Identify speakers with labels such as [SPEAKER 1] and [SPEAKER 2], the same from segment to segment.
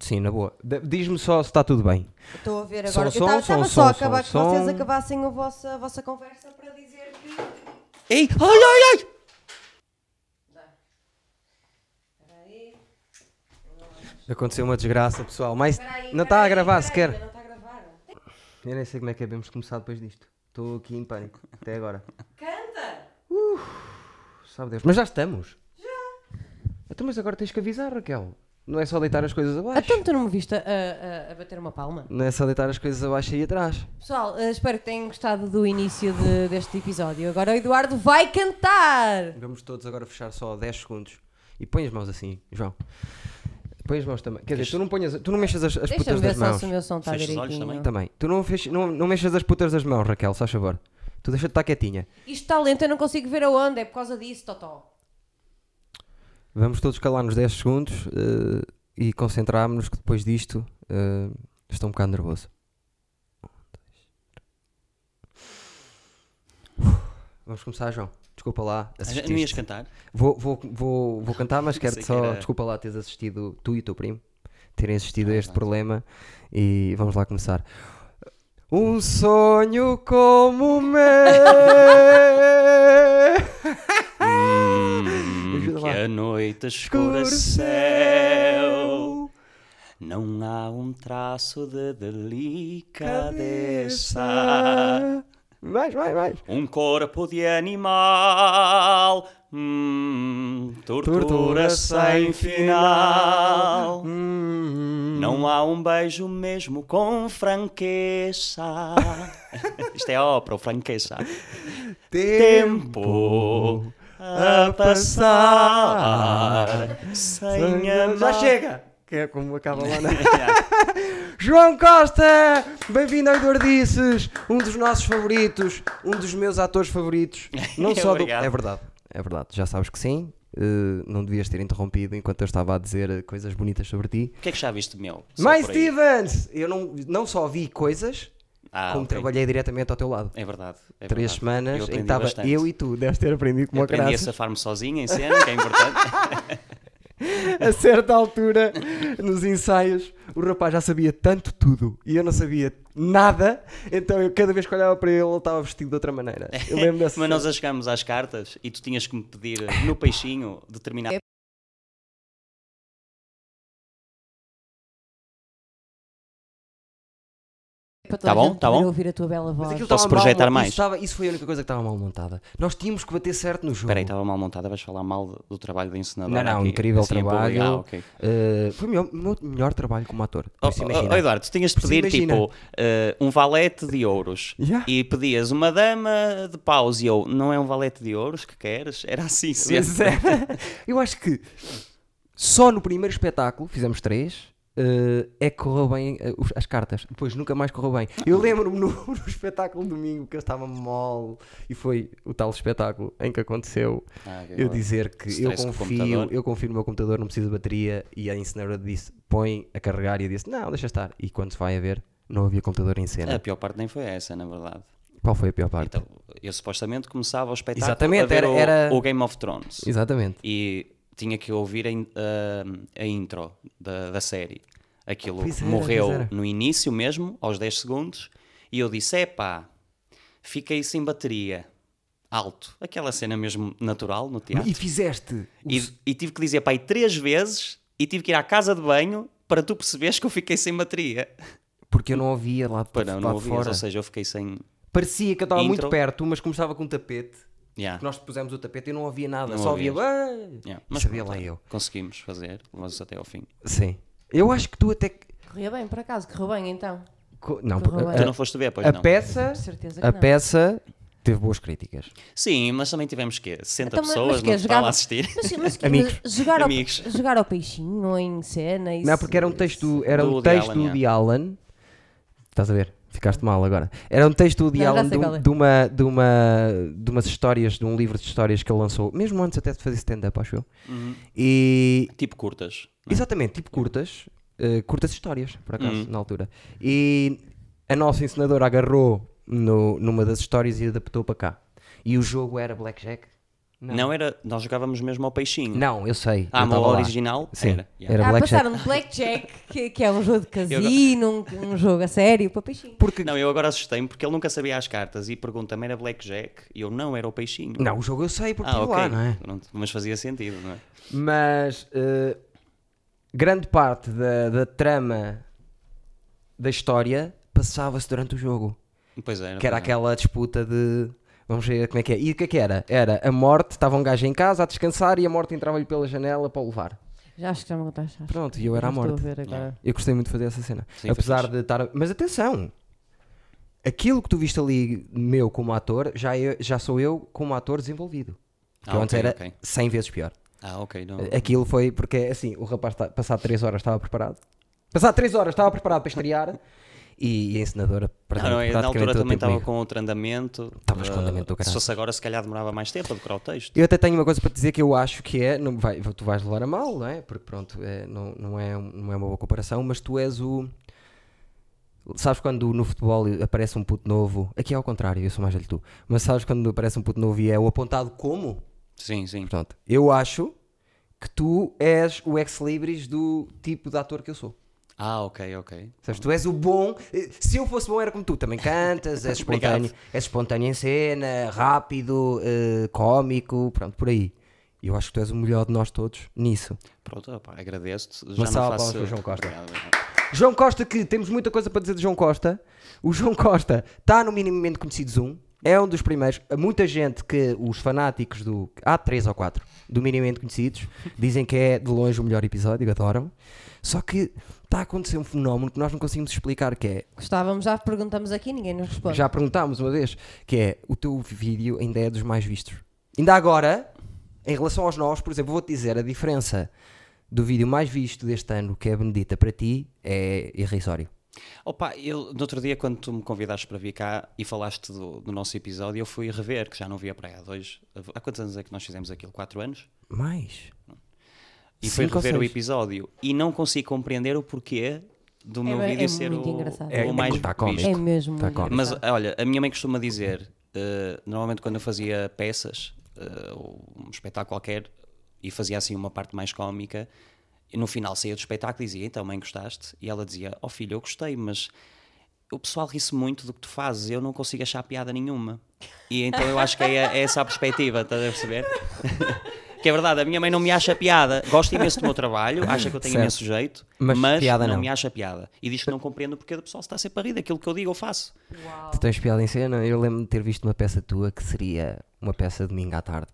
[SPEAKER 1] Sim, na boa. D- Diz-me só se está tudo bem.
[SPEAKER 2] Estou a ver
[SPEAKER 1] Som,
[SPEAKER 2] agora.
[SPEAKER 1] som,
[SPEAKER 2] eu estava
[SPEAKER 1] som,
[SPEAKER 2] só a
[SPEAKER 1] som,
[SPEAKER 2] acabar que
[SPEAKER 1] som,
[SPEAKER 2] vocês
[SPEAKER 1] som.
[SPEAKER 2] acabassem a vossa, a vossa conversa para dizer que.
[SPEAKER 1] Ei! Ai, ai, ai!
[SPEAKER 2] Espera aí,
[SPEAKER 1] Aconteceu uma desgraça, pessoal. Mas
[SPEAKER 2] espera aí,
[SPEAKER 1] não
[SPEAKER 2] espera
[SPEAKER 1] está a
[SPEAKER 2] aí,
[SPEAKER 1] gravar
[SPEAKER 2] espera aí,
[SPEAKER 1] sequer.
[SPEAKER 2] Não está a gravar.
[SPEAKER 1] Eu nem sei como é que é vamos começar depois disto. Estou aqui em pânico, até agora.
[SPEAKER 2] Canta!
[SPEAKER 1] Sabe Deus. Mas já estamos. Já. Então, mas agora tens que avisar, Raquel. Não é só deitar as coisas abaixo.
[SPEAKER 2] Então tu não me viste a, a- a bater uma palma?
[SPEAKER 1] Não é só deitar as coisas abaixo e ir atrás.
[SPEAKER 2] Pessoal, eh, espero que tenham gostado do início de- deste episódio. Agora o Eduardo vai cantar!
[SPEAKER 1] Vamos todos agora fechar só 10 segundos. E põe as mãos assim, João. Põe as mãos também. Quer dizer, tu não, ponhas, tu não mexas as, as
[SPEAKER 2] Deixa-me
[SPEAKER 1] putas
[SPEAKER 2] ver
[SPEAKER 1] das
[SPEAKER 2] só
[SPEAKER 1] mãos.
[SPEAKER 2] se o meu som está
[SPEAKER 3] Fecha os olhos
[SPEAKER 2] direitinho.
[SPEAKER 3] também.
[SPEAKER 1] Também. Tu não, fech, não, não mexas as putas das mãos, Raquel, só favor. Tu deixa de estar quietinha.
[SPEAKER 2] Isto está lento, eu não consigo ver a onda, é por causa disso, Totó.
[SPEAKER 1] Vamos todos calar nos 10 segundos eh, e concentrar-nos que depois disto eh, estou um bocado nervoso. Um, dois, três. Vamos começar, João. Desculpa lá.
[SPEAKER 3] Ah, já-
[SPEAKER 1] assististe.
[SPEAKER 3] Não ias cantar?
[SPEAKER 1] Vou, vou, vou, vou cantar, mas quero
[SPEAKER 3] Pensei que
[SPEAKER 1] só.
[SPEAKER 3] era- Ah,
[SPEAKER 1] Desculpa lá teres assistido, tu e o teu primo, terem assistido a este problema. E vamos lá começar. Um sonho como o meu.
[SPEAKER 3] Hum,
[SPEAKER 1] Ajuda
[SPEAKER 3] que
[SPEAKER 1] lá.
[SPEAKER 3] a noite escureceu Não há um traço de delicadeza
[SPEAKER 1] Mais, mais, mais.
[SPEAKER 3] Um corpo de animal hum, Tortura sem final
[SPEAKER 1] Hum.
[SPEAKER 3] Não há um beijo mesmo com franqueza Isto é ópera, o franqueza tempo a passar sem amar.
[SPEAKER 1] Já chega! Que é como acaba lá na. João Costa! Bem-vindo ao Eduardices! Um dos nossos favoritos, um dos meus atores favoritos. Não só do.
[SPEAKER 3] Obrigado.
[SPEAKER 1] É verdade, é verdade, já sabes que sim. eh, não devias ter interrompido enquanto eu estava a dizer eh, coisas bonitas sobre ti.
[SPEAKER 3] O que é que já viste, meu? Só
[SPEAKER 1] Mais
[SPEAKER 3] por aí.
[SPEAKER 1] Stevens! Eu não, não só vi coisas,
[SPEAKER 3] Ah,
[SPEAKER 1] como
[SPEAKER 3] ok.
[SPEAKER 1] trabalhei diretamente ao teu lado.
[SPEAKER 3] É verdade. é
[SPEAKER 1] Três
[SPEAKER 3] verdade.
[SPEAKER 1] semanas
[SPEAKER 3] eu
[SPEAKER 1] em que
[SPEAKER 3] aprendi
[SPEAKER 1] estava
[SPEAKER 3] bastante.
[SPEAKER 1] eu e tu. Deves ter aprendido como
[SPEAKER 3] Eu
[SPEAKER 1] uma
[SPEAKER 3] aprendi a
[SPEAKER 1] graça.
[SPEAKER 3] safar-me sozinho em cena, que é importante.
[SPEAKER 1] A certa altura, nos ensaios, o rapaz já sabia tanto tudo e eu não sabia nada, então eu cada vez que olhava para ele, ele estava vestido de outra maneira. Eu lembro dessa.
[SPEAKER 3] Mas nós a chegámos às cartas e tu tinhas que me pedir no peixinho determinado.
[SPEAKER 2] Para toda
[SPEAKER 3] Tá
[SPEAKER 2] a
[SPEAKER 3] bom,
[SPEAKER 2] gente
[SPEAKER 3] tá
[SPEAKER 2] poder
[SPEAKER 3] bom.
[SPEAKER 2] ouvir a tua bela voz.
[SPEAKER 1] Mas aquilo
[SPEAKER 3] Posso
[SPEAKER 1] estava mal
[SPEAKER 3] projetar
[SPEAKER 1] mon-
[SPEAKER 3] mais?
[SPEAKER 1] Isso, estava- isso foi a única coisa que estava mal montada. Nós tínhamos que bater certo no jogo.
[SPEAKER 3] Espera aí, então. estava mal montada, vais falar mal do trabalho da encenadora.
[SPEAKER 1] Não, não,
[SPEAKER 3] aqui,
[SPEAKER 1] incrível
[SPEAKER 3] assim, em público.
[SPEAKER 1] trabalho.
[SPEAKER 3] Ah, ok.
[SPEAKER 1] Uh, foi o meu, meu melhor trabalho como ator.
[SPEAKER 3] Oh,
[SPEAKER 1] Por isso
[SPEAKER 3] oh,
[SPEAKER 1] imagina.
[SPEAKER 3] oh, Eduardo, tu tinhas de
[SPEAKER 1] Por isso
[SPEAKER 3] pedir
[SPEAKER 1] imagina.
[SPEAKER 3] tipo eh, um valete de ouros
[SPEAKER 1] Yeah.
[SPEAKER 3] e pedias uma dama de paus e eu, não é um valete de ouros que queres? Era assim sempre.
[SPEAKER 1] Mas é- eu acho que só no primeiro espetáculo, fizemos três, eh, é que correu bem eh, os- as cartas. Depois nunca mais correu bem. Eu
[SPEAKER 3] Ah.
[SPEAKER 1] lembro-me no, no espetáculo de domingo que eu estava mole e foi o tal espetáculo em que aconteceu
[SPEAKER 3] Ah, ok,
[SPEAKER 1] eu
[SPEAKER 3] agora.
[SPEAKER 1] dizer que eu
[SPEAKER 3] Stress com o
[SPEAKER 1] confio,
[SPEAKER 3] computador.
[SPEAKER 1] eu confio no meu computador, não preciso de bateria. E a encenadora disse: põe a carregar. E eu disse: não, deixa estar. E quando se vai a ver, não havia computador em cena.
[SPEAKER 3] A pior parte nem foi essa, na verdade.
[SPEAKER 1] Qual foi a pior parte?
[SPEAKER 3] Então, eu supostamente começava o espetáculo
[SPEAKER 1] Exatamente,
[SPEAKER 3] a ver
[SPEAKER 1] era-
[SPEAKER 3] o,
[SPEAKER 1] era-
[SPEAKER 3] o Game of Thrones
[SPEAKER 1] Exatamente.
[SPEAKER 3] e tinha que ouvir a, in- a- a intro da, da série. Aquilo
[SPEAKER 1] Pois era,
[SPEAKER 3] morreu
[SPEAKER 1] pois era.
[SPEAKER 3] no início mesmo, aos 10 segundos, e eu disse: epá, fiquei sem bateria. Alto. Aquela cena mesmo natural no teatro.
[SPEAKER 1] E fizeste. o
[SPEAKER 3] E, e tive que dizer pai três vezes e tive que ir à casa de banho para tu perceberes que eu fiquei sem bateria.
[SPEAKER 1] Porque eu não ouvia lá, de-
[SPEAKER 3] Para
[SPEAKER 1] lá
[SPEAKER 3] não
[SPEAKER 1] de
[SPEAKER 3] ouvias,
[SPEAKER 1] fora.
[SPEAKER 3] ou seja, eu fiquei sem.
[SPEAKER 1] Parecia que eu estava muito
[SPEAKER 3] Intro.
[SPEAKER 1] perto, mas começava com um tapete.
[SPEAKER 3] Yeah,
[SPEAKER 1] Nós pusemos o tapete e não havia nada,
[SPEAKER 3] Não
[SPEAKER 1] só
[SPEAKER 3] ouvias.
[SPEAKER 1] havia.
[SPEAKER 3] yeah.
[SPEAKER 1] Mas sabia lá
[SPEAKER 3] pronto, é.
[SPEAKER 1] eu.
[SPEAKER 3] Conseguimos fazer, levamos até ao fim.
[SPEAKER 1] Sim. Eu acho que tu até. que-
[SPEAKER 2] Corria bem, por acaso, correu bem então.
[SPEAKER 1] co- Não,
[SPEAKER 2] Correu
[SPEAKER 1] porque
[SPEAKER 2] bem.
[SPEAKER 3] Tu
[SPEAKER 1] a,
[SPEAKER 3] não foste ver, pois
[SPEAKER 1] a
[SPEAKER 3] não?
[SPEAKER 1] peça.
[SPEAKER 2] De certeza que
[SPEAKER 1] A
[SPEAKER 2] não.
[SPEAKER 1] peça teve boas críticas.
[SPEAKER 3] Sim, mas também tivemos que 60
[SPEAKER 2] Então, mas- mas
[SPEAKER 3] pessoas,
[SPEAKER 2] quê?
[SPEAKER 1] é
[SPEAKER 3] não estava a assistir.
[SPEAKER 2] Mas, mas, que-
[SPEAKER 1] Amigos.
[SPEAKER 2] mas jogar, ao,
[SPEAKER 3] Amigos.
[SPEAKER 2] jogar ao peixinho em cena isso,
[SPEAKER 1] Não, porque era um texto, era
[SPEAKER 3] Do é.
[SPEAKER 1] um
[SPEAKER 3] de
[SPEAKER 1] texto
[SPEAKER 3] Alan,
[SPEAKER 1] de Alan. Estás a ver? Ficaste mal agora. Era um texto de
[SPEAKER 2] Não, já
[SPEAKER 1] Alan
[SPEAKER 2] sei
[SPEAKER 1] de, um-
[SPEAKER 2] qual é.
[SPEAKER 1] de uma, de, uma, de umas histórias, de um livro de histórias que ele lançou, mesmo antes até de fazer stand-up, acho eu.
[SPEAKER 3] Uhum.
[SPEAKER 1] E,
[SPEAKER 3] Tipo curtas.
[SPEAKER 1] Exatamente, tipo curtas, eh, curtas histórias, por acaso,
[SPEAKER 3] Uhum.
[SPEAKER 1] na altura. E a nossa encenadora agarrou no- numa das histórias e adaptou para cá. E o jogo era Blackjack,
[SPEAKER 3] Não. era. Nós jogávamos mesmo ao peixinho.
[SPEAKER 1] Não, eu sei.
[SPEAKER 3] Ah,
[SPEAKER 1] eu
[SPEAKER 3] mas
[SPEAKER 1] tava
[SPEAKER 3] o
[SPEAKER 1] lá.
[SPEAKER 3] original
[SPEAKER 1] Sim,
[SPEAKER 3] era. yeah.
[SPEAKER 1] era
[SPEAKER 2] Ah,
[SPEAKER 1] Blackjack.
[SPEAKER 2] passaram de Blackjack, que, que é um jogo de casino, um, um jogo a sério, para peixinho.
[SPEAKER 1] Porque.
[SPEAKER 3] Não, eu agora assustei-me porque ele nunca sabia as cartas e pergunta-me era Blackjack e eu não era o peixinho.
[SPEAKER 1] Não, o jogo eu sei porque
[SPEAKER 3] Ah,
[SPEAKER 1] estive
[SPEAKER 3] ok.
[SPEAKER 1] lá, não é?
[SPEAKER 3] Pronto, mas fazia sentido, não é?
[SPEAKER 1] Mas eh, grande parte da, da trama da história passava-se durante o jogo.
[SPEAKER 3] Pois era.
[SPEAKER 1] Que era
[SPEAKER 3] pois era.
[SPEAKER 1] aquela disputa de. Vamos ver como é que é. E o que é que era? Era a morte, estava um gajo em casa a descansar e a morte entrava-lhe pela janela para o levar.
[SPEAKER 2] Já acho que já me contaste. acho.
[SPEAKER 1] Pronto, e eu era a
[SPEAKER 2] Já Estou
[SPEAKER 1] morte.
[SPEAKER 2] a ver agora.
[SPEAKER 1] Eu gostei muito de fazer essa cena.
[SPEAKER 3] Sim, foi
[SPEAKER 1] Apesar
[SPEAKER 3] fixe.
[SPEAKER 1] de estar. Mas atenção! Aquilo que tu viste ali, meu como ator, já, eu- já sou eu como ator desenvolvido. Que
[SPEAKER 3] Ah,
[SPEAKER 1] eu antes
[SPEAKER 3] ok,
[SPEAKER 1] era
[SPEAKER 3] ok.
[SPEAKER 1] 100 vezes pior.
[SPEAKER 3] Ah, ok. Não.
[SPEAKER 1] Aquilo foi porque, assim, o rapaz tá, passado 3 horas estava preparado. Passado 3 horas estava preparado para estrear e, e a encenadora
[SPEAKER 3] Não, não, eu na altura também estava com outro andamento.
[SPEAKER 1] Estavas com
[SPEAKER 3] eh,
[SPEAKER 1] andamento do
[SPEAKER 3] Se
[SPEAKER 1] caralho.
[SPEAKER 3] fosse agora, se calhar demorava mais tempo a decorar o texto.
[SPEAKER 1] Eu até tenho uma coisa para te dizer que eu acho que é, não vai, tu vais levar a mal, não é? Porque pronto, é, não, não, é, um- não é uma boa comparação, mas tu és o. Sabes quando no futebol aparece um puto novo? Aqui é ao contrário, eu sou mais velho que tu. Mas sabes quando aparece um puto novo e é o apontado como?
[SPEAKER 3] Sim, sim.
[SPEAKER 1] Portanto, eu acho que tu és o ex-libris do tipo de ator que eu sou.
[SPEAKER 3] Ah, ok, ok.
[SPEAKER 1] Sabes, tu és o bom. eh, Se eu fosse bom, era como tu. Também cantas, és espontâneo, és espontâneo em cena, rápido, eh, cómico, pronto, por aí. E Eu acho que tu és o melhor de nós todos nisso.
[SPEAKER 3] Pronto, opá, agradeço-te. Já
[SPEAKER 1] Uma
[SPEAKER 3] não
[SPEAKER 1] salva de palmas
[SPEAKER 3] faço.
[SPEAKER 1] para o João Costa.
[SPEAKER 3] Obrigado, obrigado.
[SPEAKER 1] João Costa, que temos muita coisa para dizer de João Costa. O João Costa está no minimamente conhecidos um. É um dos primeiros. Há Muita gente que os fanáticos do. Há três ou quatro do minimamente conhecidos dizem que é de longe o melhor episódio, adoram. Só que está a acontecer um fenómeno que nós não conseguimos explicar, que é
[SPEAKER 2] Gostávamos, já perguntamos aqui, ninguém nos responde.
[SPEAKER 1] Já perguntámos uma vez, que é o teu vídeo ainda é dos mais vistos. Ainda agora, em relação aos nós, por exemplo, vou-te dizer a diferença do vídeo mais visto deste ano, que é a Benedita para ti, é irrisório.
[SPEAKER 3] Opa, eu, no outro dia, quando tu me convidaste para vir cá e falaste do, do nosso episódio, eu fui rever, que já não via para aí há dois. Há quantos anos é que nós fizemos aquilo? Quatro anos?
[SPEAKER 1] Mais.
[SPEAKER 3] E fui
[SPEAKER 1] Cinco ou
[SPEAKER 3] rever o
[SPEAKER 1] seis.
[SPEAKER 3] episódio e não consigo compreender o porquê do meu
[SPEAKER 2] bem-
[SPEAKER 3] vídeo
[SPEAKER 2] é
[SPEAKER 3] ser
[SPEAKER 2] muito
[SPEAKER 3] o,
[SPEAKER 2] engraçado.
[SPEAKER 3] o
[SPEAKER 1] É- é
[SPEAKER 3] mais
[SPEAKER 1] muito
[SPEAKER 3] visto.
[SPEAKER 1] cómico.
[SPEAKER 2] É mesmo.
[SPEAKER 1] Tá
[SPEAKER 2] muito
[SPEAKER 1] com-
[SPEAKER 3] Mas
[SPEAKER 2] engraçado.
[SPEAKER 3] olha, a minha mãe costuma dizer, eh, normalmente quando eu fazia peças eh, ou um espetáculo qualquer e fazia assim uma parte mais cómica, e no final saía do espetáculo e dizia: Então, mãe, gostaste? E ela dizia: Oh filho, eu gostei, mas o pessoal ri-se muito do que tu fazes, eu não consigo achar piada nenhuma. E então eu acho que é, é essa a perspectiva, estás a perceber? que é verdade, a minha mãe não me acha piada, gosta imenso do meu trabalho, acha que eu tenho
[SPEAKER 1] Certo.
[SPEAKER 3] imenso jeito,
[SPEAKER 1] Mas
[SPEAKER 3] mas,
[SPEAKER 1] piada
[SPEAKER 3] não,
[SPEAKER 1] não.
[SPEAKER 3] me acha piada. E diz que não compreendo porque o pessoal está sempre a rir daquilo que eu digo ou faço.
[SPEAKER 1] Tu tens piada em cena? Eu lembro de ter visto uma peça tua que seria uma peça domingo à tarde.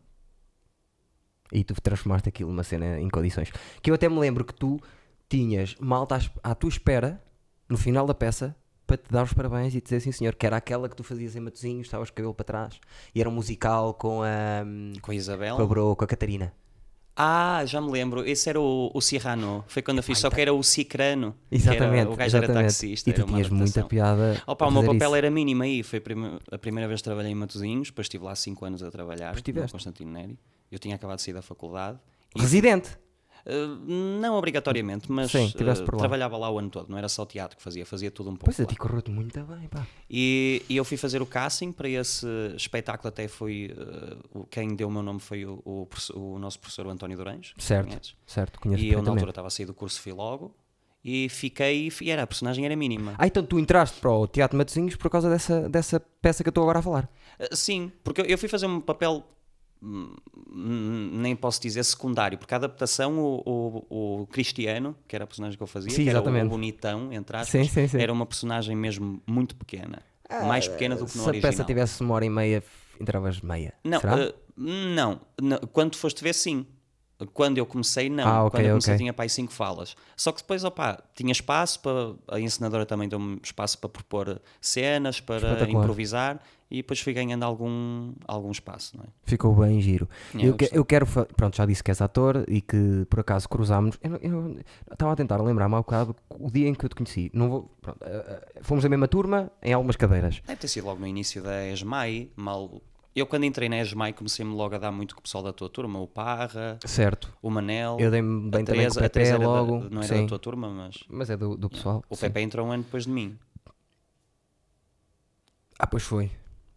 [SPEAKER 1] E tu transformaste aquilo numa cena em condições. Que eu até me lembro que tu tinhas malta à es- à tua espera, no final da peça, para te dar os parabéns e dizer assim, senhor, que era aquela que tu fazias em Matozinhos, estavas com o cabelo para trás. E era um musical com a, hum,
[SPEAKER 3] Com a Isabel.
[SPEAKER 1] com a Bro, com a Catarina.
[SPEAKER 3] Ah, já me lembro. Esse era o, o Cirrano. Foi quando eu fiz, só que era o Cicrano. que era-
[SPEAKER 1] tá. Exatamente.
[SPEAKER 3] o gajo
[SPEAKER 1] exatamente.
[SPEAKER 3] era taxista.
[SPEAKER 1] e tu
[SPEAKER 3] era uma
[SPEAKER 1] tinhas muita
[SPEAKER 3] adaptação.
[SPEAKER 1] piada.
[SPEAKER 3] Opa,
[SPEAKER 1] a
[SPEAKER 3] o meu
[SPEAKER 1] fazer
[SPEAKER 3] papel
[SPEAKER 1] isso.
[SPEAKER 3] era mínimo aí. Foi a prime- a primeira vez que trabalhei em Matozinhos. Depois estive lá cinco anos a trabalhar.
[SPEAKER 1] tiveste.
[SPEAKER 3] No Constantino Neri. Eu tinha acabado de sair da faculdade.
[SPEAKER 1] Residente.
[SPEAKER 3] Eh, não obrigatoriamente, mas
[SPEAKER 1] Sim, tiveste
[SPEAKER 3] eh,
[SPEAKER 1] por lá.
[SPEAKER 3] trabalhava lá o ano todo. Não era só teatro que fazia, fazia tudo um pouco.
[SPEAKER 1] Pois, é, tipo- a
[SPEAKER 3] lá.
[SPEAKER 1] ti correu-te muito bem, pá.
[SPEAKER 3] E, e eu fui fazer o casting para esse espetáculo. Até foi. eh, o- quem deu o meu nome foi o, o profe- o nosso professor o António Durães.
[SPEAKER 1] Certo,
[SPEAKER 3] conheces?
[SPEAKER 1] certo, conheço
[SPEAKER 3] E eu na
[SPEAKER 1] perfeitamente.
[SPEAKER 3] altura estava a sair do curso, fui logo e fiquei. E era, a personagem era mínima.
[SPEAKER 1] Ah, então tu entraste para o Teatro Matozinhos por causa dessa, dessa peça que eu estou agora a falar.
[SPEAKER 3] Ah, Sim, porque eu- eu fui fazer um papel, hum, hum, nem posso dizer secundário, porque a adaptação, o, o, o Cristiano, que era a personagem que eu fazia,
[SPEAKER 1] Sim,
[SPEAKER 3] que era o- o
[SPEAKER 1] exatamente.
[SPEAKER 3] bonitão, entre aspas,
[SPEAKER 1] Sim, sim, sim.
[SPEAKER 3] era uma personagem mesmo muito pequena. mais pequena do que no
[SPEAKER 1] Se a
[SPEAKER 3] original.
[SPEAKER 1] peça tivesse uma hora e meia, f- entravas meia.
[SPEAKER 3] Não,
[SPEAKER 1] Será?
[SPEAKER 3] eh, não, não. Quando foste ver, sim. Quando eu comecei, não.
[SPEAKER 1] Ah, ok,
[SPEAKER 3] Quando eu comecei,
[SPEAKER 1] ok.
[SPEAKER 3] tinha para aí cinco falas. Só que depois, opá, tinha espaço para. A encenadora também deu-me espaço para propor cenas, para
[SPEAKER 1] Espetacular.
[SPEAKER 3] improvisar e depois fui ganhando algum, algum espaço, não é?
[SPEAKER 1] Ficou bem giro.
[SPEAKER 3] Yeah,
[SPEAKER 1] eu, que- eu quero. fa- Pronto, já disse que és ator e que por acaso cruzámos. Eu não- eu não- estava a tentar lembrar-me há bocado o dia em que eu te conheci. Não vou, pronto, eh, eh, fomos da mesma turma em algumas cadeiras.
[SPEAKER 3] Deve ter sido logo no início da ESMAI, mal. Eu, quando entrei na ESMAI, comecei-me logo a dar muito com o pessoal da tua turma, o Parra,
[SPEAKER 1] Certo.
[SPEAKER 3] o Manel.
[SPEAKER 1] Eu dei-me bem
[SPEAKER 3] a
[SPEAKER 1] também com o
[SPEAKER 3] a
[SPEAKER 1] Pepe
[SPEAKER 3] era da-
[SPEAKER 1] logo.
[SPEAKER 3] não era
[SPEAKER 1] sim.
[SPEAKER 3] da tua turma, mas.
[SPEAKER 1] Mas é do, do pessoal.
[SPEAKER 3] O
[SPEAKER 1] sim.
[SPEAKER 3] Pepe entrou um ano depois de mim.
[SPEAKER 1] Ah, pois foi.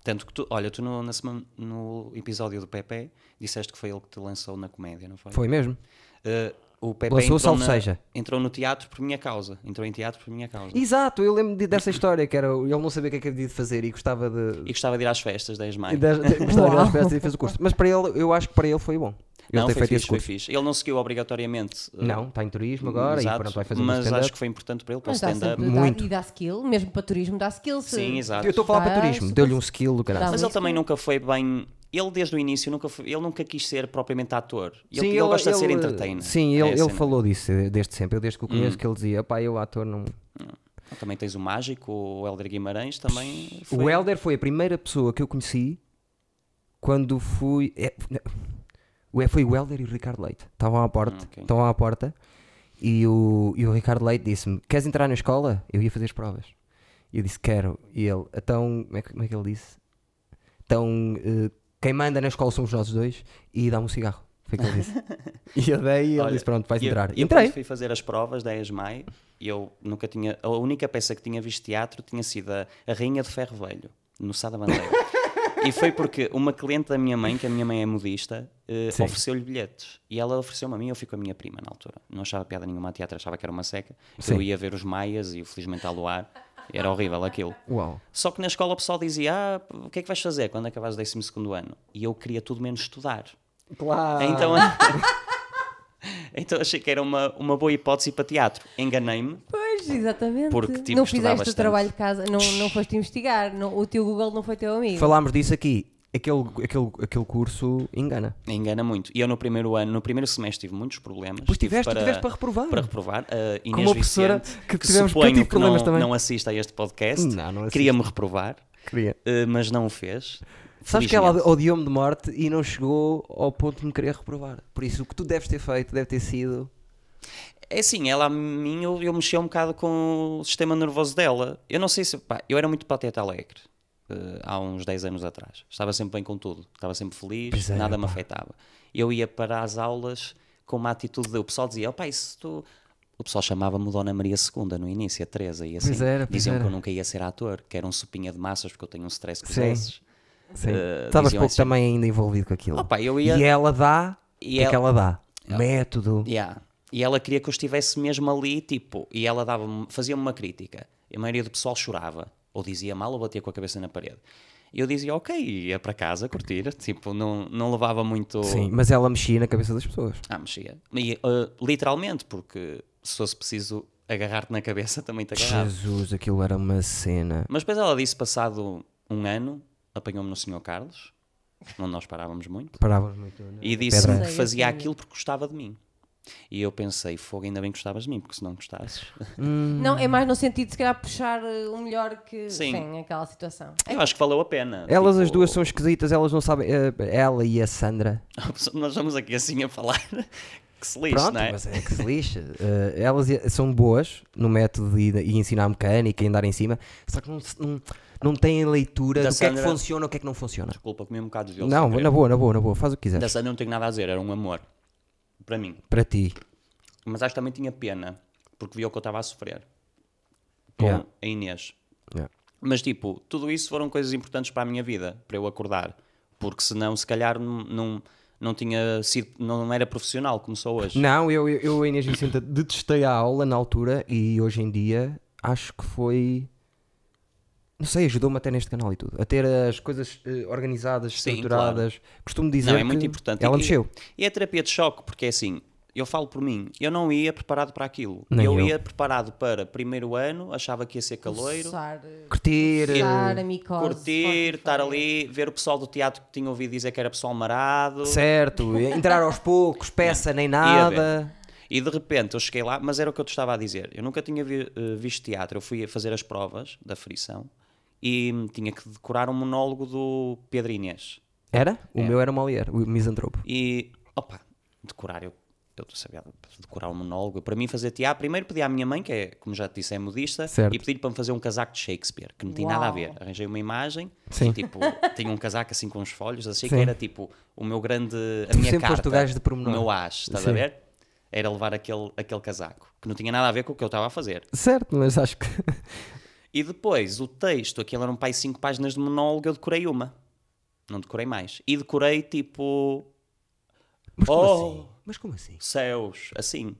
[SPEAKER 3] Tanto que tu, olha, tu no, na semana- no episódio do Pepe disseste que foi ele que te lançou na comédia, não foi?
[SPEAKER 1] Foi mesmo?
[SPEAKER 3] Eh, o Pepe
[SPEAKER 1] Lançou o
[SPEAKER 3] entrou,
[SPEAKER 1] Salve
[SPEAKER 3] na-
[SPEAKER 1] Seja.
[SPEAKER 3] entrou no teatro por minha causa. Entrou em teatro por minha causa.
[SPEAKER 1] Exato, eu lembro de- dessa história que era o- ele não sabia o que é que havia de fazer e gostava de.
[SPEAKER 3] E gostava de ir às festas 10 de
[SPEAKER 1] e
[SPEAKER 3] maio.
[SPEAKER 1] das- de- Gostava de ir às
[SPEAKER 2] Uau.
[SPEAKER 1] festas e fez o curso. Mas para ele, eu acho que para ele foi bom. Ele
[SPEAKER 3] não,
[SPEAKER 1] ter
[SPEAKER 3] foi
[SPEAKER 1] feito
[SPEAKER 3] fixe,
[SPEAKER 1] esse
[SPEAKER 3] foi
[SPEAKER 1] curso.
[SPEAKER 3] fixe. Ele não seguiu obrigatoriamente. eh,
[SPEAKER 1] Não, está em turismo agora
[SPEAKER 3] exato,
[SPEAKER 1] e pronto, vai fazer um
[SPEAKER 3] Mas
[SPEAKER 1] stand-up.
[SPEAKER 3] acho que foi importante para ele, para o
[SPEAKER 2] Mas dá
[SPEAKER 3] stand-up.
[SPEAKER 2] sempre, dá,
[SPEAKER 1] Muito.
[SPEAKER 2] e dá skill, mesmo para turismo dá skill. se-
[SPEAKER 3] Sim, exato.
[SPEAKER 1] Eu estou a falar para
[SPEAKER 2] Ah,
[SPEAKER 1] turismo,
[SPEAKER 2] super-
[SPEAKER 1] deu-lhe um skill do caralho.
[SPEAKER 2] Dá
[SPEAKER 3] Mas ele
[SPEAKER 2] muito
[SPEAKER 3] também
[SPEAKER 2] bem.
[SPEAKER 3] nunca foi bem. Ele desde o início nunca foi- ele nunca quis ser propriamente ator. Ele,
[SPEAKER 1] Sim,
[SPEAKER 3] ele, gosta de ser
[SPEAKER 1] ele-
[SPEAKER 3] entertainer.
[SPEAKER 1] Sim,
[SPEAKER 3] É
[SPEAKER 1] ele,
[SPEAKER 3] Hum. a
[SPEAKER 1] ele
[SPEAKER 3] cena.
[SPEAKER 1] falou disso eh, desde sempre. Eu desde que o conheço que ele dizia, pá, eu ator não...
[SPEAKER 3] Também tens o Mágico, o Helder Guimarães também.
[SPEAKER 1] O
[SPEAKER 3] Foi...
[SPEAKER 1] Helder foi a primeira pessoa que eu conheci quando fui... é, não. O- é, foi o Helder e o Ricardo Leite. Estavam à porta,
[SPEAKER 3] Ah, ok.
[SPEAKER 1] estavam à porta e o, e o Ricardo Leite disse-me, queres entrar na escola? Eu ia fazer as provas. E eu disse, quero. E ele, então, como é que, como é que ele disse? Então, eh, quem manda na escola somos nós dois e dá-me um cigarro. Foi o que ele disse. e eu dei e ele
[SPEAKER 3] Olha,
[SPEAKER 1] disse, pronto, vais
[SPEAKER 3] e eu-
[SPEAKER 1] entrar.
[SPEAKER 3] Eu,
[SPEAKER 1] Entrei.
[SPEAKER 3] quando fui fazer as provas 10 de maio e eu nunca tinha. A única peça que tinha visto teatro tinha sido a, a Rainha de Ferro Velho, no Sá da Bandeira. e foi porque uma cliente da minha mãe, que a minha mãe é modista, eh,
[SPEAKER 1] Sim.
[SPEAKER 3] ofereceu-lhe bilhetes. E ela ofereceu-me a mim, eu fui com a minha prima na altura. Não achava piada nenhuma a teatro, achava que era uma seca.
[SPEAKER 1] Sim.
[SPEAKER 3] Eu ia ver os Maias e o Felizmente ao Luar. Era horrível aquilo.
[SPEAKER 1] Uau.
[SPEAKER 3] Só que na escola o pessoal dizia: Ah, o que é que vais fazer quando acabares o 12 ano? E eu queria tudo menos estudar.
[SPEAKER 1] Claro.
[SPEAKER 3] Então, então achei que era uma, uma boa hipótese para teatro. Enganei-me.
[SPEAKER 2] Pois, exatamente.
[SPEAKER 3] Porque tipo, tive
[SPEAKER 2] não
[SPEAKER 3] que estudar
[SPEAKER 2] fizeste o
[SPEAKER 3] bastante.
[SPEAKER 2] trabalho de casa, não, não foste investigar, não- o teu Google não foi teu amigo.
[SPEAKER 1] Falámos disso aqui. Aquele, aquele, aquele curso engana.
[SPEAKER 3] Engana muito. E eu no primeiro ano, no primeiro semestre, tive muitos problemas.
[SPEAKER 1] Pois
[SPEAKER 3] Tive
[SPEAKER 1] tiveste, tiveste para reprovar.
[SPEAKER 3] Para reprovar. A Inês
[SPEAKER 1] uma professora
[SPEAKER 3] Vicente,
[SPEAKER 1] que tivemos- que eu
[SPEAKER 3] suponho
[SPEAKER 1] tive problemas
[SPEAKER 3] não,
[SPEAKER 1] também.
[SPEAKER 3] não assiste a este podcast,
[SPEAKER 1] Não, não assiste.
[SPEAKER 3] queria-me reprovar,
[SPEAKER 1] Queria.
[SPEAKER 3] eh, mas não o fez.
[SPEAKER 1] Sabes que ela
[SPEAKER 3] Felizmente.
[SPEAKER 1] odiou-me de morte e não chegou ao ponto de me querer reprovar. Por isso, o que tu deves ter feito deve ter sido.
[SPEAKER 3] É assim, ela a mim, eu, eu mexia um bocado com o sistema nervoso dela. Eu não sei se. pá, eu era muito pateta alegre eh, há uns 10 anos atrás. Estava sempre bem com tudo, estava sempre feliz,
[SPEAKER 1] Pois é,
[SPEAKER 3] nada me
[SPEAKER 1] pá.
[SPEAKER 3] afetava. Eu ia para as aulas com uma atitude de. O pessoal dizia: opá, isso tu. O pessoal chamava-me Dona Maria II no início, a Teresa, e assim.
[SPEAKER 1] Pois era, pois
[SPEAKER 3] diziam
[SPEAKER 1] era.
[SPEAKER 3] que eu nunca ia ser ator, que era um sopinha de massas porque eu tenho um stress que
[SPEAKER 1] Sim.
[SPEAKER 3] desses.
[SPEAKER 1] Sim.
[SPEAKER 3] Eh,
[SPEAKER 1] Estavas
[SPEAKER 3] diziam
[SPEAKER 1] pouco
[SPEAKER 3] assim.
[SPEAKER 1] também ainda envolvido com aquilo.
[SPEAKER 3] Opa, eu ia.
[SPEAKER 1] e ela dá.
[SPEAKER 3] e
[SPEAKER 1] o que é que
[SPEAKER 3] ela-
[SPEAKER 1] ela dá? Método.
[SPEAKER 3] Yeah. E ela queria que eu estivesse mesmo ali, tipo, e ela dava fazia-me uma crítica. E a maioria do pessoal chorava, ou dizia mal, ou batia com a cabeça na parede. E eu dizia, ok, ia para casa curtir, tipo, não, não levava muito.
[SPEAKER 1] Sim, mas ela mexia na cabeça das pessoas.
[SPEAKER 3] Ah, mexia. E, ah, literalmente, porque se fosse preciso agarrar-te na cabeça, também te agarrava.
[SPEAKER 1] Jesus, aquilo era uma cena.
[SPEAKER 3] Mas depois ela disse, passado um ano, apanhou-me no Senhor Carlos, onde nós parávamos muito.
[SPEAKER 1] Paravas muito. né?
[SPEAKER 3] E disse-me
[SPEAKER 1] Pedra.
[SPEAKER 3] que fazia aquilo porque gostava de mim. E eu pensei, fogo, ainda bem que gostavas de mim, porque se não gostasses.
[SPEAKER 2] Não,
[SPEAKER 1] Hum.
[SPEAKER 2] é mais no sentido de se calhar puxar eh, o melhor que
[SPEAKER 3] Sim.
[SPEAKER 2] tem aquela situação.
[SPEAKER 3] Eu acho que valeu a pena.
[SPEAKER 1] Elas
[SPEAKER 3] Tipo,
[SPEAKER 1] as duas são esquisitas, elas não sabem. eh, Ela e a Sandra.
[SPEAKER 3] Nós vamos aqui assim a falar. que se lixe,
[SPEAKER 1] Pronto,
[SPEAKER 3] não é?
[SPEAKER 1] mas é que se lixa. Eh, elas i- são boas no método de, de ensinar mecânica e andar em cima, só que não, se- não, não têm leitura
[SPEAKER 3] Da
[SPEAKER 1] do que é que
[SPEAKER 3] Sandra-
[SPEAKER 1] funciona e o que é que não funciona.
[SPEAKER 3] Desculpa, comi um bocado de viola.
[SPEAKER 1] Não,
[SPEAKER 3] sem querer.
[SPEAKER 1] na boa, na boa, na boa, faz o que
[SPEAKER 3] Da
[SPEAKER 1] quiseres.
[SPEAKER 3] Sandra não tenho nada a dizer, era um amor. Para mim.
[SPEAKER 1] Para ti.
[SPEAKER 3] Mas acho que também tinha pena, porque viu que eu estava a sofrer. Com
[SPEAKER 1] Yeah.
[SPEAKER 3] a Inês.
[SPEAKER 1] Yeah.
[SPEAKER 3] Mas tipo, tudo isso foram coisas importantes para a minha vida, para eu acordar. Porque senão, se calhar, não, não, não tinha sido, não era profissional como sou hoje.
[SPEAKER 1] Não, eu, eu, eu a Inês Vicente detestei a aula na altura e hoje em dia acho que foi. Não sei, ajudou-me até neste canal e tudo. A ter as coisas eh, organizadas,
[SPEAKER 3] Sim,
[SPEAKER 1] estruturadas. Costumo dizer
[SPEAKER 3] Não, é muito
[SPEAKER 1] que
[SPEAKER 3] importante.
[SPEAKER 1] ela
[SPEAKER 3] E-
[SPEAKER 1] mexeu.
[SPEAKER 3] E a terapia de choque, porque é assim, eu falo por mim, eu não ia preparado para aquilo.
[SPEAKER 1] Nem
[SPEAKER 3] eu,
[SPEAKER 1] eu.
[SPEAKER 3] ia preparado para primeiro ano, achava que ia ser caloiro,
[SPEAKER 2] Processar, eh,
[SPEAKER 1] Curtir. eh,
[SPEAKER 2] processar a micose.
[SPEAKER 3] curtir,
[SPEAKER 2] Spotify.
[SPEAKER 3] estar ali, ver o pessoal do teatro que tinha ouvido dizer que era pessoal marado.
[SPEAKER 1] Certo, entrar aos poucos, peça nem nada.
[SPEAKER 3] E de repente eu cheguei lá, mas era o que eu te estava a dizer. Eu nunca tinha vi- eh, visto teatro. Eu fui a fazer as provas da frição e hum, tinha que decorar um monólogo do Pedro Inês.
[SPEAKER 1] Era? O meu era o Molière, o misantropo.
[SPEAKER 3] E, opa, decorar, eu, eu sabia decorar um monólogo. Para mim, fazer teatro, primeiro pedi à minha mãe, que é, como já te disse, é modista,
[SPEAKER 1] Certo.
[SPEAKER 3] e pedi-lhe para me fazer um casaco de Shakespeare, que não tinha nada a ver.
[SPEAKER 2] Uau.
[SPEAKER 3] Arranjei uma imagem,
[SPEAKER 1] Sim.
[SPEAKER 3] e, tipo, tinha um casaco assim com uns folhos, achei que
[SPEAKER 1] Sim.
[SPEAKER 3] era tipo o meu grande. A
[SPEAKER 1] Tu
[SPEAKER 3] minha
[SPEAKER 1] sempre foste
[SPEAKER 3] carta,
[SPEAKER 1] o gajo de pormenor.
[SPEAKER 3] O meu as, estás a
[SPEAKER 1] Sim.
[SPEAKER 3] ver? Era levar aquele, aquele casaco, que não tinha nada a ver com o que eu estava a fazer.
[SPEAKER 1] Certo, mas acho que.
[SPEAKER 3] E depois, o texto, aquilo eram pai cinco páginas de monólogo, eu decorei uma. Não decorei mais. E decorei tipo
[SPEAKER 1] Mas como
[SPEAKER 3] Oh.
[SPEAKER 1] assim? Mas como assim?
[SPEAKER 3] céus, assim.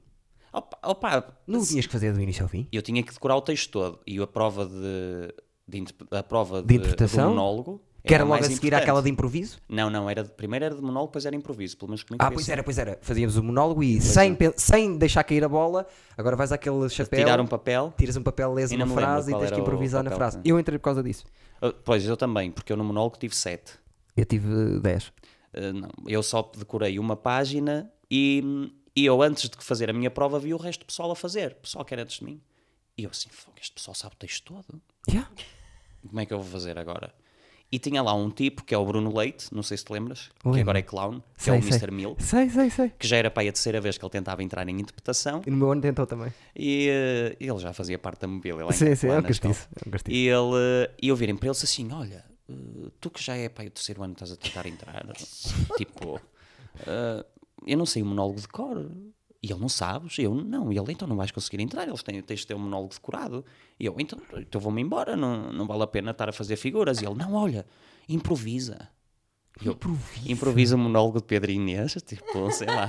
[SPEAKER 3] Opa, opa,
[SPEAKER 1] Não tinhas que fazer do início ao fim?
[SPEAKER 3] eu tinha que decorar o texto todo. E a prova de, de interpre- a prova de,
[SPEAKER 1] interpretação?
[SPEAKER 3] do monólogo.
[SPEAKER 1] Que era
[SPEAKER 3] a
[SPEAKER 1] logo a
[SPEAKER 3] mais
[SPEAKER 1] seguir
[SPEAKER 3] importante.
[SPEAKER 1] àquela de improviso?
[SPEAKER 3] Não, não, era de- primeiro era de monólogo, depois era improviso, pelo menos comigo.
[SPEAKER 1] Ah,
[SPEAKER 3] foi
[SPEAKER 1] pois
[SPEAKER 3] assim.
[SPEAKER 1] era, pois era. Fazíamos o monólogo e
[SPEAKER 3] é.
[SPEAKER 1] sem, pen- sem deixar cair a bola, agora vais àquele chapéu,
[SPEAKER 3] Tirar um papel.
[SPEAKER 1] tiras um papel, lês
[SPEAKER 3] E
[SPEAKER 1] uma
[SPEAKER 3] não me lembro
[SPEAKER 1] frase e
[SPEAKER 3] qual
[SPEAKER 1] tens que
[SPEAKER 3] era o
[SPEAKER 1] improvisar na
[SPEAKER 3] papel,
[SPEAKER 1] frase.
[SPEAKER 3] né?
[SPEAKER 1] Eu entrei por causa disso.
[SPEAKER 3] Ah, Pois eu também, porque eu no monólogo tive sete.
[SPEAKER 1] Eu tive 10.
[SPEAKER 3] Uh, não, eu só decorei uma página e, e eu antes de fazer a minha prova vi o resto do pessoal a fazer, o pessoal que era antes de mim. E eu assim, "Fogo, este pessoal sabe o texto todo,
[SPEAKER 1] Yeah.
[SPEAKER 3] como é que eu vou fazer agora? E tinha lá um tipo que é o Bruno Leite, não sei se te lembras, que
[SPEAKER 1] Lembro.
[SPEAKER 3] agora é clown, que é o
[SPEAKER 1] sei.
[SPEAKER 3] Mr. Mill,
[SPEAKER 1] Sei, sei, sei.
[SPEAKER 3] que já era para aí a terceira vez que ele tentava entrar em interpretação
[SPEAKER 1] E no meu ano tentou também.
[SPEAKER 3] e eh, ele já fazia parte da mobília lá em
[SPEAKER 1] sim, sim, é um
[SPEAKER 3] Capelanas, então.
[SPEAKER 1] castiço. É um castiço.
[SPEAKER 3] E ele, e eu virem para eles assim: Olha, eh, tu que já é pai o terceiro ano, estás a tentar entrar. tipo, eh, eu não sei o monólogo de cor. E ele não sabes? Eu não. E ele, então não vais conseguir entrar. Eles têm, tens de ter um monólogo decorado. E eu, então, então vou-me embora. Não, não vale a pena estar a fazer figuras. E ele, não, olha, improvisa. E eu, improvisa. o monólogo de Pedro Inês. Tipo, sei lá.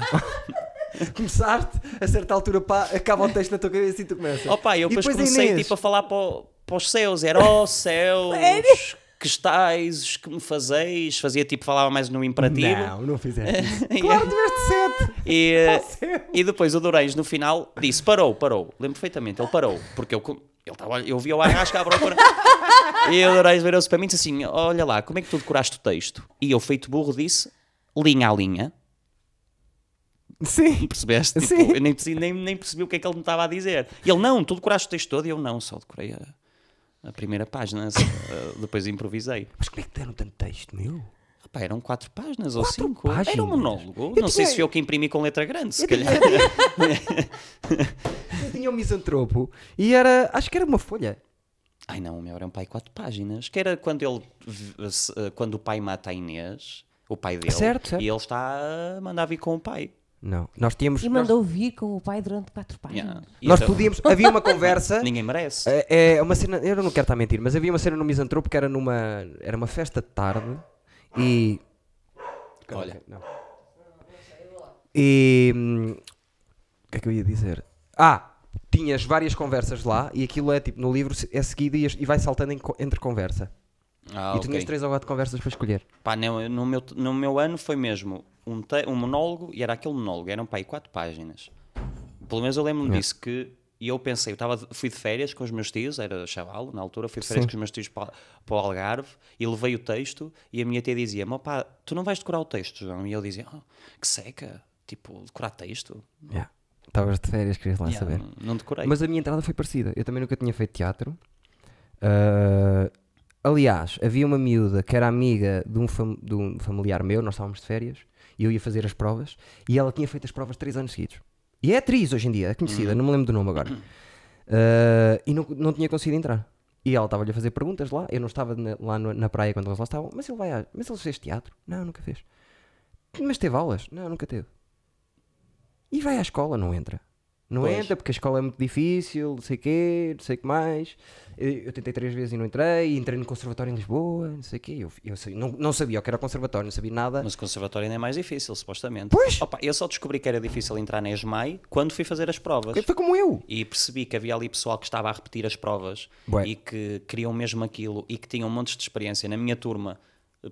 [SPEAKER 1] Começaste, a certa altura, pá, acaba o texto na tua cabeça e tu começas.
[SPEAKER 3] Opa, eu
[SPEAKER 1] E
[SPEAKER 3] depois,
[SPEAKER 1] depois a
[SPEAKER 3] comecei
[SPEAKER 1] Inês?
[SPEAKER 3] tipo, a falar para, o- para os céus, era ó céus, que estáis, que me fazeis, fazia tipo, falava mais no imperativo.
[SPEAKER 1] Não, não fizeste.
[SPEAKER 3] E-
[SPEAKER 1] claro, tiveste 7.
[SPEAKER 3] e, eh,
[SPEAKER 1] céu.
[SPEAKER 3] e depois o Doureis no final disse: parou, parou. Lembro perfeitamente, ele parou, porque eu, co- ele tava, eu vi o arrasca à procura. e o Doureis virou-se para mim e disse assim: Olha lá, como é que tu decoraste o texto? E eu, feito burro, disse: linha a linha.
[SPEAKER 1] Sim.
[SPEAKER 3] Percebeste? Tipo,
[SPEAKER 1] Sim.
[SPEAKER 3] eu nem, percebi- nem, nem percebi o que é que ele me estava a dizer. E ele, não, tu decoraste o texto todo e eu não, só decorei a, a primeira página, só, eh, depois improvisei.
[SPEAKER 1] Mas como é que deram tanto texto, meu?
[SPEAKER 3] Rapá, eram quatro páginas ou cinco. Era
[SPEAKER 1] páginas?
[SPEAKER 3] um monólogo. não
[SPEAKER 1] Eu
[SPEAKER 3] sei
[SPEAKER 1] tinha-
[SPEAKER 3] se eu que imprimi com letra grande, se calhar.
[SPEAKER 1] Eu tinha um misantropo e era, acho que era uma folha.
[SPEAKER 3] Ai não, o meu era um pai quatro páginas. Que era quando ele v- se- eh, quando o pai mata a Inês, o pai dele,
[SPEAKER 1] Certo, certo.
[SPEAKER 3] e ele está a mandar vir com o pai.
[SPEAKER 1] Não, nós tínhamos.
[SPEAKER 2] E mandou vir com o pai durante quatro páginas.
[SPEAKER 3] Yeah. E
[SPEAKER 1] Nós
[SPEAKER 3] então,
[SPEAKER 1] podíamos. Havia uma conversa.
[SPEAKER 3] Ninguém merece.
[SPEAKER 1] É é uma cena, eu não quero estar a mentir, mas havia uma cena no Misantropo que era numa, era uma festa de tarde e.
[SPEAKER 3] Olha.
[SPEAKER 1] Não. E. hum, O que é que eu ia dizer? Ah! Tinhas várias conversas lá e aquilo é tipo, no livro é seguido e, as- e vai saltando em co- entre conversa.
[SPEAKER 3] Ah,
[SPEAKER 1] e tu tinhas
[SPEAKER 3] ok.
[SPEAKER 1] três ou quatro conversas para escolher.
[SPEAKER 3] Pá, no, no meu, no meu ano foi mesmo um, te- um monólogo e era aquele monólogo, eram pá, aí quatro páginas. Pelo menos eu
[SPEAKER 1] É.
[SPEAKER 3] lembro-me disso que e eu pensei, eu tava, de- fui de férias com os meus tios, era chavalo na altura, fui de férias com os meus tios para, para o Algarve e levei o texto e a minha tia dizia-me, pá, tu não vais decorar o texto, João? E eu dizia, "Ah, que seca, tipo, decorar texto?
[SPEAKER 1] Yeah. Estavas de férias, querias lá
[SPEAKER 3] Yeah,
[SPEAKER 1] saber.
[SPEAKER 3] não, não decorei.
[SPEAKER 1] Mas a minha entrada foi parecida. Eu também nunca tinha feito teatro. Ah, aliás, havia uma miúda que era amiga de um, fam- de um familiar meu, nós estávamos de férias, e eu ia fazer as provas, e ela tinha feito as provas três anos seguidos. E é atriz hoje em dia, é conhecida, não me lembro do nome agora. Ah, e não, não tinha conseguido entrar. E ela estava-lhe a fazer perguntas lá. Eu não estava na- lá no- na praia quando eles lá estavam. Mas ele vai a- Mas ele fez teatro? Não, nunca fez. Mas teve aulas? Não, nunca teve. E vai à escola, não entra. Não
[SPEAKER 3] Pois.
[SPEAKER 1] entra porque a escola é muito difícil, não sei o quê, não sei o que mais. Eh, Eu tentei três vezes e não entrei. Entrei no conservatório em Lisboa, não sei o quê. Eu, eu sei- não, não sabia o que era conservatório, não sabia nada.
[SPEAKER 3] Mas o conservatório ainda é mais difícil, supostamente.
[SPEAKER 1] Pois.
[SPEAKER 3] Opa, eu só descobri que era difícil entrar na ESMAI quando fui fazer as provas.
[SPEAKER 1] Foi como eu.
[SPEAKER 3] e percebi que havia ali pessoal que estava a repetir as provas
[SPEAKER 1] Bué.
[SPEAKER 3] e que queriam mesmo aquilo e que tinham montes de experiência. Na minha turma,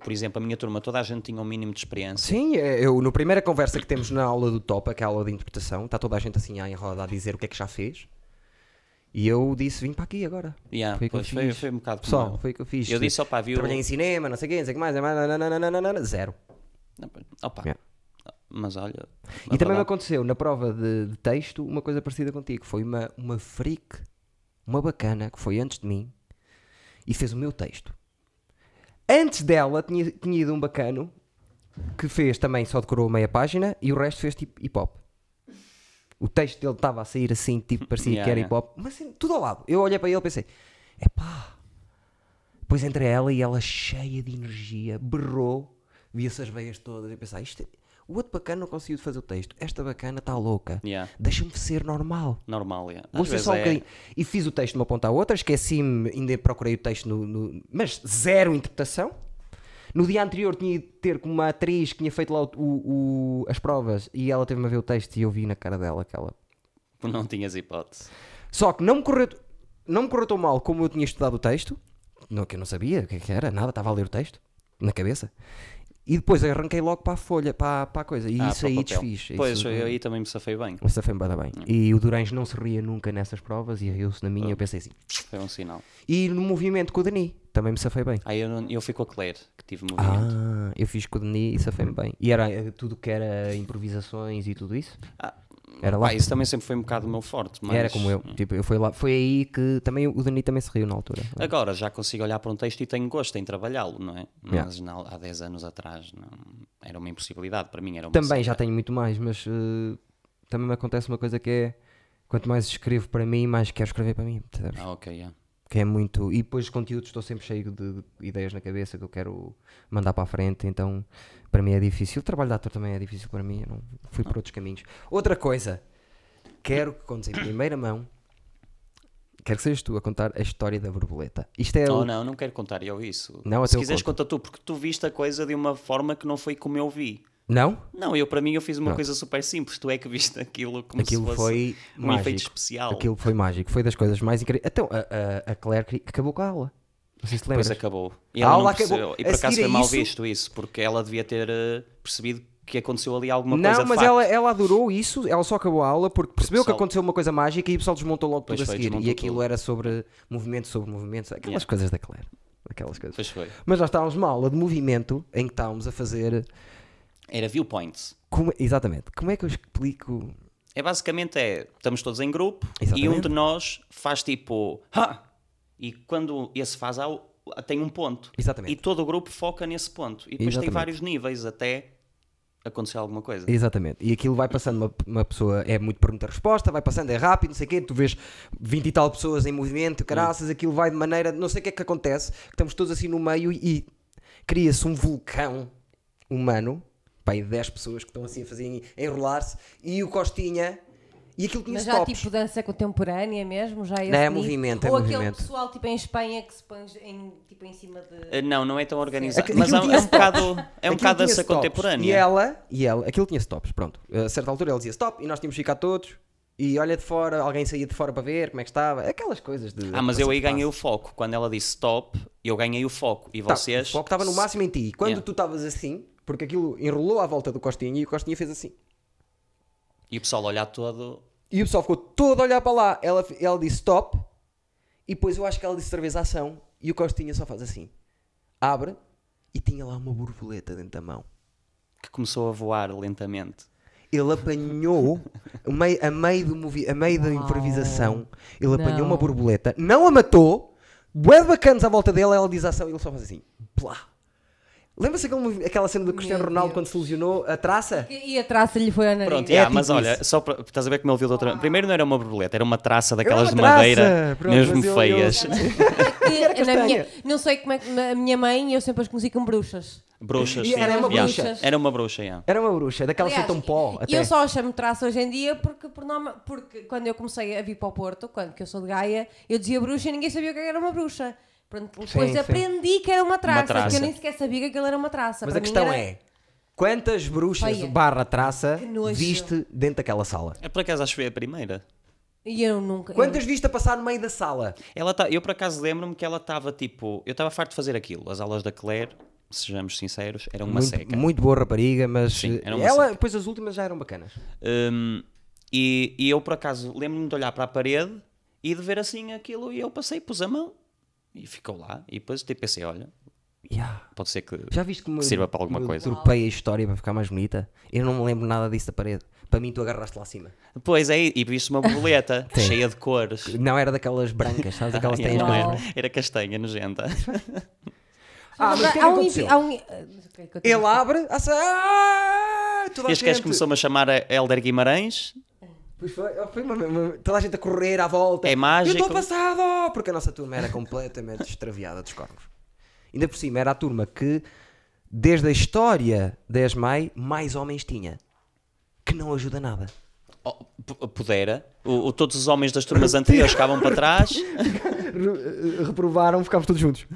[SPEAKER 3] por exemplo, a minha turma, toda a gente tinha um mínimo de experiência.
[SPEAKER 1] Sim, é, eu, na primeira conversa que temos na aula do Topa, que é a aula de interpretação, está toda a gente assim à enroda a dizer o que é que já fez. E eu disse, vim para aqui agora.
[SPEAKER 3] Yeah,
[SPEAKER 1] foi o que eu
[SPEAKER 3] pois, foi,
[SPEAKER 1] fiz.
[SPEAKER 3] foi um bocado como
[SPEAKER 1] Pessoal,
[SPEAKER 3] eu.
[SPEAKER 1] foi o que eu fiz.
[SPEAKER 3] Eu disse, opá, viu.
[SPEAKER 1] Trabalhei em cinema, não sei o quê, não sei o que mais. nananana, Zero.
[SPEAKER 3] Opa,
[SPEAKER 1] Yeah.
[SPEAKER 3] mas olha.
[SPEAKER 1] E também me
[SPEAKER 3] verdade-
[SPEAKER 1] aconteceu na prova de, de texto uma coisa parecida contigo. Foi uma, uma freak, uma bacana, que foi antes de mim e fez o meu texto. Antes dela tinha, tinha ido um bacano que fez também, só decorou meia página e o resto fez tipo hip hop. O texto dele estava a sair assim, tipo, parecia
[SPEAKER 3] Yeah,
[SPEAKER 1] que era hip
[SPEAKER 3] yeah.
[SPEAKER 1] hop, mas assim, tudo ao lado. Eu olhei para ele e pensei: epá. Depois entre ela e ela cheia de energia, berrou, via-se as veias todas e pensei: isto é- O outro bacana não conseguiu fazer o texto. Esta bacana está louca.
[SPEAKER 3] Yeah.
[SPEAKER 1] Deixa-me ser normal.
[SPEAKER 3] Normal, yeah. Às
[SPEAKER 1] Vou ser
[SPEAKER 3] vezes
[SPEAKER 1] só um
[SPEAKER 3] é-
[SPEAKER 1] bocadinho. E fiz o texto de uma ponta à outra, esqueci-me, ainda procurei o texto no, no- Mas zero interpretação. No dia anterior tinha ido ter com uma atriz que tinha feito lá o- o- o- as provas e ela teve-me a ver o texto e eu vi na cara dela que ela
[SPEAKER 3] Não tinhas hipótese.
[SPEAKER 1] só que não me correu, não me correu tão mal como eu tinha estudado o texto, não, que eu não sabia o que é que era, nada, estava a ler o texto na cabeça. E depois arranquei logo para a folha, para, a- para a coisa. E
[SPEAKER 3] Ah,
[SPEAKER 1] isso
[SPEAKER 3] para o
[SPEAKER 1] aí
[SPEAKER 3] papel.
[SPEAKER 1] desfiz.
[SPEAKER 3] Pois,
[SPEAKER 1] isso,
[SPEAKER 3] eu aí também me safei bem.
[SPEAKER 1] Essa foi bada bem. E o Durães não se ria nunca nessas provas e riu-se na minha.
[SPEAKER 3] Ah.
[SPEAKER 1] Eu pensei assim.
[SPEAKER 3] Foi um sinal.
[SPEAKER 1] E no movimento com o Dani, também me safei bem.
[SPEAKER 3] Aí eu, não- eu fui com a Claire, que tive movimento.
[SPEAKER 1] Ah, eu fiz com o Dani e safei-me bem. E era eh, tudo que era improvisações e tudo isso?
[SPEAKER 3] Ah,
[SPEAKER 1] Era
[SPEAKER 3] pá,
[SPEAKER 1] lá.
[SPEAKER 3] isso também sempre foi um bocado o meu forte. Mas...
[SPEAKER 1] Era como eu. Tipo, eu fui lá. Foi aí que também o Dani também se riu na altura.
[SPEAKER 3] Agora já consigo olhar para um texto e tenho gosto em trabalhá-lo, não é?
[SPEAKER 1] Yeah.
[SPEAKER 3] Mas na- há 10 anos atrás não, era uma impossibilidade para mim. Era uma
[SPEAKER 1] Também já tenho muito mais, mas eh, também me acontece uma coisa que é quanto mais escrevo para mim, mais quero escrever para mim. percebes?
[SPEAKER 3] Ah, ok, yeah.
[SPEAKER 1] Que é muito. E depois de conteúdo estou sempre cheio de ideias na cabeça que eu quero mandar para a frente, então para mim é difícil. O trabalho de ator também é difícil para mim, eu não fui por outros caminhos. Outra coisa, quero que contes em primeira mão. Quero que sejas tu a contar a história da borboleta. Isto é.
[SPEAKER 3] Oh,
[SPEAKER 1] o-
[SPEAKER 3] não, não quero contar eu isso.
[SPEAKER 1] Não, é até
[SPEAKER 3] Se
[SPEAKER 1] eu
[SPEAKER 3] quiseres,
[SPEAKER 1] conto.
[SPEAKER 3] conta tu, porque tu viste a coisa de uma forma que não foi como eu vi.
[SPEAKER 1] Não?
[SPEAKER 3] Não, eu para mim eu fiz uma
[SPEAKER 1] Pronto.
[SPEAKER 3] coisa super simples. Tu é que viste aquilo como
[SPEAKER 1] Aquilo
[SPEAKER 3] se fosse
[SPEAKER 1] foi
[SPEAKER 3] um
[SPEAKER 1] mágico.
[SPEAKER 3] efeito especial.
[SPEAKER 1] Aquilo foi mágico, foi das coisas mais incríveis. Então, a, a, a Claire cri- acabou com a aula. Não sei se te lembras.
[SPEAKER 3] Depois acabou. E
[SPEAKER 1] A
[SPEAKER 3] ela
[SPEAKER 1] aula
[SPEAKER 3] não
[SPEAKER 1] acabou.
[SPEAKER 3] percebeu. E
[SPEAKER 1] A
[SPEAKER 3] por acaso
[SPEAKER 1] seguir
[SPEAKER 3] foi
[SPEAKER 1] a
[SPEAKER 3] mal
[SPEAKER 1] isso-
[SPEAKER 3] visto isso, porque ela devia ter eh, percebido que aconteceu ali alguma
[SPEAKER 1] não,
[SPEAKER 3] coisa de
[SPEAKER 1] mas
[SPEAKER 3] facto.
[SPEAKER 1] ela, é- ela adorou isso, ela só acabou a aula porque percebeu que
[SPEAKER 3] pessoal-
[SPEAKER 1] aconteceu uma coisa mágica e o pessoal desmontou logo
[SPEAKER 3] Pois
[SPEAKER 1] tudo
[SPEAKER 3] foi,
[SPEAKER 1] a seguir. E
[SPEAKER 3] desmontou
[SPEAKER 1] aquilo
[SPEAKER 3] tudo.
[SPEAKER 1] era sobre movimento, sobre movimentos, aquelas
[SPEAKER 3] Yeah.
[SPEAKER 1] coisas da Claire. Aquelas coisas.
[SPEAKER 3] Pois foi.
[SPEAKER 1] Mas nós estávamos numa aula de movimento em que estávamos a fazer.
[SPEAKER 3] Era viewpoints.
[SPEAKER 1] como- exatamente, como é que eu explico?
[SPEAKER 3] É basicamente é, estamos todos em grupo e um
[SPEAKER 1] Exatamente.
[SPEAKER 3] de nós faz tipo ha! E quando esse faz há o- tem um ponto.
[SPEAKER 1] Exatamente.
[SPEAKER 3] E todo o grupo foca nesse ponto. E depois tem
[SPEAKER 1] Exatamente.
[SPEAKER 3] vários níveis até acontecer alguma coisa.
[SPEAKER 1] Exatamente. E aquilo vai passando, uma, uma pessoa é muito pergunta-resposta, vai passando, é rápido, não sei o quê, tu vês 20 e tal pessoas em movimento, caraças,
[SPEAKER 3] Hum.
[SPEAKER 1] aquilo vai de maneira, não sei o que é que acontece, que estamos todos assim no meio e cria-se um vulcão humano, pá, e 10 pessoas que estão assim a fazer, a enrolar-se, e o Costinha, e aquilo tinha
[SPEAKER 2] Mas já
[SPEAKER 1] stops.
[SPEAKER 2] tipo dança contemporânea mesmo, já esse
[SPEAKER 1] Não, é
[SPEAKER 2] nível?
[SPEAKER 1] movimento, é
[SPEAKER 2] Ou aquele
[SPEAKER 1] movimento.
[SPEAKER 2] pessoal tipo em Espanha que se põe em, tipo, em cima de...
[SPEAKER 3] Eh, Não, não é tão organizado.
[SPEAKER 1] Aquilo
[SPEAKER 3] mas há-
[SPEAKER 1] tinha
[SPEAKER 3] é um
[SPEAKER 1] stops.
[SPEAKER 3] bocado, é um
[SPEAKER 1] Aquilo
[SPEAKER 3] bocado
[SPEAKER 1] tinha
[SPEAKER 3] dança
[SPEAKER 1] stops.
[SPEAKER 3] contemporânea.
[SPEAKER 1] E é ela, e ela, aquilo tinha stops, pronto. A certa altura ela dizia stop e nós tínhamos que ficar todos. E olha de fora, alguém saía de fora para ver como é que estava, aquelas coisas de.
[SPEAKER 3] Ah, mas eu aí
[SPEAKER 1] passo-passo.
[SPEAKER 3] ganhei o foco. Quando ela disse stop, eu ganhei o foco. E
[SPEAKER 1] Tá,
[SPEAKER 3] vocês.
[SPEAKER 1] o foco estava no máximo em ti. E quando
[SPEAKER 3] Yeah.
[SPEAKER 1] tu estavas assim, porque aquilo enrolou à volta do Costinha e o Costinha fez assim.
[SPEAKER 3] E o pessoal olhar todo.
[SPEAKER 1] E o pessoal ficou todo a olhar para lá. Ela, ela disse stop. E depois eu acho que ela disse outra vez ação. E o Costinha só faz assim. Abre. E tinha lá uma borboleta dentro da mão.
[SPEAKER 3] que começou a voar lentamente.
[SPEAKER 1] Ele apanhou, a meio, a meio, do movi- a meio da
[SPEAKER 2] Uau.
[SPEAKER 1] improvisação, ele apanhou
[SPEAKER 2] Não.
[SPEAKER 1] uma borboleta, não a matou, bué de bacanas à volta dela, ela diz ação e ele só faz assim, plá. Lembra-se aquele movi- aquela cena do Cristiano
[SPEAKER 2] Meu
[SPEAKER 1] Ronaldo
[SPEAKER 2] Deus.
[SPEAKER 1] quando se lesionou a traça?
[SPEAKER 2] E a traça lhe foi ao nariz.
[SPEAKER 3] Pronto,
[SPEAKER 1] É
[SPEAKER 3] yeah,
[SPEAKER 1] tipo
[SPEAKER 3] mas olha,
[SPEAKER 1] isso.
[SPEAKER 3] só para, estás a ver como ele viu de outra. Primeiro não era uma borboleta, era uma traça daquelas
[SPEAKER 1] uma
[SPEAKER 3] de
[SPEAKER 1] traça,
[SPEAKER 3] madeira,
[SPEAKER 1] pronto,
[SPEAKER 3] mesmo
[SPEAKER 1] mas eu-
[SPEAKER 3] feias.
[SPEAKER 2] Que na
[SPEAKER 1] castanha.
[SPEAKER 2] minha- não sei como é que na- a minha mãe, eu sempre as conheci como bruxas.
[SPEAKER 3] Bruxas.
[SPEAKER 1] E era
[SPEAKER 3] sim.
[SPEAKER 1] uma
[SPEAKER 2] bruxa.
[SPEAKER 3] Era uma bruxa, yeah.
[SPEAKER 1] Era uma bruxa, daquela feita um pó.
[SPEAKER 2] e eu
[SPEAKER 1] Até.
[SPEAKER 2] só chamo traço hoje em dia porque, por nome- porque quando eu comecei a vir para o Porto, quando que eu sou de Gaia, eu dizia bruxa e ninguém sabia o que era uma bruxa. Pronto, depois
[SPEAKER 1] sim.
[SPEAKER 2] aprendi que era uma traça, porque
[SPEAKER 3] traça.
[SPEAKER 2] eu nem sequer sabia que aquilo era uma traça.
[SPEAKER 1] Mas
[SPEAKER 2] Para
[SPEAKER 1] a
[SPEAKER 2] mim
[SPEAKER 1] questão
[SPEAKER 2] era-
[SPEAKER 1] é, quantas bruxas
[SPEAKER 2] Olha,
[SPEAKER 1] barra traça
[SPEAKER 2] que nojo.
[SPEAKER 1] viste dentro daquela sala?
[SPEAKER 3] Eu, por acaso acho que foi a primeira.
[SPEAKER 2] E eu nunca.
[SPEAKER 1] Quantas viste a passar no meio da sala?
[SPEAKER 3] Ela tá, eu por acaso lembro-me que ela estava tipo. Eu estava farto de fazer aquilo. As aulas da Claire, sejamos sinceros, eram uma
[SPEAKER 1] Muito,
[SPEAKER 3] seca.
[SPEAKER 1] muito boa rapariga, mas
[SPEAKER 3] Sim,
[SPEAKER 1] eh,
[SPEAKER 3] era uma
[SPEAKER 1] ela,
[SPEAKER 3] seca.
[SPEAKER 1] depois as últimas já eram bacanas.
[SPEAKER 3] Hum, e, e eu por acaso lembro-me de olhar para a parede e de ver assim aquilo e eu passei, pus a mão e ficou lá. E depois tipo, pensei, olha,
[SPEAKER 1] Yeah.
[SPEAKER 3] pode ser que.
[SPEAKER 1] Já viste como
[SPEAKER 3] Sirva para alguma coisa.
[SPEAKER 1] Tropei a história para ficar mais bonita. Eu não me lembro nada disso da parede. Para mim, tu agarraste lá acima.
[SPEAKER 3] Pois é, e viste uma borboleta cheia de cores.
[SPEAKER 1] Não era daquelas brancas, sabes? Aquelas que têm
[SPEAKER 2] É
[SPEAKER 1] as
[SPEAKER 3] não
[SPEAKER 1] coisas.
[SPEAKER 3] era, era castanha nojenta.
[SPEAKER 1] Ah, mas o que é que
[SPEAKER 2] há um
[SPEAKER 1] aconteceu?
[SPEAKER 2] há um- ah, ok, continua.
[SPEAKER 1] Ele abre, aça. Ah, toda a
[SPEAKER 3] Este gajo
[SPEAKER 1] gente.
[SPEAKER 3] começou-me a chamar a Helder Guimarães.
[SPEAKER 1] Pois foi, foi uma- uma- toda a gente a correr à volta.
[SPEAKER 3] É mágico.
[SPEAKER 1] Eu estou passado! Porque a nossa turma era completamente extraviada dos cornos. Ainda por cima, era a turma que desde a história da Esmai, mais homens tinha. Que não ajuda nada.
[SPEAKER 3] Oh, p- pudera. O, o- todos os homens das turmas anteriores ficavam para trás.
[SPEAKER 1] Re- Reprovaram, ficámos todos juntos.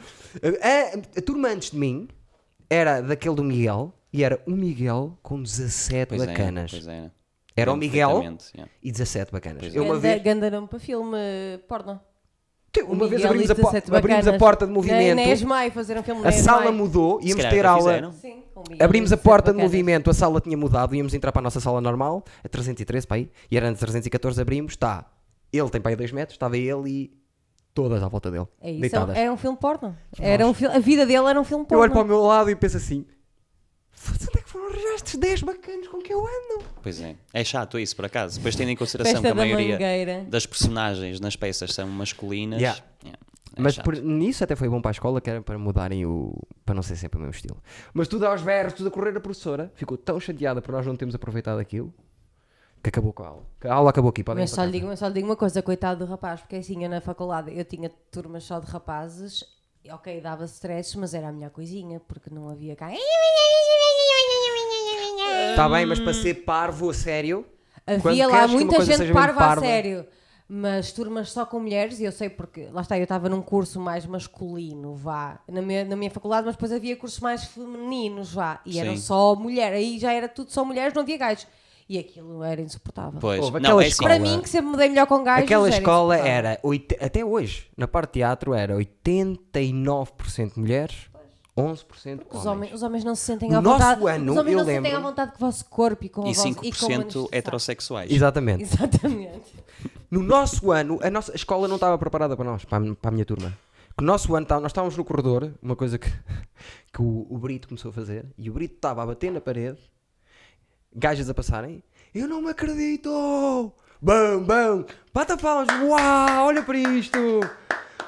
[SPEAKER 1] A, a turma antes de mim era daquele do Miguel e era o Miguel com 17
[SPEAKER 3] Pois é,
[SPEAKER 1] bacanas.
[SPEAKER 3] pois é.
[SPEAKER 1] Era o
[SPEAKER 3] Lembro
[SPEAKER 1] Miguel
[SPEAKER 3] perfeitamente, yeah.
[SPEAKER 1] e 17 bacanas.
[SPEAKER 3] Pois é.
[SPEAKER 1] Eu uma
[SPEAKER 2] Ganda,
[SPEAKER 1] vez,
[SPEAKER 2] ganda nome para filme porno.
[SPEAKER 1] Tio, uma vez
[SPEAKER 2] Miguel
[SPEAKER 1] abrimos,
[SPEAKER 2] e
[SPEAKER 1] a, po-
[SPEAKER 2] 17
[SPEAKER 1] abrimos a
[SPEAKER 2] bacanas.
[SPEAKER 1] porta de
[SPEAKER 2] Na-
[SPEAKER 1] movimento,
[SPEAKER 2] Na Esmai fazer um filme na
[SPEAKER 1] a sala
[SPEAKER 2] Esmai.
[SPEAKER 1] mudou,
[SPEAKER 3] Se
[SPEAKER 1] íamos
[SPEAKER 3] calhar
[SPEAKER 1] ter
[SPEAKER 3] já
[SPEAKER 1] aula.
[SPEAKER 3] fizeram.
[SPEAKER 2] Sim, com o Miguel
[SPEAKER 1] Abrimos
[SPEAKER 2] e
[SPEAKER 1] a
[SPEAKER 2] 17
[SPEAKER 1] porta de
[SPEAKER 2] bacanas.
[SPEAKER 1] movimento, a sala tinha mudado, íamos entrar para a nossa sala normal, a 313 para aí, e era na 314, abrimos, está. Ele tem para aí 2 metros, estava ele e todas à volta dele.
[SPEAKER 2] É isso, é um,
[SPEAKER 1] deitadas.
[SPEAKER 2] é um filme porno. Era um fil- a vida dele era um filme
[SPEAKER 1] Eu
[SPEAKER 2] porno.
[SPEAKER 1] olho para o meu lado e penso assim: "Foda-se, onde é que foram arranjar estes 10 bacanos com que eu ando?
[SPEAKER 3] Pois é. É chato isso, por acaso. Depois tendo em consideração
[SPEAKER 2] Festa
[SPEAKER 3] que a
[SPEAKER 2] da
[SPEAKER 3] maioria
[SPEAKER 2] Mangueira.
[SPEAKER 3] das personagens nas peças são masculinas.
[SPEAKER 1] Yeah.
[SPEAKER 3] yeah, é
[SPEAKER 1] Mas
[SPEAKER 3] chato.
[SPEAKER 1] por- nisso até foi bom para a escola, que era para mudarem o. para não ser sempre o mesmo estilo. Mas tudo aos berros, tudo a correr, a professora ficou tão chateada por nós não termos aproveitado aquilo que acabou com a aula. Que A aula acabou aqui, podem ir
[SPEAKER 2] Mas
[SPEAKER 1] para
[SPEAKER 2] só lhe,
[SPEAKER 1] casa.
[SPEAKER 2] digo, mas só lhe digo uma coisa, coitado do rapaz, porque assim eu na faculdade eu tinha turmas só de rapazes, e, ok, dava stress, mas era a melhor coisinha, porque não havia cá.
[SPEAKER 1] Está Tá bem, mas para ser parvo a sério. quando
[SPEAKER 2] Havia lá
[SPEAKER 1] queres que uma
[SPEAKER 2] muita
[SPEAKER 1] coisa
[SPEAKER 2] gente
[SPEAKER 1] seja mesmo
[SPEAKER 2] parva, a sério. Mas turmas só com mulheres, e eu sei porque, lá está, eu estava num curso mais masculino, vá, na minha, na minha faculdade, mas depois havia cursos mais femininos, vá, e eram
[SPEAKER 3] Sim.
[SPEAKER 2] só mulher, aí já era tudo só mulheres, não havia gajos. E aquilo era insuportável.
[SPEAKER 3] Pois.
[SPEAKER 1] Houve
[SPEAKER 3] não,
[SPEAKER 1] aquela
[SPEAKER 3] é assim.
[SPEAKER 1] escola-
[SPEAKER 2] Para mim, que sempre me dei melhor com gajos,
[SPEAKER 1] Aquela
[SPEAKER 2] era
[SPEAKER 1] escola é
[SPEAKER 2] insuportável.
[SPEAKER 1] era, oit- até hoje, na parte de teatro, era 89% mulheres, 11%
[SPEAKER 2] Os
[SPEAKER 1] homens.
[SPEAKER 2] homens, os homens não se sentem
[SPEAKER 1] No
[SPEAKER 2] à vontade.
[SPEAKER 1] nosso ano,
[SPEAKER 2] os homens
[SPEAKER 1] eu
[SPEAKER 2] não se sentem à
[SPEAKER 1] lembro-
[SPEAKER 2] vontade com o vosso corpo e com a
[SPEAKER 3] E
[SPEAKER 2] vossa e com a
[SPEAKER 3] 5%
[SPEAKER 2] manifestação.
[SPEAKER 3] heterossexuais.
[SPEAKER 1] Exatamente.
[SPEAKER 2] Exatamente.
[SPEAKER 1] No nosso ano, a nossa escola não estava preparada para nós, para a, mi- para a minha turma. No nosso ano, tá- nós estávamos no corredor, uma coisa que, que o, o Brito começou a fazer, e o Brito estava a bater na parede, gajas a passarem, eu não me acredito! Bam, bam! Bata palmas! Uau! Olha para isto!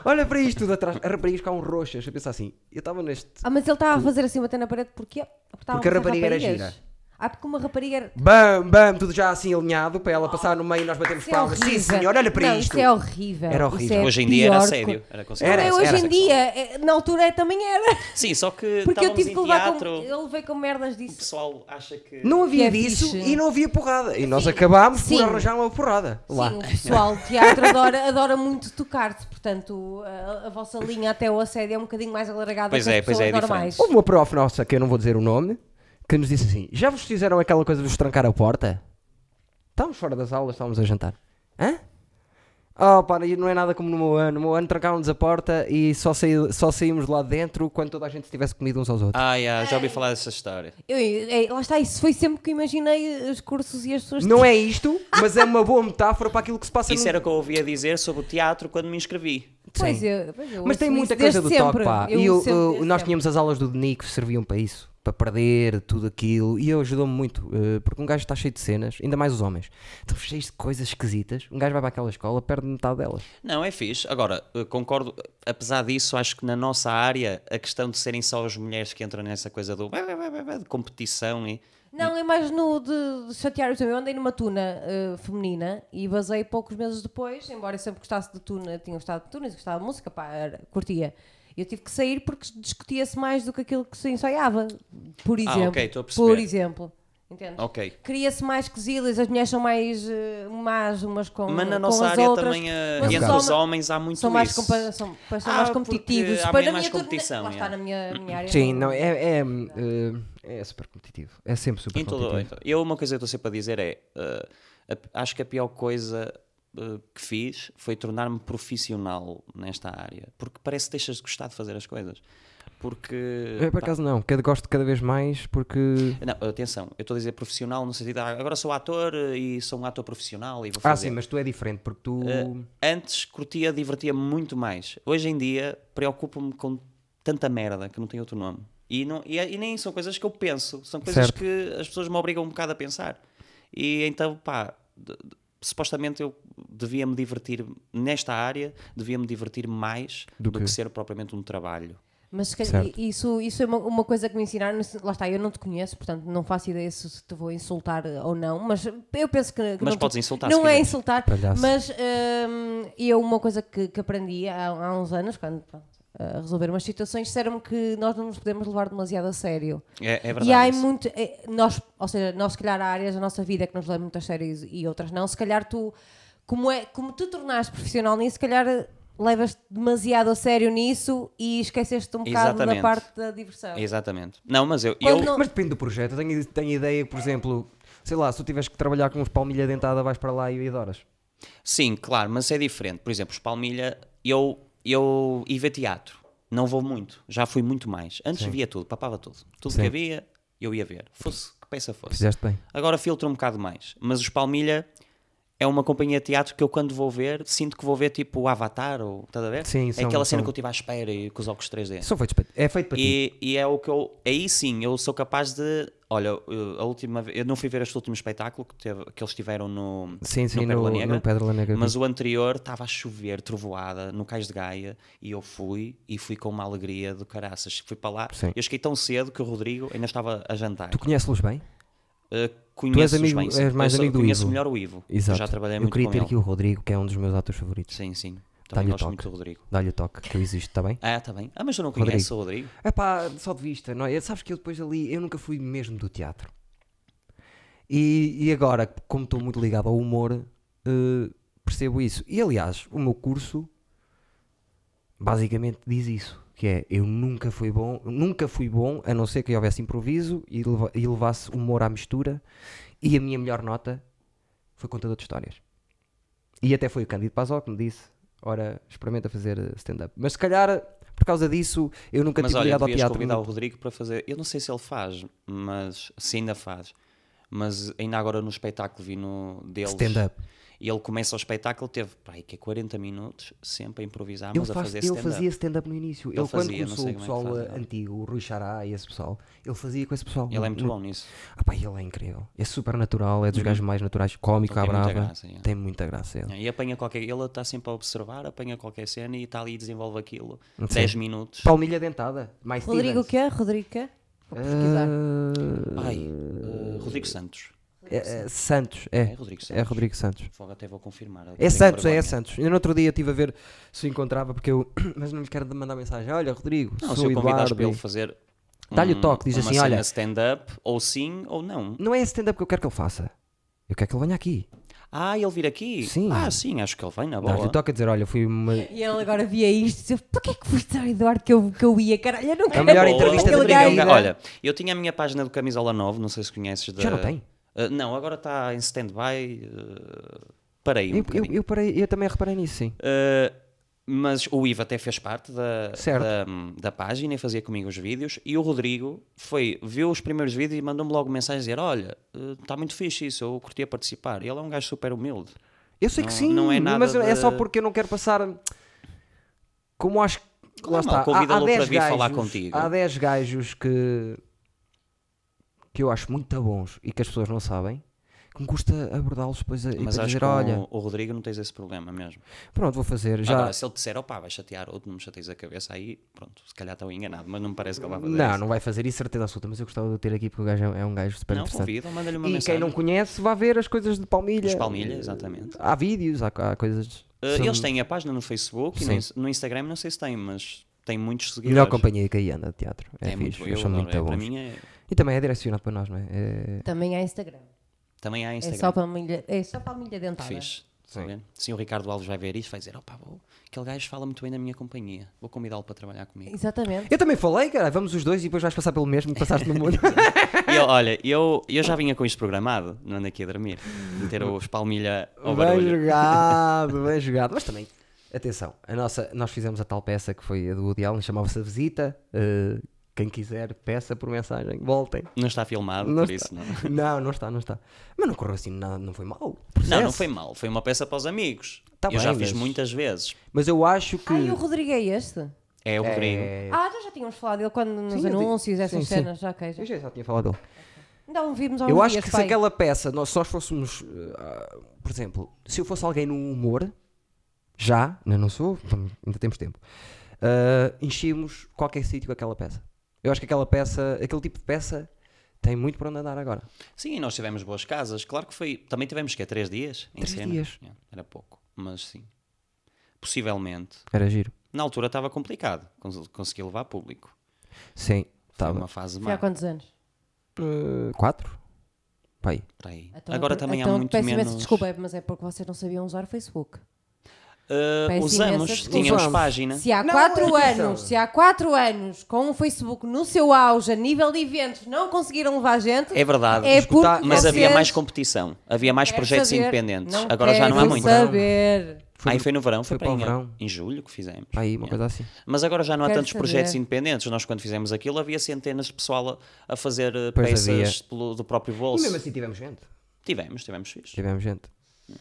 [SPEAKER 1] Olha para isto! De atrás, a raparigas ficavam roxas, a pensar assim, eu estava neste...
[SPEAKER 2] Ah, mas ele estava a fazer assim, bater na parede, porquê? Porque, estavam
[SPEAKER 1] Porque a
[SPEAKER 2] a passar
[SPEAKER 1] rapariga era
[SPEAKER 2] raparigas.
[SPEAKER 1] gira.
[SPEAKER 2] Ah, porque uma rapariga era.
[SPEAKER 1] Bam, bam! Tudo já assim alinhado, para ela passar no meio e nós batemos
[SPEAKER 2] Isso é
[SPEAKER 1] palmas. Sim,
[SPEAKER 2] horrível.
[SPEAKER 1] senhor, olha para
[SPEAKER 2] Não,
[SPEAKER 1] isto!
[SPEAKER 2] Isso é horrível.
[SPEAKER 1] Era
[SPEAKER 2] Isso
[SPEAKER 1] horrível.
[SPEAKER 2] é
[SPEAKER 3] Hoje em dia era
[SPEAKER 2] pior
[SPEAKER 3] assédio.
[SPEAKER 2] co-
[SPEAKER 3] Era
[SPEAKER 2] Não,
[SPEAKER 3] considerado
[SPEAKER 1] Era-
[SPEAKER 2] é
[SPEAKER 3] assédio.
[SPEAKER 2] hoje em
[SPEAKER 1] sexual.
[SPEAKER 2] dia, é- na altura é- também era.
[SPEAKER 3] Sim, só que
[SPEAKER 2] Porque eu
[SPEAKER 3] estávamos
[SPEAKER 2] tive que
[SPEAKER 3] em
[SPEAKER 2] levar
[SPEAKER 3] teatro.
[SPEAKER 2] com. Eu levei com merdas
[SPEAKER 3] O
[SPEAKER 2] disso.
[SPEAKER 3] pessoal acha que...
[SPEAKER 1] Não
[SPEAKER 2] Que
[SPEAKER 1] havia
[SPEAKER 2] é
[SPEAKER 1] disso
[SPEAKER 2] fixe.
[SPEAKER 1] e não havia porrada. E nós acabámos
[SPEAKER 2] Sim.
[SPEAKER 1] por arranjar uma porrada lá.
[SPEAKER 2] Sim, o pessoal de teatro adora, adora muito tocar-te, portanto a, a vossa linha até o assédio é um bocadinho mais alargada
[SPEAKER 3] Pois
[SPEAKER 2] que as
[SPEAKER 3] é, pois
[SPEAKER 2] pessoas
[SPEAKER 3] é, é
[SPEAKER 2] normais.
[SPEAKER 1] Houve uma prof nossa, que eu não vou dizer o nome, que nos disse assim: Já vos fizeram aquela coisa de vos trancar a porta? Estávamos fora das aulas, estávamos a jantar. Hã? Oh, pá, e não é nada como no meu ano. No meu ano trancaram-nos a porta e só, saí- só saímos lá dentro quando toda a gente tivesse comido uns aos outros.
[SPEAKER 3] Ah, yeah, já ouvi falar dessa história.
[SPEAKER 2] Eu, eu- lá está, isso foi sempre que imaginei os cursos e as pessoas. tipo,
[SPEAKER 1] Não é isto, mas é uma boa metáfora para aquilo que se passa
[SPEAKER 3] Isso
[SPEAKER 1] num-
[SPEAKER 3] era o que eu ouvia dizer sobre o teatro quando me inscrevi.
[SPEAKER 2] Pois
[SPEAKER 1] Sim.
[SPEAKER 2] eu, pois eu
[SPEAKER 1] Mas
[SPEAKER 2] ouço
[SPEAKER 1] tem
[SPEAKER 2] isso
[SPEAKER 1] muita
[SPEAKER 2] desde
[SPEAKER 1] coisa do toque,
[SPEAKER 2] sempre.
[SPEAKER 1] pá.
[SPEAKER 2] Eu
[SPEAKER 1] E eu,
[SPEAKER 2] sempre,
[SPEAKER 1] eu-
[SPEAKER 2] desde
[SPEAKER 1] nós
[SPEAKER 2] sempre.
[SPEAKER 1] tínhamos as aulas do Denico que serviam para isso, para perder tudo aquilo. E eu ajudou-me muito, eh, porque um gajo está cheio de cenas, ainda mais os homens. Estão cheios de coisas esquisitas. Um gajo vai para aquela escola, perde metade delas.
[SPEAKER 3] Não, é fixe. Agora, eh, concordo, apesar disso, acho que na nossa área a questão de serem só as mulheres que entram nessa coisa do de competição e.
[SPEAKER 2] Não, é mais no de, de chatear o Eu andei numa tuna eh, feminina e basei poucos meses depois, embora eu sempre gostasse de tuna, tinha gostado de tunas, gostava de música, pá, era- curtia. Eu tive que sair porque discutia-se mais do que aquilo que se ensaiava, por exemplo.
[SPEAKER 3] Ah, ok, estou a perceber.
[SPEAKER 2] Por exemplo. Entende?
[SPEAKER 3] Ok.
[SPEAKER 2] Cria-se mais quesilhas, as mulheres são mais eh, más umas com,
[SPEAKER 3] Mas na
[SPEAKER 2] com
[SPEAKER 3] nossa
[SPEAKER 2] as
[SPEAKER 3] área
[SPEAKER 2] outras,
[SPEAKER 3] também, eh,
[SPEAKER 2] mas
[SPEAKER 3] e entre
[SPEAKER 2] só
[SPEAKER 3] os
[SPEAKER 2] ma-
[SPEAKER 3] homens, há muito
[SPEAKER 2] são mais,
[SPEAKER 3] isso.
[SPEAKER 2] compa- são, pois são
[SPEAKER 3] Ah,
[SPEAKER 2] mais
[SPEAKER 3] porque
[SPEAKER 2] competitivos.
[SPEAKER 3] há
[SPEAKER 2] Depois
[SPEAKER 3] bem
[SPEAKER 2] na
[SPEAKER 3] mais
[SPEAKER 2] minha turma-
[SPEAKER 3] competição,
[SPEAKER 2] Lá está
[SPEAKER 3] yeah.
[SPEAKER 2] na minha, minha área.
[SPEAKER 1] Sim, não, é, é, eh, é super competitivo. É sempre super
[SPEAKER 3] Em todo,
[SPEAKER 1] competitivo.
[SPEAKER 3] eu, uma coisa que eu estou sempre a dizer é: eh, a- acho que a pior coisa eh, que fiz foi tornar-me profissional nesta área, porque parece que deixas de gostar de fazer as coisas. Porque.
[SPEAKER 1] Eu, por acaso não, cada, gosto cada vez mais porque.
[SPEAKER 3] Não, atenção, eu estou a dizer profissional no sentido, ah, agora sou ator eh, e sou um ator profissional e vou
[SPEAKER 1] Ah,
[SPEAKER 3] fazer.
[SPEAKER 1] sim, mas tu é diferente porque tu.
[SPEAKER 3] Antes curtia, divertia-me muito mais. Hoje em dia preocupo-me com tanta merda que não tem outro nome. E, não, e, é, e nem são coisas que eu penso, são coisas
[SPEAKER 1] Certo.
[SPEAKER 3] que as pessoas me obrigam um bocado a pensar. E então, pá, de- de- supostamente eu devia-me divertir nesta área, devia-me divertir mais
[SPEAKER 1] Do
[SPEAKER 3] do,
[SPEAKER 1] que-
[SPEAKER 3] que ser propriamente um trabalho.
[SPEAKER 2] Mas se calhar,
[SPEAKER 1] Certo.
[SPEAKER 2] isso, isso é uma, uma coisa que me ensinaram. se- Lá está, eu não te conheço, portanto não faço ideia se se te vou insultar eh, ou não. Mas eu penso que. que
[SPEAKER 3] Mas
[SPEAKER 2] não,
[SPEAKER 3] podes insultar,
[SPEAKER 2] Não
[SPEAKER 3] se
[SPEAKER 2] é
[SPEAKER 3] quiseres.
[SPEAKER 2] insultar,
[SPEAKER 1] Palhaço.
[SPEAKER 2] mas hum, eu, uma coisa que, que aprendi há, há uns anos, quando pronto, a resolver umas situações, disseram-me que nós não nos podemos levar demasiado a sério.
[SPEAKER 3] É, é verdade.
[SPEAKER 2] E há
[SPEAKER 3] isso.
[SPEAKER 2] muito. eh, Nós, ou seja, nós, se calhar, há áreas da nossa vida que nos levam muito a sério e e outras não. Se calhar, tu, como, é, como tu tornaste profissional nisso, se calhar eh, levas demasiado a sério nisso e esqueceste um bocado da
[SPEAKER 3] Exatamente.
[SPEAKER 2] parte da diversão.
[SPEAKER 3] Exatamente. Não, mas eu.
[SPEAKER 2] Quando
[SPEAKER 3] eu-
[SPEAKER 2] não-
[SPEAKER 1] Mas depende do projeto. Eu tenho, tenho ideia, por exemplo, sei lá, se tu tiveres que trabalhar com uns palmilha dentada, vais para lá e adoras.
[SPEAKER 3] Sim, claro, mas é diferente. Por exemplo, os Palmilha, eu, eu ia ver teatro. Não vou muito. Já fui muito mais. Antes via tudo, papava tudo. Tudo
[SPEAKER 1] Sim.
[SPEAKER 3] que havia, eu ia ver. Fosse que peça fosse.
[SPEAKER 1] Fizeste bem.
[SPEAKER 3] Agora filtro um bocado mais. Mas os Palmilha é uma companhia de teatro que eu, quando vou ver, sinto que vou ver tipo o Avatar ou. Estás a ver?
[SPEAKER 1] Sim,
[SPEAKER 3] é
[SPEAKER 1] são-
[SPEAKER 3] aquela cena
[SPEAKER 1] são-
[SPEAKER 3] que eu estive à espera e com os óculos 3D.
[SPEAKER 1] São feitos para- É feito para ti.
[SPEAKER 3] E, e é o que eu. Aí sim, eu sou capaz de. Olha, eu- a última vez- eu não fui ver este último espetáculo que, teve- que eles tiveram no.
[SPEAKER 1] Sim, sim,
[SPEAKER 3] no,
[SPEAKER 1] no,
[SPEAKER 3] Pérola
[SPEAKER 1] no,
[SPEAKER 3] Negra,
[SPEAKER 1] Pedra Negra.
[SPEAKER 3] Mas o anterior estava a chover, trovoada, no Cais de Gaia, e eu fui, e fui com uma alegria do caraças. Fui para lá,
[SPEAKER 1] Sim.
[SPEAKER 3] eu cheguei tão cedo que o Rodrigo ainda estava a jantar.
[SPEAKER 1] Tu conheces-los bem?
[SPEAKER 3] Uh,
[SPEAKER 1] tu és
[SPEAKER 3] conheço-os
[SPEAKER 1] amigo-
[SPEAKER 3] bem, sim.
[SPEAKER 1] és mais
[SPEAKER 3] eu sou-
[SPEAKER 1] amigo do
[SPEAKER 3] conheço
[SPEAKER 1] Ivo.
[SPEAKER 3] melhor o Ivo. eu
[SPEAKER 1] Exato.
[SPEAKER 3] Já trabalhei
[SPEAKER 1] eu
[SPEAKER 3] muito
[SPEAKER 1] queria
[SPEAKER 3] com
[SPEAKER 1] ter
[SPEAKER 3] ele.
[SPEAKER 1] aqui o Rodrigo, que é um dos meus atores favoritos.
[SPEAKER 3] Sim, sim. Também
[SPEAKER 1] Dá-lhe o
[SPEAKER 3] gosto
[SPEAKER 1] toque.
[SPEAKER 3] muito do Rodrigo.
[SPEAKER 1] Dá-lhe o toque, que eu existo, está bem?
[SPEAKER 3] Ah, está bem. Ah, mas eu não
[SPEAKER 1] Rodrigo.
[SPEAKER 3] conheço o Rodrigo.
[SPEAKER 1] É pá, só de vista. Não, é? sabes que eu depois ali, eu nunca fui mesmo do teatro. E, e agora, como estou muito ligado ao humor, eh, percebo isso. E aliás, o meu curso basicamente diz isso. Que é, eu nunca fui bom, nunca fui bom, a não ser que houvesse improviso e, leva- e levasse humor à mistura. E a minha melhor nota foi contador de histórias. E até foi o Cândido Pazó que me disse, ora, experimenta fazer eh, stand-up. Mas se calhar, por causa disso, eu nunca
[SPEAKER 3] Mas
[SPEAKER 1] tive
[SPEAKER 3] olha,
[SPEAKER 1] ligado ao
[SPEAKER 3] devias
[SPEAKER 1] teatro.
[SPEAKER 3] convidar o Rodrigo para fazer. Eu não sei se ele faz, mas se ainda faz. Mas ainda agora no espetáculo vi no deles.
[SPEAKER 1] Stand-up.
[SPEAKER 3] E ele começa o espetáculo, teve pá, que é 40 minutos sempre a improvisar,
[SPEAKER 1] Ele,
[SPEAKER 3] mas a
[SPEAKER 1] faz-
[SPEAKER 3] fazer
[SPEAKER 1] ele
[SPEAKER 3] stand-up.
[SPEAKER 1] fazia stand-up no início. Ele, quando
[SPEAKER 3] fazia, não
[SPEAKER 1] começou o
[SPEAKER 3] sei como é que
[SPEAKER 1] pessoal
[SPEAKER 3] faz
[SPEAKER 1] eh,
[SPEAKER 3] agora.
[SPEAKER 1] antigo, o Rui Xará e esse pessoal, ele fazia com esse pessoal.
[SPEAKER 3] Ele é muito
[SPEAKER 1] No-
[SPEAKER 3] bom nisso.
[SPEAKER 1] Ah pá, ele é incrível. É super natural, é dos gajos mais naturais, cómico,
[SPEAKER 3] Ele
[SPEAKER 1] à
[SPEAKER 3] tem muita
[SPEAKER 1] brava.
[SPEAKER 3] graça, yeah.
[SPEAKER 1] Tem muita graça é. ele.
[SPEAKER 3] E apanha qualquer. Ele está sempre a observar, apanha qualquer cena e está ali e desenvolve aquilo. 10 minutos.
[SPEAKER 1] Palmilha dentada, mais
[SPEAKER 2] Rodrigo, o que é? Rodrigo, o que é?
[SPEAKER 1] Eh,
[SPEAKER 2] Vou pesquisar.
[SPEAKER 3] Ai, eh, Rodrigo Santos.
[SPEAKER 1] Eh, Santos, é.
[SPEAKER 3] É Rodrigo
[SPEAKER 1] É
[SPEAKER 3] Santos.
[SPEAKER 1] Rodrigo Santos.
[SPEAKER 3] Fogo, até vou confirmar.
[SPEAKER 1] É Santos, é, é
[SPEAKER 3] Santos.
[SPEAKER 1] Santos. Eu no outro dia estive a ver se o encontrava, porque eu. Mas não lhe quero mandar mensagem. Olha, Rodrigo,
[SPEAKER 3] Não, se
[SPEAKER 1] sou
[SPEAKER 3] eu convidares
[SPEAKER 1] Eduardo.
[SPEAKER 3] para ele
[SPEAKER 1] e-
[SPEAKER 3] fazer. um-
[SPEAKER 1] Dá-lhe o toque, diz
[SPEAKER 3] uma
[SPEAKER 1] assim,
[SPEAKER 3] cena
[SPEAKER 1] olha-
[SPEAKER 3] stand-up, ou sim ou não.
[SPEAKER 1] Não é esse stand-up que eu quero que ele faça. Eu quero que ele venha aqui.
[SPEAKER 3] Ah, ele vir aqui?
[SPEAKER 1] Sim.
[SPEAKER 3] Ah, sim, acho que ele vem na
[SPEAKER 1] Dá-lhe
[SPEAKER 3] boa.
[SPEAKER 1] o toque a dizer: olha, fui uma.
[SPEAKER 2] E ele agora via isto e dizia: Porquê que foste ao Eduardo que eu, que eu ia? Caralho, eu não
[SPEAKER 1] É a
[SPEAKER 2] quero.
[SPEAKER 1] melhor
[SPEAKER 3] Boa.
[SPEAKER 1] entrevista é
[SPEAKER 2] Aquele
[SPEAKER 1] da minha
[SPEAKER 2] um
[SPEAKER 3] é
[SPEAKER 2] gajo.
[SPEAKER 1] vida.
[SPEAKER 3] Olha, eu tinha a minha página do Camisola 9, não sei se conheces. Da...
[SPEAKER 1] Já não tem?
[SPEAKER 3] Ah, não, agora está em stand-by. eh, parei um
[SPEAKER 1] Eu, eu,
[SPEAKER 3] bocadinho.
[SPEAKER 1] eu parei- eu também reparei nisso, sim.
[SPEAKER 3] Uh, mas o Ivo até fez parte da,
[SPEAKER 1] Certo.
[SPEAKER 3] da, da página e fazia comigo os vídeos. E o Rodrigo foi, viu os primeiros vídeos e mandou-me logo mensagem a dizer: Olha, está muito fixe isso, eu curtia participar. Ele é um gajo super humilde.
[SPEAKER 1] Eu sei que
[SPEAKER 3] Não-
[SPEAKER 1] sim,
[SPEAKER 3] não é nada
[SPEAKER 1] mas é só
[SPEAKER 3] de-
[SPEAKER 1] porque eu não quero passar. Como acho que.
[SPEAKER 3] Claro,
[SPEAKER 1] lá está.
[SPEAKER 3] mal, convida-lo
[SPEAKER 1] há, há
[SPEAKER 3] é para
[SPEAKER 1] 10
[SPEAKER 3] vir
[SPEAKER 1] gajos,
[SPEAKER 3] falar contigo.
[SPEAKER 1] Há 10 gajos que. que eu acho muito bons e que as pessoas não sabem, que me custa abordá-los depois a, e
[SPEAKER 3] Mas
[SPEAKER 1] depois
[SPEAKER 3] acho
[SPEAKER 1] dizer:
[SPEAKER 3] que com
[SPEAKER 1] olha,
[SPEAKER 3] o Rodrigo não tens esse problema mesmo.
[SPEAKER 1] pronto, vou fazer. Já.
[SPEAKER 3] Agora, se ele disser, opá, vai chatear outro, não me chateias a cabeça, aí pronto, se calhar estou enganado, mas não me parece que ele vai fazer
[SPEAKER 1] não,
[SPEAKER 3] isso.
[SPEAKER 1] não vai fazer isso, certeza absoluta, mas eu gostava de o ter aqui porque o gajo é é um gajo super
[SPEAKER 3] Não,
[SPEAKER 1] interessante.
[SPEAKER 3] convida, manda-lhe uma
[SPEAKER 1] E
[SPEAKER 3] mensagem.
[SPEAKER 1] quem não conhece, vá ver as coisas de Palmilha.
[SPEAKER 3] Os Palmilha, exatamente.
[SPEAKER 1] Há vídeos, há, há coisas.
[SPEAKER 3] Uh,
[SPEAKER 1] são
[SPEAKER 3] eles têm a página no Facebook e no,
[SPEAKER 1] Sim.
[SPEAKER 3] Ins- no Instagram, não sei se têm, mas têm muitos seguidores.
[SPEAKER 1] Melhor companhia que aí anda de teatro. É,
[SPEAKER 3] É,
[SPEAKER 1] fixe,
[SPEAKER 3] muito, eu
[SPEAKER 1] eles são
[SPEAKER 3] adoro,
[SPEAKER 1] muito
[SPEAKER 3] é,
[SPEAKER 1] bons.
[SPEAKER 3] para mim é,
[SPEAKER 1] E também é direcionado para nós, não é? É-
[SPEAKER 2] Também há Instagram.
[SPEAKER 3] Também há
[SPEAKER 2] É
[SPEAKER 3] Instagram.
[SPEAKER 2] só, para a milha, é só para a milha dentada.
[SPEAKER 3] Fixe.
[SPEAKER 1] Sim.
[SPEAKER 3] Sim. Sim, o Ricardo Alves vai ver isto e vai dizer: opá, vou, aquele gajo fala muito bem da minha companhia, vou convidá-lo para trabalhar comigo.
[SPEAKER 2] Exatamente.
[SPEAKER 1] Eu também falei, cara, vamos os dois e depois vais passar pelo mesmo que passaste no mundo.
[SPEAKER 3] e eu, olha, eu, eu já vinha com isto programado, não ando aqui a dormir, meter os palmilha ao
[SPEAKER 1] bem
[SPEAKER 3] barulho.
[SPEAKER 1] jogado, bem jogado. Mas também, atenção, a nossa, nós fizemos a tal peça que foi a do Woody Allen, chamava-se A Visita. Eh, quem quiser, peça por mensagem, voltem.
[SPEAKER 3] Não está filmado,
[SPEAKER 1] Não
[SPEAKER 3] por
[SPEAKER 1] está.
[SPEAKER 3] isso não.
[SPEAKER 1] Não, não está, não está. Mas não correu assim, não, não foi mal.
[SPEAKER 3] Não, não foi mal, foi uma peça para os amigos.
[SPEAKER 1] Tá
[SPEAKER 3] eu já
[SPEAKER 1] bem,
[SPEAKER 3] fiz
[SPEAKER 1] mas-
[SPEAKER 3] muitas vezes.
[SPEAKER 1] Mas eu acho que.
[SPEAKER 2] Ah, e o Rodrigo é este?
[SPEAKER 3] É o Rodrigo.
[SPEAKER 1] É,
[SPEAKER 2] Ah, nós já tínhamos falado dele quando nos
[SPEAKER 1] Sim, eu digo-
[SPEAKER 2] anúncios, essas
[SPEAKER 1] sim, sim.
[SPEAKER 2] cenas. Já, ok. Já.
[SPEAKER 1] Eu já só tinha falado dele.
[SPEAKER 2] Então vimos há
[SPEAKER 1] Eu
[SPEAKER 2] uns
[SPEAKER 1] acho
[SPEAKER 2] dias,
[SPEAKER 1] que se
[SPEAKER 2] pai.
[SPEAKER 1] aquela peça, nós, se nós fôssemos, eh, ah, por exemplo, se eu fosse alguém no humor, já, ainda não sou, tam- ainda temos tempo, ah, enchíamos qualquer sítio com aquela peça. Eu acho que aquela peça, aquele tipo de peça, tem muito para onde andar agora.
[SPEAKER 3] Sim, nós tivemos boas casas. Claro que foi. Também tivemos que é três dias em
[SPEAKER 1] Três
[SPEAKER 3] cena.
[SPEAKER 1] dias.
[SPEAKER 3] É, Era pouco, mas sim. Possivelmente.
[SPEAKER 1] Era giro.
[SPEAKER 3] Na altura estava complicado cons- conseguir levar público.
[SPEAKER 1] Sim,
[SPEAKER 3] Foi
[SPEAKER 1] estava.
[SPEAKER 3] uma fase
[SPEAKER 2] Foi
[SPEAKER 3] má.
[SPEAKER 2] há quantos anos?
[SPEAKER 1] Eh, quatro? Pai.
[SPEAKER 3] para Tá aí.
[SPEAKER 2] Então-
[SPEAKER 3] Agora também
[SPEAKER 2] então
[SPEAKER 3] há muito
[SPEAKER 2] peço imensa
[SPEAKER 3] menos.
[SPEAKER 2] desculpa, mas é porque vocês não sabiam usar o Facebook.
[SPEAKER 3] Uh,
[SPEAKER 2] Peço
[SPEAKER 3] usamos,
[SPEAKER 2] imensa desculpa.
[SPEAKER 3] tínhamos
[SPEAKER 1] Usamos.
[SPEAKER 3] página.
[SPEAKER 2] Se há
[SPEAKER 1] Não,
[SPEAKER 2] 4
[SPEAKER 1] atenção.
[SPEAKER 2] anos, se há 4 anos com o Facebook no seu auge, a nível de eventos, não conseguiram levar gente,
[SPEAKER 3] É verdade.
[SPEAKER 2] é
[SPEAKER 1] escutar-
[SPEAKER 2] porque
[SPEAKER 3] Mas
[SPEAKER 2] vocês
[SPEAKER 3] havia mais competição. Havia mais
[SPEAKER 2] querem
[SPEAKER 3] projetos
[SPEAKER 2] saber.
[SPEAKER 3] independentes.
[SPEAKER 2] Não
[SPEAKER 3] Agora já não há
[SPEAKER 2] querem
[SPEAKER 3] muito.
[SPEAKER 2] Saber.
[SPEAKER 1] Foi
[SPEAKER 3] aí
[SPEAKER 1] no-
[SPEAKER 3] foi no verão,
[SPEAKER 1] foi
[SPEAKER 3] foi,
[SPEAKER 1] para o
[SPEAKER 3] para, em,
[SPEAKER 1] verão.
[SPEAKER 3] em julho que fizemos.
[SPEAKER 1] Pai, uma
[SPEAKER 3] Yeah.
[SPEAKER 1] coisa assim.
[SPEAKER 3] Mas agora já não há
[SPEAKER 2] Quero
[SPEAKER 3] tantos projetos
[SPEAKER 2] saber.
[SPEAKER 3] independentes. Nós, quando fizemos aquilo, havia centenas de pessoal a, a fazer eh,
[SPEAKER 1] Pois
[SPEAKER 3] peças
[SPEAKER 1] havia.
[SPEAKER 3] pelo- do próprio bolso.
[SPEAKER 1] E mesmo assim tivemos gente.
[SPEAKER 3] Tivemos, tivemos fixe.
[SPEAKER 1] Tivemos gente.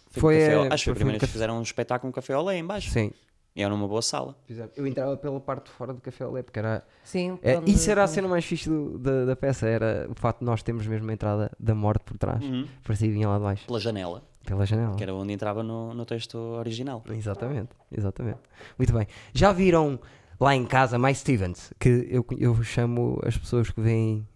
[SPEAKER 3] Foi
[SPEAKER 1] Foi,
[SPEAKER 3] no café,
[SPEAKER 1] eh,
[SPEAKER 3] acho que foi
[SPEAKER 1] foi
[SPEAKER 3] a
[SPEAKER 1] no
[SPEAKER 3] primeira vez
[SPEAKER 1] café.
[SPEAKER 3] que fizeram um espetáculo, um café ao lei em baixo.
[SPEAKER 1] Sim.
[SPEAKER 3] E era numa boa sala.
[SPEAKER 1] Fizemos. Eu entrava pela parte de fora do café ao lé, porque era.
[SPEAKER 2] Sim,
[SPEAKER 1] É,
[SPEAKER 2] quando-
[SPEAKER 1] isso era a
[SPEAKER 2] quando-
[SPEAKER 1] cena mais fixe do- da, da peça, era o facto de nós termos mesmo a entrada da morte por trás. Parecia que vinha lá de baixo,
[SPEAKER 3] Pela janela,
[SPEAKER 1] pela janela.
[SPEAKER 3] que era onde entrava no, no texto original.
[SPEAKER 1] Exatamente, exatamente. Muito bem. Já viram lá em casa mais Stevens, que eu, eu chamo as pessoas que veem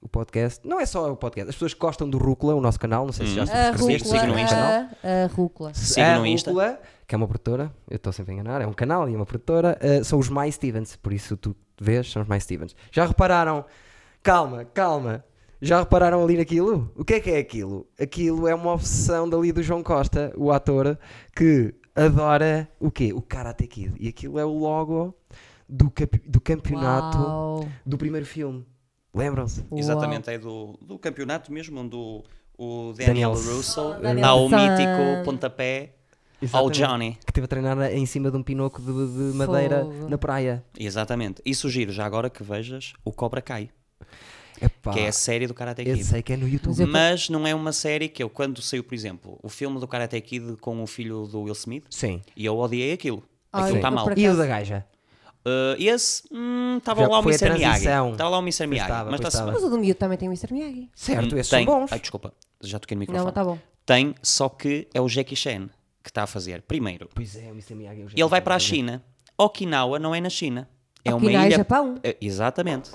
[SPEAKER 1] o podcast, não é só o podcast, as pessoas que gostam do Rúcula, o nosso canal, não sei se já
[SPEAKER 2] A Ah,
[SPEAKER 3] Cresceste,
[SPEAKER 2] rúcula,
[SPEAKER 3] siga no Insta.
[SPEAKER 2] a, a rúcula.
[SPEAKER 3] Siga
[SPEAKER 1] a
[SPEAKER 3] no Insta.
[SPEAKER 1] Rúcula, que é uma produtora, eu estou sempre a enganar, é um canal e uma produtora, eh, são os mais Stevens, por isso tu vês, são os mais Stevens. Já repararam? Calma, calma. Já repararam ali naquilo? O que é que é aquilo? Aquilo é uma obsessão dali do João Costa, o ator, que adora o quê? O Karate Kid. E aquilo é o logo do, capi- do campeonato
[SPEAKER 2] Uau,
[SPEAKER 1] do primeiro filme. Lembram-se?
[SPEAKER 2] uau.
[SPEAKER 3] Exatamente, é do, do campeonato mesmo, onde o- o Daniel,
[SPEAKER 1] Daniel-
[SPEAKER 3] Russo
[SPEAKER 2] Daniel
[SPEAKER 3] dá o
[SPEAKER 2] San.
[SPEAKER 3] mítico pontapé ao
[SPEAKER 1] Exatamente.
[SPEAKER 3] Johnny.
[SPEAKER 1] Que teve a treinar em cima de um pinoco de, de madeira
[SPEAKER 2] Fogo.
[SPEAKER 1] na praia.
[SPEAKER 3] Exatamente. E sugiro já agora que vejas o Cobra Kai,
[SPEAKER 1] Epá.
[SPEAKER 3] que é a série do Karate
[SPEAKER 1] Eu
[SPEAKER 3] Kid.
[SPEAKER 1] sei que é no YouTube.
[SPEAKER 2] eu-
[SPEAKER 3] Mas não é uma série que eu, quando saiu, por exemplo, o filme do Karate Kid com o filho do Will Smith,
[SPEAKER 1] Sim.
[SPEAKER 3] e eu odiei aquilo.
[SPEAKER 2] Ai,
[SPEAKER 3] Aquilo está
[SPEAKER 2] eu
[SPEAKER 3] Tá mal.
[SPEAKER 2] por acaso-
[SPEAKER 1] E o da gaja?
[SPEAKER 3] Uh, esse, hum, estava
[SPEAKER 1] Já
[SPEAKER 3] lá o
[SPEAKER 1] foi a
[SPEAKER 3] Mr. Miyagi.
[SPEAKER 1] transição.
[SPEAKER 3] Estava lá o Mr. Miyagi.
[SPEAKER 1] estava, pois
[SPEAKER 3] mas está-se
[SPEAKER 1] estava.
[SPEAKER 2] Mas o do miúdo também tem o Mr. Miyagi.
[SPEAKER 3] bem.
[SPEAKER 1] Certo, esses
[SPEAKER 3] Hum, Tem-
[SPEAKER 1] são bons.
[SPEAKER 3] Ai, desculpa, já toquei no microfone.
[SPEAKER 2] Não, tá bom.
[SPEAKER 3] Tem, só que é o Jackie Chan que está a fazer. Primeiro,
[SPEAKER 1] Pois é, o Mr. Miyagi.
[SPEAKER 3] ele vai para a China. Okinawa não é na China. É
[SPEAKER 2] Okinawa
[SPEAKER 3] uma
[SPEAKER 2] é
[SPEAKER 3] ilha.
[SPEAKER 2] Japão.
[SPEAKER 3] É, Exatamente.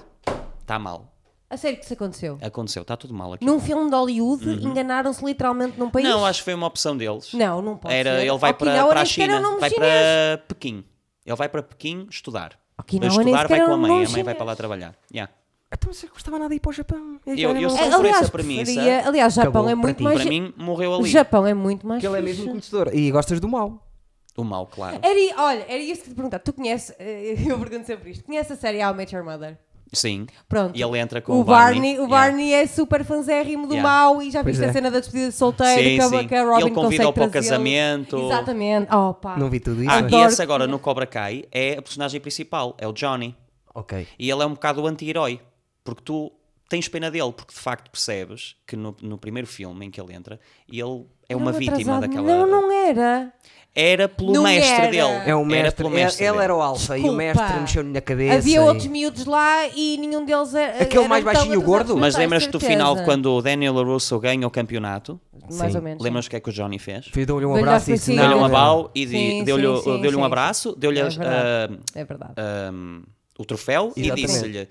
[SPEAKER 3] Está mal.
[SPEAKER 2] A sério que isso aconteceu?
[SPEAKER 3] Aconteceu, está tudo mal aqui.
[SPEAKER 2] Num filme de Hollywood, enganaram-se literalmente num país?
[SPEAKER 3] Uhum. Não, acho que foi uma opção deles.
[SPEAKER 2] Não, não pode
[SPEAKER 3] Era,
[SPEAKER 2] ser.
[SPEAKER 3] ele vai para,
[SPEAKER 2] Okinawa
[SPEAKER 3] para a
[SPEAKER 2] nem sequer é um
[SPEAKER 3] China,
[SPEAKER 2] nome
[SPEAKER 3] vai
[SPEAKER 2] chinês.
[SPEAKER 3] para Pequim. Ele vai para Pequim estudar.
[SPEAKER 2] Okinawa nem
[SPEAKER 3] estudar
[SPEAKER 2] sequer
[SPEAKER 3] vai
[SPEAKER 2] é
[SPEAKER 3] com a
[SPEAKER 2] um
[SPEAKER 3] mãe, a mãe
[SPEAKER 2] nome
[SPEAKER 3] vai
[SPEAKER 2] chinês.
[SPEAKER 3] para lá trabalhar. Yeah.
[SPEAKER 1] Então você gostava nada de ir para o Japão. É que
[SPEAKER 3] Eu-
[SPEAKER 1] era
[SPEAKER 3] eu
[SPEAKER 1] uma-
[SPEAKER 3] sou-
[SPEAKER 2] É,
[SPEAKER 3] sofrer
[SPEAKER 2] aliás,
[SPEAKER 3] essa premissa.
[SPEAKER 2] preferia- aliás, Japão
[SPEAKER 1] Acabou
[SPEAKER 2] é
[SPEAKER 1] para
[SPEAKER 2] muito
[SPEAKER 1] ti.
[SPEAKER 2] mais.
[SPEAKER 3] Para mim, morreu ali.
[SPEAKER 2] Japão é muito mais.
[SPEAKER 1] Porque ele é
[SPEAKER 2] fixe.
[SPEAKER 1] mesmo conhecedor. E gostas do mal.
[SPEAKER 3] O mal, claro.
[SPEAKER 2] Era, i- olha, era isso que te perguntar. Tu conheces, eh, eu pergunto sempre isto, conhece a série How I Met Your Mother?
[SPEAKER 3] Sim.
[SPEAKER 2] Pronto.
[SPEAKER 3] E ele entra com
[SPEAKER 2] o,
[SPEAKER 3] o
[SPEAKER 2] Barney.
[SPEAKER 3] Barney.
[SPEAKER 2] O
[SPEAKER 3] Yeah.
[SPEAKER 2] Barney é super fanzérrimo do
[SPEAKER 3] Yeah.
[SPEAKER 2] mal e já
[SPEAKER 1] Pois
[SPEAKER 2] viste a
[SPEAKER 1] é.
[SPEAKER 2] cena da despedida de solteiro
[SPEAKER 3] Sim,
[SPEAKER 2] que, a-
[SPEAKER 3] sim.
[SPEAKER 2] que a Robin
[SPEAKER 3] Ele convida-o
[SPEAKER 2] consegue
[SPEAKER 3] para o
[SPEAKER 2] trazê-lo.
[SPEAKER 3] casamento.
[SPEAKER 2] Exatamente. Oh, pá.
[SPEAKER 1] Não vi tudo isso.
[SPEAKER 3] Ah,
[SPEAKER 1] mas-
[SPEAKER 3] e
[SPEAKER 2] Adoro-
[SPEAKER 3] esse agora no Cobra Kai é a personagem principal, é o Johnny.
[SPEAKER 1] Ok.
[SPEAKER 3] E ele é um bocado o anti-herói, porque tu tens pena dele, porque de facto percebes que no, no primeiro filme em que ele entra, ele é uma
[SPEAKER 2] Não,
[SPEAKER 3] vítima
[SPEAKER 2] atrasado.
[SPEAKER 3] daquela.
[SPEAKER 2] Não, não era.
[SPEAKER 3] Era pelo
[SPEAKER 2] Não
[SPEAKER 3] mestre
[SPEAKER 2] era.
[SPEAKER 3] dele.
[SPEAKER 1] É o mestre.
[SPEAKER 3] Era
[SPEAKER 1] ele- ele
[SPEAKER 3] dele.
[SPEAKER 1] era o alfa e o
[SPEAKER 2] Desculpa.
[SPEAKER 1] mestre mexeu-lhe na cabeça.
[SPEAKER 2] Havia
[SPEAKER 1] e-
[SPEAKER 2] outros miúdos lá e nenhum deles era.
[SPEAKER 1] Aquele
[SPEAKER 2] era
[SPEAKER 1] mais
[SPEAKER 2] tão
[SPEAKER 1] baixinho,
[SPEAKER 2] atrasado.
[SPEAKER 1] gordo?
[SPEAKER 3] Mas
[SPEAKER 2] Não tenho
[SPEAKER 3] lembras-te do
[SPEAKER 2] certeza.
[SPEAKER 3] final de quando o Daniel Russo ganha o campeonato?
[SPEAKER 2] Mais
[SPEAKER 1] Sim.
[SPEAKER 2] ou menos.
[SPEAKER 3] Lembras o que é que o Johnny fez?
[SPEAKER 1] Fui dou-lhe um
[SPEAKER 2] Deu-lhe
[SPEAKER 1] abraço e
[SPEAKER 2] a
[SPEAKER 1] disse:
[SPEAKER 2] facinha.
[SPEAKER 3] Deu-lhe
[SPEAKER 1] não,
[SPEAKER 3] uma
[SPEAKER 2] Sim.
[SPEAKER 3] bala e
[SPEAKER 2] Sim,
[SPEAKER 3] di- deu-lhe
[SPEAKER 2] sim, sim,
[SPEAKER 3] deu
[SPEAKER 2] sim.
[SPEAKER 3] um abraço, deu-lhe
[SPEAKER 2] É
[SPEAKER 3] as,
[SPEAKER 2] verdade.
[SPEAKER 3] ah,
[SPEAKER 2] É verdade.
[SPEAKER 3] ahm, o troféu
[SPEAKER 1] Exatamente.
[SPEAKER 3] e disse-lhe: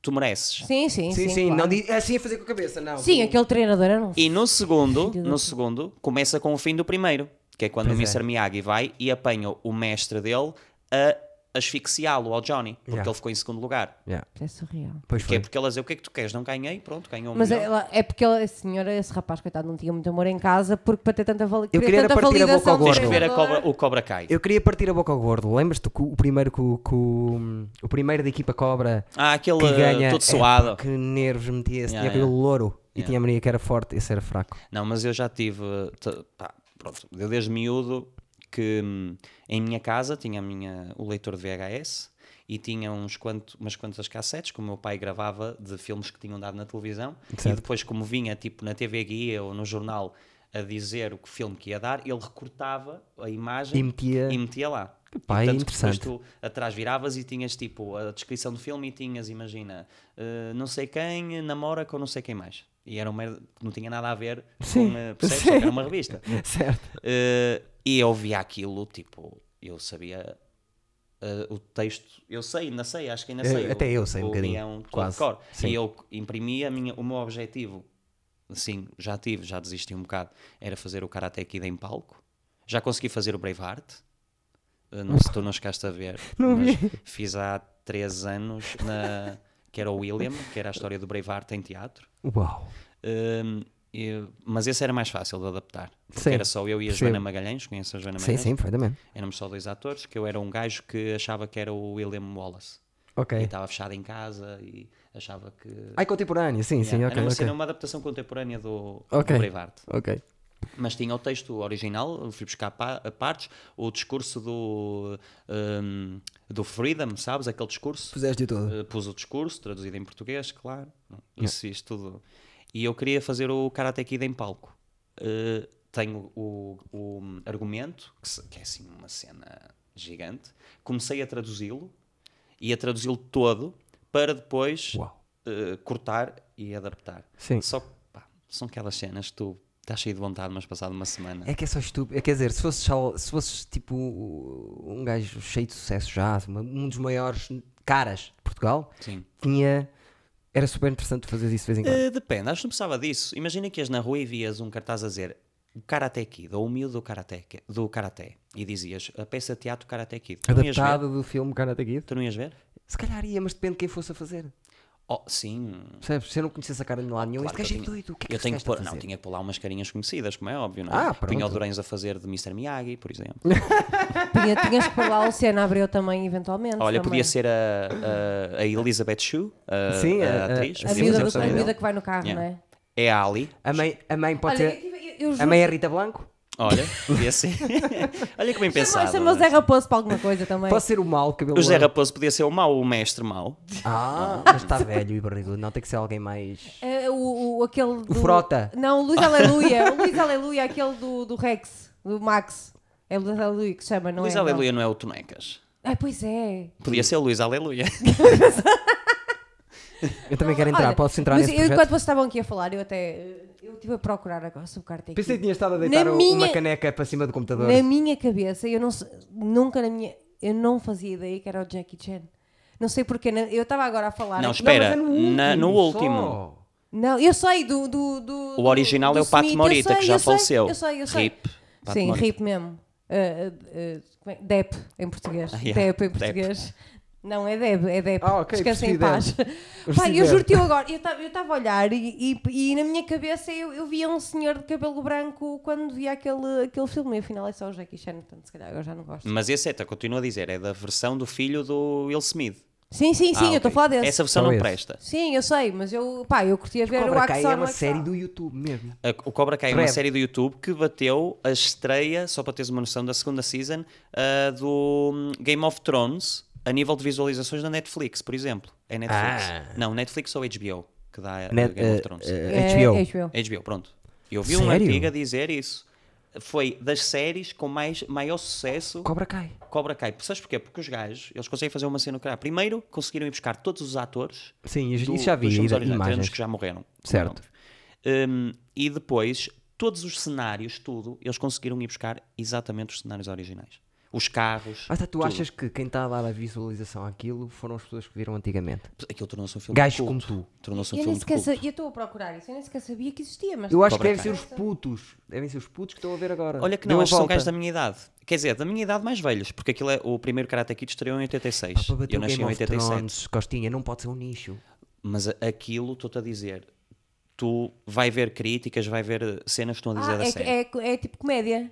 [SPEAKER 3] Tu mereces.
[SPEAKER 2] Sim,
[SPEAKER 1] Sim,
[SPEAKER 2] sim, sim.
[SPEAKER 1] sim.
[SPEAKER 2] claro.
[SPEAKER 1] Não di- assim a fazer com a cabeça, não.
[SPEAKER 2] Sim, é aquele treinador era um.
[SPEAKER 3] E no segundo, no segundo, começa com o fim do primeiro, que é quando
[SPEAKER 1] Pois
[SPEAKER 3] o Mr. Miyagi vai e apanha o mestre dele a asfixiá-lo ao Johnny, porque
[SPEAKER 1] Yeah.
[SPEAKER 3] ele ficou em segundo lugar.
[SPEAKER 1] Yeah.
[SPEAKER 2] É surreal.
[SPEAKER 1] Pois
[SPEAKER 3] Que é
[SPEAKER 1] foi.
[SPEAKER 3] porque ele a dizer o que é que tu queres, não ganhei, pronto, ganhou um o
[SPEAKER 2] Mas
[SPEAKER 3] melhor.
[SPEAKER 2] ela- é porque ela- a senhora, esse rapaz, coitado, não tinha muito amor em casa porque para ter tanta, vali
[SPEAKER 1] Eu queria
[SPEAKER 2] tanta
[SPEAKER 1] partir a boca
[SPEAKER 2] validação
[SPEAKER 1] ao
[SPEAKER 2] do
[SPEAKER 1] gordo.
[SPEAKER 3] Tens de ver a
[SPEAKER 2] treinador.
[SPEAKER 3] cobra, o Cobra Kai.
[SPEAKER 1] Eu queria partir a boca ao gordo. Lembras-te que o primeiro que o- que o- o primeiro da equipa cobra
[SPEAKER 3] Ah, aquele
[SPEAKER 1] que ganha.
[SPEAKER 3] todo
[SPEAKER 1] é,
[SPEAKER 3] suado.
[SPEAKER 1] pá, que nervos metia esse.
[SPEAKER 3] Ya,
[SPEAKER 1] Tinha
[SPEAKER 3] ya.
[SPEAKER 1] aquele louro. E
[SPEAKER 3] Ya.
[SPEAKER 1] tinha a mania que era forte, esse era fraco.
[SPEAKER 3] Não, mas eu já tive. t- pá, pronto, eu desde miúdo que hum, em minha casa tinha a minha, o leitor de VHS e tinha uns quanto, umas quantas cassetes que o meu pai gravava de filmes que tinham dado na televisão e
[SPEAKER 1] Certo.
[SPEAKER 3] depois, como vinha tipo na TV Guia ou no jornal a dizer o que filme que ia dar, ele recortava a imagem
[SPEAKER 1] E metia-
[SPEAKER 3] e metia lá.
[SPEAKER 1] pá,
[SPEAKER 3] E,
[SPEAKER 1] é
[SPEAKER 3] portanto, que depois
[SPEAKER 1] interessante.
[SPEAKER 3] tu atrás viravas e tinhas tipo a descrição do filme e tinhas, imagina, eh, não sei quem namora com não sei quem mais. E era uma merda que não tinha nada a ver
[SPEAKER 1] Sim,
[SPEAKER 3] com, eh, percebes?
[SPEAKER 1] sim.
[SPEAKER 3] Só que Era uma revista.
[SPEAKER 1] Certo.
[SPEAKER 3] Eh, e eu via aquilo, tipo, eu sabia eh, o texto, eu sei, ainda sei, acho que ainda
[SPEAKER 1] Eu-
[SPEAKER 3] sei. o-
[SPEAKER 1] até eu sei um
[SPEAKER 3] o
[SPEAKER 1] bocadinho,
[SPEAKER 3] guião todo
[SPEAKER 1] quase,
[SPEAKER 3] de cor.
[SPEAKER 1] sim.
[SPEAKER 3] E eu imprimi a minha, o meu objetivo, assim, já tive, já desisti um bocado, era fazer o Karate Kid em palco. Já consegui fazer o Braveheart. Uh, Não, se tu não chegaste a ver.
[SPEAKER 1] Não
[SPEAKER 3] mas
[SPEAKER 1] vi.
[SPEAKER 3] Fiz há três anos, na, que era o William, que era a história do Braveheart em teatro.
[SPEAKER 1] Uau.
[SPEAKER 3] Um, eu- mas esse era mais fácil de adaptar. Porque
[SPEAKER 1] Sim,
[SPEAKER 3] era só eu e a
[SPEAKER 1] percebo.
[SPEAKER 3] Joana Magalhães, conheço a Joana
[SPEAKER 1] Sim,
[SPEAKER 3] Magalhães.
[SPEAKER 1] sim, perfeitamente.
[SPEAKER 3] Éramos só dois atores, que eu era um gajo que achava que era o William Wallace. E tá.
[SPEAKER 1] Ok.
[SPEAKER 3] estava fechado em casa e achava que.
[SPEAKER 1] Ai, contemporâneo, sim, sim,
[SPEAKER 3] Yeah,
[SPEAKER 1] ok.
[SPEAKER 3] era uma,
[SPEAKER 1] ok.
[SPEAKER 3] cena, uma adaptação contemporânea do,
[SPEAKER 1] Ok.
[SPEAKER 3] do Braveheart.
[SPEAKER 1] Ok.
[SPEAKER 3] Mas tinha o texto original, eu fui buscar pa- a partes, o discurso do, um, do Freedom, sabes? Aquele discurso.
[SPEAKER 1] Puseste-o todo.
[SPEAKER 3] Uh, pus o discurso, traduzido em português, claro. Isso, isso tudo. E eu queria fazer o Karate Kid em palco. Uh, tenho o, o argumento, que, se- que é assim uma cena gigante. Comecei a traduzi-lo e a traduzi-lo todo para depois
[SPEAKER 1] Uau.
[SPEAKER 3] uh, cortar e adaptar.
[SPEAKER 1] Sim.
[SPEAKER 3] Só que pá, são aquelas cenas que tu estás cheio de vontade, mas passado uma semana.
[SPEAKER 1] É que é só estúpido. É, quer dizer, se fosses, só- se fosses tipo um gajo cheio de sucesso já, uma- um dos maiores caras de Portugal,
[SPEAKER 3] Sim.
[SPEAKER 1] tinha. Era super interessante fazer isso de vez em quando.
[SPEAKER 3] Eh, depende, acho que não precisava disso. Imagina que ias na rua e vias um cartaz a dizer o Karate Kid, ou o miúdo do Karate, Ki- do karate e dizias a peça de teatro Karate Kid. Tu Eh, não ias ver?
[SPEAKER 1] Adaptado do filme Karate Kid.
[SPEAKER 3] Tu não ias ver?
[SPEAKER 1] Se calhar ia, mas depende de quem fosse a fazer.
[SPEAKER 3] Oh, sim.
[SPEAKER 1] Percebes? Se eu não conhecesse a cara de lado nenhum, este
[SPEAKER 3] Claro que
[SPEAKER 1] gajo é
[SPEAKER 3] eu tinha-
[SPEAKER 1] doido. O que é que
[SPEAKER 3] eu
[SPEAKER 1] este
[SPEAKER 3] tenho
[SPEAKER 1] gajo
[SPEAKER 3] que
[SPEAKER 1] está a
[SPEAKER 3] pôr, não,
[SPEAKER 1] fazer?
[SPEAKER 3] tinha que pôr lá umas carinhas conhecidas, como é óbvio, não
[SPEAKER 1] Ah,
[SPEAKER 3] é?
[SPEAKER 1] pronto.
[SPEAKER 3] Punha o Durães a fazer de Mr. Miyagi, por exemplo.
[SPEAKER 2] Tinha- tinhas que pôr lá a Luciana Abreu também, eventualmente.
[SPEAKER 3] Olha,
[SPEAKER 2] também.
[SPEAKER 3] podia ser a, a, a Elizabeth Shue, a,
[SPEAKER 1] Sim,
[SPEAKER 3] a
[SPEAKER 1] a- a-
[SPEAKER 3] atriz.
[SPEAKER 2] A
[SPEAKER 1] Sim, sim,
[SPEAKER 2] miúda, do-
[SPEAKER 3] podia fazer
[SPEAKER 2] a
[SPEAKER 1] sim.
[SPEAKER 3] personagem
[SPEAKER 2] miúda
[SPEAKER 3] dela.
[SPEAKER 2] que vai no carro,
[SPEAKER 3] Yeah.
[SPEAKER 2] não é?
[SPEAKER 3] É a Ali.
[SPEAKER 1] A mãe, a mãe pode
[SPEAKER 2] Olha, eu,
[SPEAKER 1] ser.
[SPEAKER 2] tive- eu, eu
[SPEAKER 1] A
[SPEAKER 2] juro.
[SPEAKER 1] mãe é Rita Blanco?
[SPEAKER 3] Olha, podia ser. Olha que bem pensado.
[SPEAKER 2] Chama o
[SPEAKER 3] não é?
[SPEAKER 2] Zé Raposo para alguma coisa também.
[SPEAKER 1] Pode ser o mal, cabelo
[SPEAKER 3] O Zé
[SPEAKER 1] loiro.
[SPEAKER 3] Raposo podia ser o mau, o mestre mau.
[SPEAKER 1] Ah, mas está velho e barrigudo. Não, tem que ser alguém mais.
[SPEAKER 2] É, o, o- aquele do...
[SPEAKER 1] Frota.
[SPEAKER 2] Não, o Luís Aleluia. o Luís Aleluia, aquele do, do Rex, do Max. É o Luís Aleluia que se chama, não
[SPEAKER 3] Luís
[SPEAKER 2] é?
[SPEAKER 3] Aleluia não é o Tonecas.
[SPEAKER 2] Não. Ah, pois é.
[SPEAKER 3] Podia ser Luís Aleluia.
[SPEAKER 1] Eu também quero entrar,
[SPEAKER 2] Olha,
[SPEAKER 1] posso entrar
[SPEAKER 2] mas
[SPEAKER 1] nesse
[SPEAKER 2] eu,
[SPEAKER 1] projeto?
[SPEAKER 2] Enquanto vocês estavam aqui a falar, eu até... eh, Eu estive a procurar agora sobre o Karate
[SPEAKER 1] Pensei que
[SPEAKER 2] Kid.
[SPEAKER 1] tinha estado a deitar
[SPEAKER 2] Na
[SPEAKER 1] o- uma
[SPEAKER 2] minha-
[SPEAKER 1] caneca para cima do computador.
[SPEAKER 2] Na minha cabeça, eu não se- nunca na minha... Eu não fazia ideia que era o Jackie Chan. Não sei porquê. na- Eu estava agora a falar...
[SPEAKER 3] Não,
[SPEAKER 2] aqui-
[SPEAKER 3] espera.
[SPEAKER 1] mas é
[SPEAKER 3] na- Ah, no último.
[SPEAKER 1] só.
[SPEAKER 2] Não, eu sei do. do, do-
[SPEAKER 3] O original
[SPEAKER 2] do
[SPEAKER 3] é o Pato
[SPEAKER 2] Smith, eu
[SPEAKER 3] Morita,
[SPEAKER 2] sei,
[SPEAKER 3] que já
[SPEAKER 2] eu sei,
[SPEAKER 3] faleceu.
[SPEAKER 2] Eu sei, eu sei.
[SPEAKER 3] Rip, Pato
[SPEAKER 1] Tá
[SPEAKER 2] Sim,
[SPEAKER 3] Morita.
[SPEAKER 2] Rip mesmo. Uh, uh, uh, como é? Dep em português.
[SPEAKER 3] yeah,
[SPEAKER 2] Dep em
[SPEAKER 3] Dep.
[SPEAKER 2] português. Não, é Deb, é Deb.
[SPEAKER 1] Ah, ok,
[SPEAKER 2] Descansem em
[SPEAKER 1] percebi
[SPEAKER 2] paz.
[SPEAKER 1] Deb.
[SPEAKER 2] Pá,
[SPEAKER 1] Percebi
[SPEAKER 2] eu
[SPEAKER 1] Deb.
[SPEAKER 2] juro-te, eu agora, eu estava a olhar e, e, e na minha cabeça eu, eu via um senhor de cabelo branco quando via aquele, aquele filme e afinal é só o Jackie Chan, portanto se calhar eu já não
[SPEAKER 1] Hum.
[SPEAKER 2] gosto.
[SPEAKER 3] Mas esse é, tá, continuo a dizer, é da versão do filho do Will Smith.
[SPEAKER 2] Sim, sim, sim,
[SPEAKER 3] Ah,
[SPEAKER 2] eu estou
[SPEAKER 3] ok.
[SPEAKER 2] a falar desse.
[SPEAKER 3] Essa versão
[SPEAKER 1] Só
[SPEAKER 3] não
[SPEAKER 1] esse.
[SPEAKER 3] presta.
[SPEAKER 2] Sim, eu sei, mas eu, pá, eu curti a ver o
[SPEAKER 1] Cobra Kai
[SPEAKER 2] Axon.
[SPEAKER 1] é uma série do YouTube mesmo.
[SPEAKER 3] A- o Cobra Kai é uma
[SPEAKER 1] Red.
[SPEAKER 3] série do YouTube que bateu a estreia, só para teres uma noção, da segunda season ah, do hum, Game of Thrones a nível de visualizações na Netflix, por exemplo. É Netflix.
[SPEAKER 1] Ah.
[SPEAKER 3] Não, Netflix ou HBO que dá a
[SPEAKER 1] Net-
[SPEAKER 3] Game
[SPEAKER 1] eh,
[SPEAKER 3] of Thrones.
[SPEAKER 2] É,
[SPEAKER 1] eh, HBO.
[SPEAKER 3] HBO, pronto. Eu vi
[SPEAKER 1] Sério?
[SPEAKER 3] uma antiga dizer isso. Foi das séries com mais, maior sucesso
[SPEAKER 1] Cobra Kai.
[SPEAKER 3] Cobra Kai. Sabes porquê? Porque os gajos, eles conseguem fazer uma cena nuclear. Primeiro, conseguiram ir buscar todos os atores
[SPEAKER 1] Sim,
[SPEAKER 3] do-
[SPEAKER 1] isso já vi.
[SPEAKER 3] dos filmes
[SPEAKER 1] ida-
[SPEAKER 3] originais, tirando os
[SPEAKER 1] Imagens.
[SPEAKER 3] que já morreram.
[SPEAKER 1] Certo.
[SPEAKER 3] Hum, e depois, todos os cenários, tudo, eles conseguiram ir buscar exatamente os cenários originais. Os carros.
[SPEAKER 1] Ah, tá, tu
[SPEAKER 3] tudo.
[SPEAKER 1] achas que quem está a dar a visualização àquilo foram as pessoas que viram antigamente?
[SPEAKER 3] Aquilo tornou-se um filme
[SPEAKER 1] Gajos
[SPEAKER 3] de
[SPEAKER 1] como
[SPEAKER 3] culto.
[SPEAKER 1] tu.
[SPEAKER 3] Tornou-se
[SPEAKER 2] Eu
[SPEAKER 3] um
[SPEAKER 2] nem
[SPEAKER 3] filme de
[SPEAKER 2] sequer
[SPEAKER 3] culto.
[SPEAKER 2] sabia, eu estou a procurar isso, eu nem sequer sabia que existia, mas Ah,
[SPEAKER 1] Eu acho
[SPEAKER 3] Cobra
[SPEAKER 1] que devem
[SPEAKER 3] Kai.
[SPEAKER 1] ser os putos. Devem ser os putos que estão a ver agora.
[SPEAKER 3] Olha que
[SPEAKER 1] Tá. Deu
[SPEAKER 3] não,
[SPEAKER 1] a
[SPEAKER 3] estes são
[SPEAKER 1] volta.
[SPEAKER 3] gajos da minha idade. Quer dizer, da minha idade mais velhos, porque aquilo é, o primeiro Karate Kid estreou em 86.
[SPEAKER 1] Para bater
[SPEAKER 3] eu
[SPEAKER 1] o
[SPEAKER 3] nasci em
[SPEAKER 1] Ah, Game of
[SPEAKER 3] 87.
[SPEAKER 1] Thrones, Costinha, não pode ser um nicho.
[SPEAKER 3] Mas a- aquilo, estou-te a dizer, tu vai ver críticas, vai ver eh, cenas que estão a dizer
[SPEAKER 2] Ah,
[SPEAKER 3] da
[SPEAKER 2] é,
[SPEAKER 3] série.
[SPEAKER 2] que- é- é tipo comédia.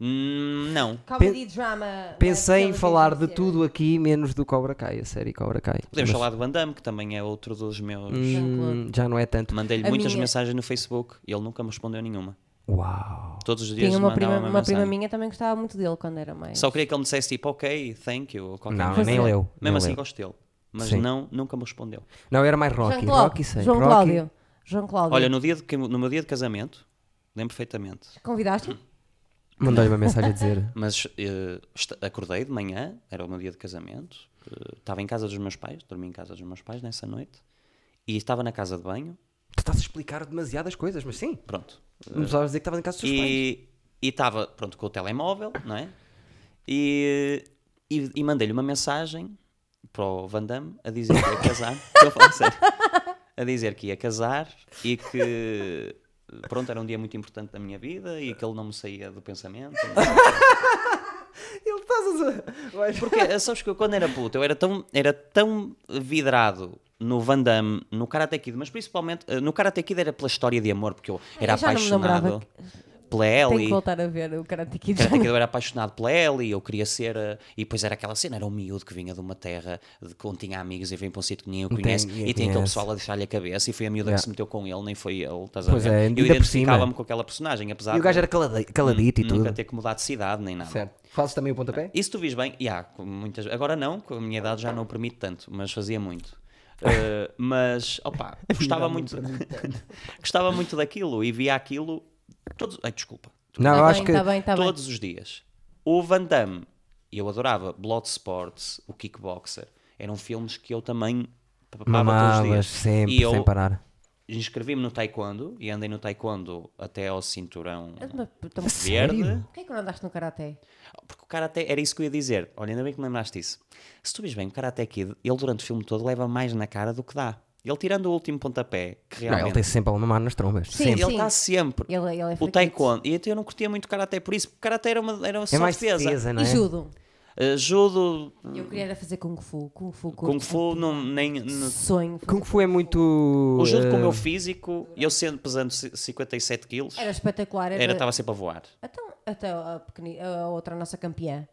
[SPEAKER 3] Hum, Não.
[SPEAKER 2] Comedy drama.
[SPEAKER 1] Pensei
[SPEAKER 2] não é?
[SPEAKER 1] em
[SPEAKER 2] Aquelas
[SPEAKER 1] falar de
[SPEAKER 2] coisas
[SPEAKER 1] tudo aqui, menos do Cobra Kai, a série Cobra Kai. Mas,
[SPEAKER 3] Podemos falar de Van Damme, que também é outro dos meus.
[SPEAKER 1] hum, já não é tanto.
[SPEAKER 3] Mandei-lhe
[SPEAKER 2] A
[SPEAKER 3] muitas
[SPEAKER 2] minha-
[SPEAKER 3] mensagens no Facebook e ele nunca me respondeu nenhuma.
[SPEAKER 1] Uau.
[SPEAKER 3] Todos os dias
[SPEAKER 2] Tinha
[SPEAKER 3] me
[SPEAKER 2] uma,
[SPEAKER 3] mandava
[SPEAKER 2] prima,
[SPEAKER 3] uma,
[SPEAKER 2] uma prima
[SPEAKER 3] mensagem.
[SPEAKER 2] minha também gostava muito dele quando era mais.
[SPEAKER 3] Só queria que ele me dissesse tipo, ok, thank you. ou qualquer
[SPEAKER 1] Não,
[SPEAKER 3] coisa.
[SPEAKER 1] nem
[SPEAKER 2] é.
[SPEAKER 1] leu. nem
[SPEAKER 3] Mesmo assim
[SPEAKER 1] leu.
[SPEAKER 3] gosto dele. Mas
[SPEAKER 1] Sim.
[SPEAKER 3] não, nunca me respondeu.
[SPEAKER 1] Não, era mais
[SPEAKER 2] João
[SPEAKER 1] Rocky. Rocky,
[SPEAKER 2] Cláudio.
[SPEAKER 1] sei.
[SPEAKER 2] João
[SPEAKER 1] Rocky.
[SPEAKER 2] Cláudio. João Cláudio.
[SPEAKER 3] Olha, no, dia de, no meu dia de casamento, lembro perfeitamente.
[SPEAKER 2] Convidaste-me?
[SPEAKER 1] Mandou-lhe uma mensagem a dizer.
[SPEAKER 3] Mas eh, esta- acordei de manhã, era o meu dia de casamento, eh, estava em casa dos meus pais, dormi em casa dos meus pais nessa noite, e estava na casa de banho,
[SPEAKER 1] Tu estás a explicar demasiadas coisas, mas sim.
[SPEAKER 3] pronto.
[SPEAKER 1] Não precisavas dizer que estavas em casa dos teus pais.
[SPEAKER 3] Hum. E e estava, pronto, com o telemóvel, não é? E, e, e mandei-lhe uma mensagem para o Van Damme a dizer que ia casar, estou a falar sério, a dizer que ia casar e que... é? Pronto, era um dia muito importante da minha vida e que ele não me saía do pensamento.
[SPEAKER 1] Ele estás a. Vais...
[SPEAKER 3] Porque eh, sabes que eu, quando era puto, eu era tão, era tão vidrado no Van Damme, no Karate Kid, mas principalmente eh, no Karate Kid era pela história de amor, porque eu era
[SPEAKER 2] eu já não me lembrava
[SPEAKER 3] apaixonado pela
[SPEAKER 2] Tenho que
[SPEAKER 3] Ellie.
[SPEAKER 2] voltar a ver o Karate Kid.
[SPEAKER 3] Karate Kid eu era apaixonado pela Ellie, eu queria ser. eh, E depois era aquela cena, era um miúdo que vinha de uma terra de que não tinha amigos e vem para um sítio que ninguém o
[SPEAKER 1] Não tem-
[SPEAKER 3] conhece
[SPEAKER 1] ninguém
[SPEAKER 3] e tem aquele
[SPEAKER 1] conhece.
[SPEAKER 3] pessoal a deixar-lhe a cabeça e foi a miúda
[SPEAKER 1] Yeah.
[SPEAKER 3] que se meteu com ele, nem foi ele, estás a
[SPEAKER 1] Pois
[SPEAKER 3] ver?
[SPEAKER 1] é, ainda por
[SPEAKER 3] eu
[SPEAKER 1] cima.
[SPEAKER 3] identificava-me com aquela personagem, apesar
[SPEAKER 1] E o gajo
[SPEAKER 3] de
[SPEAKER 1] era calade- caladito e
[SPEAKER 3] Tá Hum, nunca
[SPEAKER 1] tudo.
[SPEAKER 3] ter que mudar de cidade nem nada.
[SPEAKER 1] Certo. Fazes também o pontapé?
[SPEAKER 3] Isso tu vis bem, e há com muitas. Agora não, com a minha idade já não permite tanto, mas fazia muito. Uh, mas, opa, gostava muito. gostava muito daquilo e via aquilo todos. Ai, desculpa.
[SPEAKER 1] Não, eu
[SPEAKER 2] Tá
[SPEAKER 1] acho
[SPEAKER 2] bem,
[SPEAKER 1] que.
[SPEAKER 2] tá bem, tá bem.
[SPEAKER 3] todos os dias. O Van Damme, eu adorava Bloodsport, o Kickboxer. Eram filmes que eu também papava todos os
[SPEAKER 1] Mamavas
[SPEAKER 3] dias.
[SPEAKER 1] sempre,
[SPEAKER 3] e eu
[SPEAKER 1] sem parar.
[SPEAKER 3] inscrevi-me no Taekwondo e andei no Taekwondo até ao cinturão
[SPEAKER 2] Mas, então,
[SPEAKER 3] verde.
[SPEAKER 1] É Sério?
[SPEAKER 2] Porquê que não andaste no Karate?
[SPEAKER 3] Porque o Karate, era isso que eu ia dizer. Olha, ainda bem que me lembraste disso. Se tu vês bem, o Karate Kid, ele durante o filme todo leva mais na cara do que dá. Ele tirando o último pontapé, que
[SPEAKER 1] Não, ele
[SPEAKER 3] realmente...
[SPEAKER 1] tem sempre a mamar nas trombas.
[SPEAKER 2] Sim,
[SPEAKER 1] Sempre.
[SPEAKER 2] ele-
[SPEAKER 3] ele está sempre.
[SPEAKER 2] Ele, ele é
[SPEAKER 3] o
[SPEAKER 2] fraquito.
[SPEAKER 3] taekwondo. E então eu não curtia muito Karate por isso. porque Karate era, uma, era só
[SPEAKER 1] É mais
[SPEAKER 3] defesa.
[SPEAKER 1] defesa, não
[SPEAKER 2] E
[SPEAKER 1] é?
[SPEAKER 2] judo.
[SPEAKER 3] Eh, judo,
[SPEAKER 2] Eu queria era fazer Kung Fu. Kung Fu.
[SPEAKER 3] Kung Fu, não, nem... n-
[SPEAKER 2] Sonho.
[SPEAKER 1] Kung Fu é muito.
[SPEAKER 3] o judo com o
[SPEAKER 1] eh,
[SPEAKER 3] meu físico, eu sendo pesando ci- 57 quilos,
[SPEAKER 2] Era espetacular. Era,
[SPEAKER 3] era estava sempre a voar.
[SPEAKER 2] Então, até a, pequeni- a outra nossa campeã.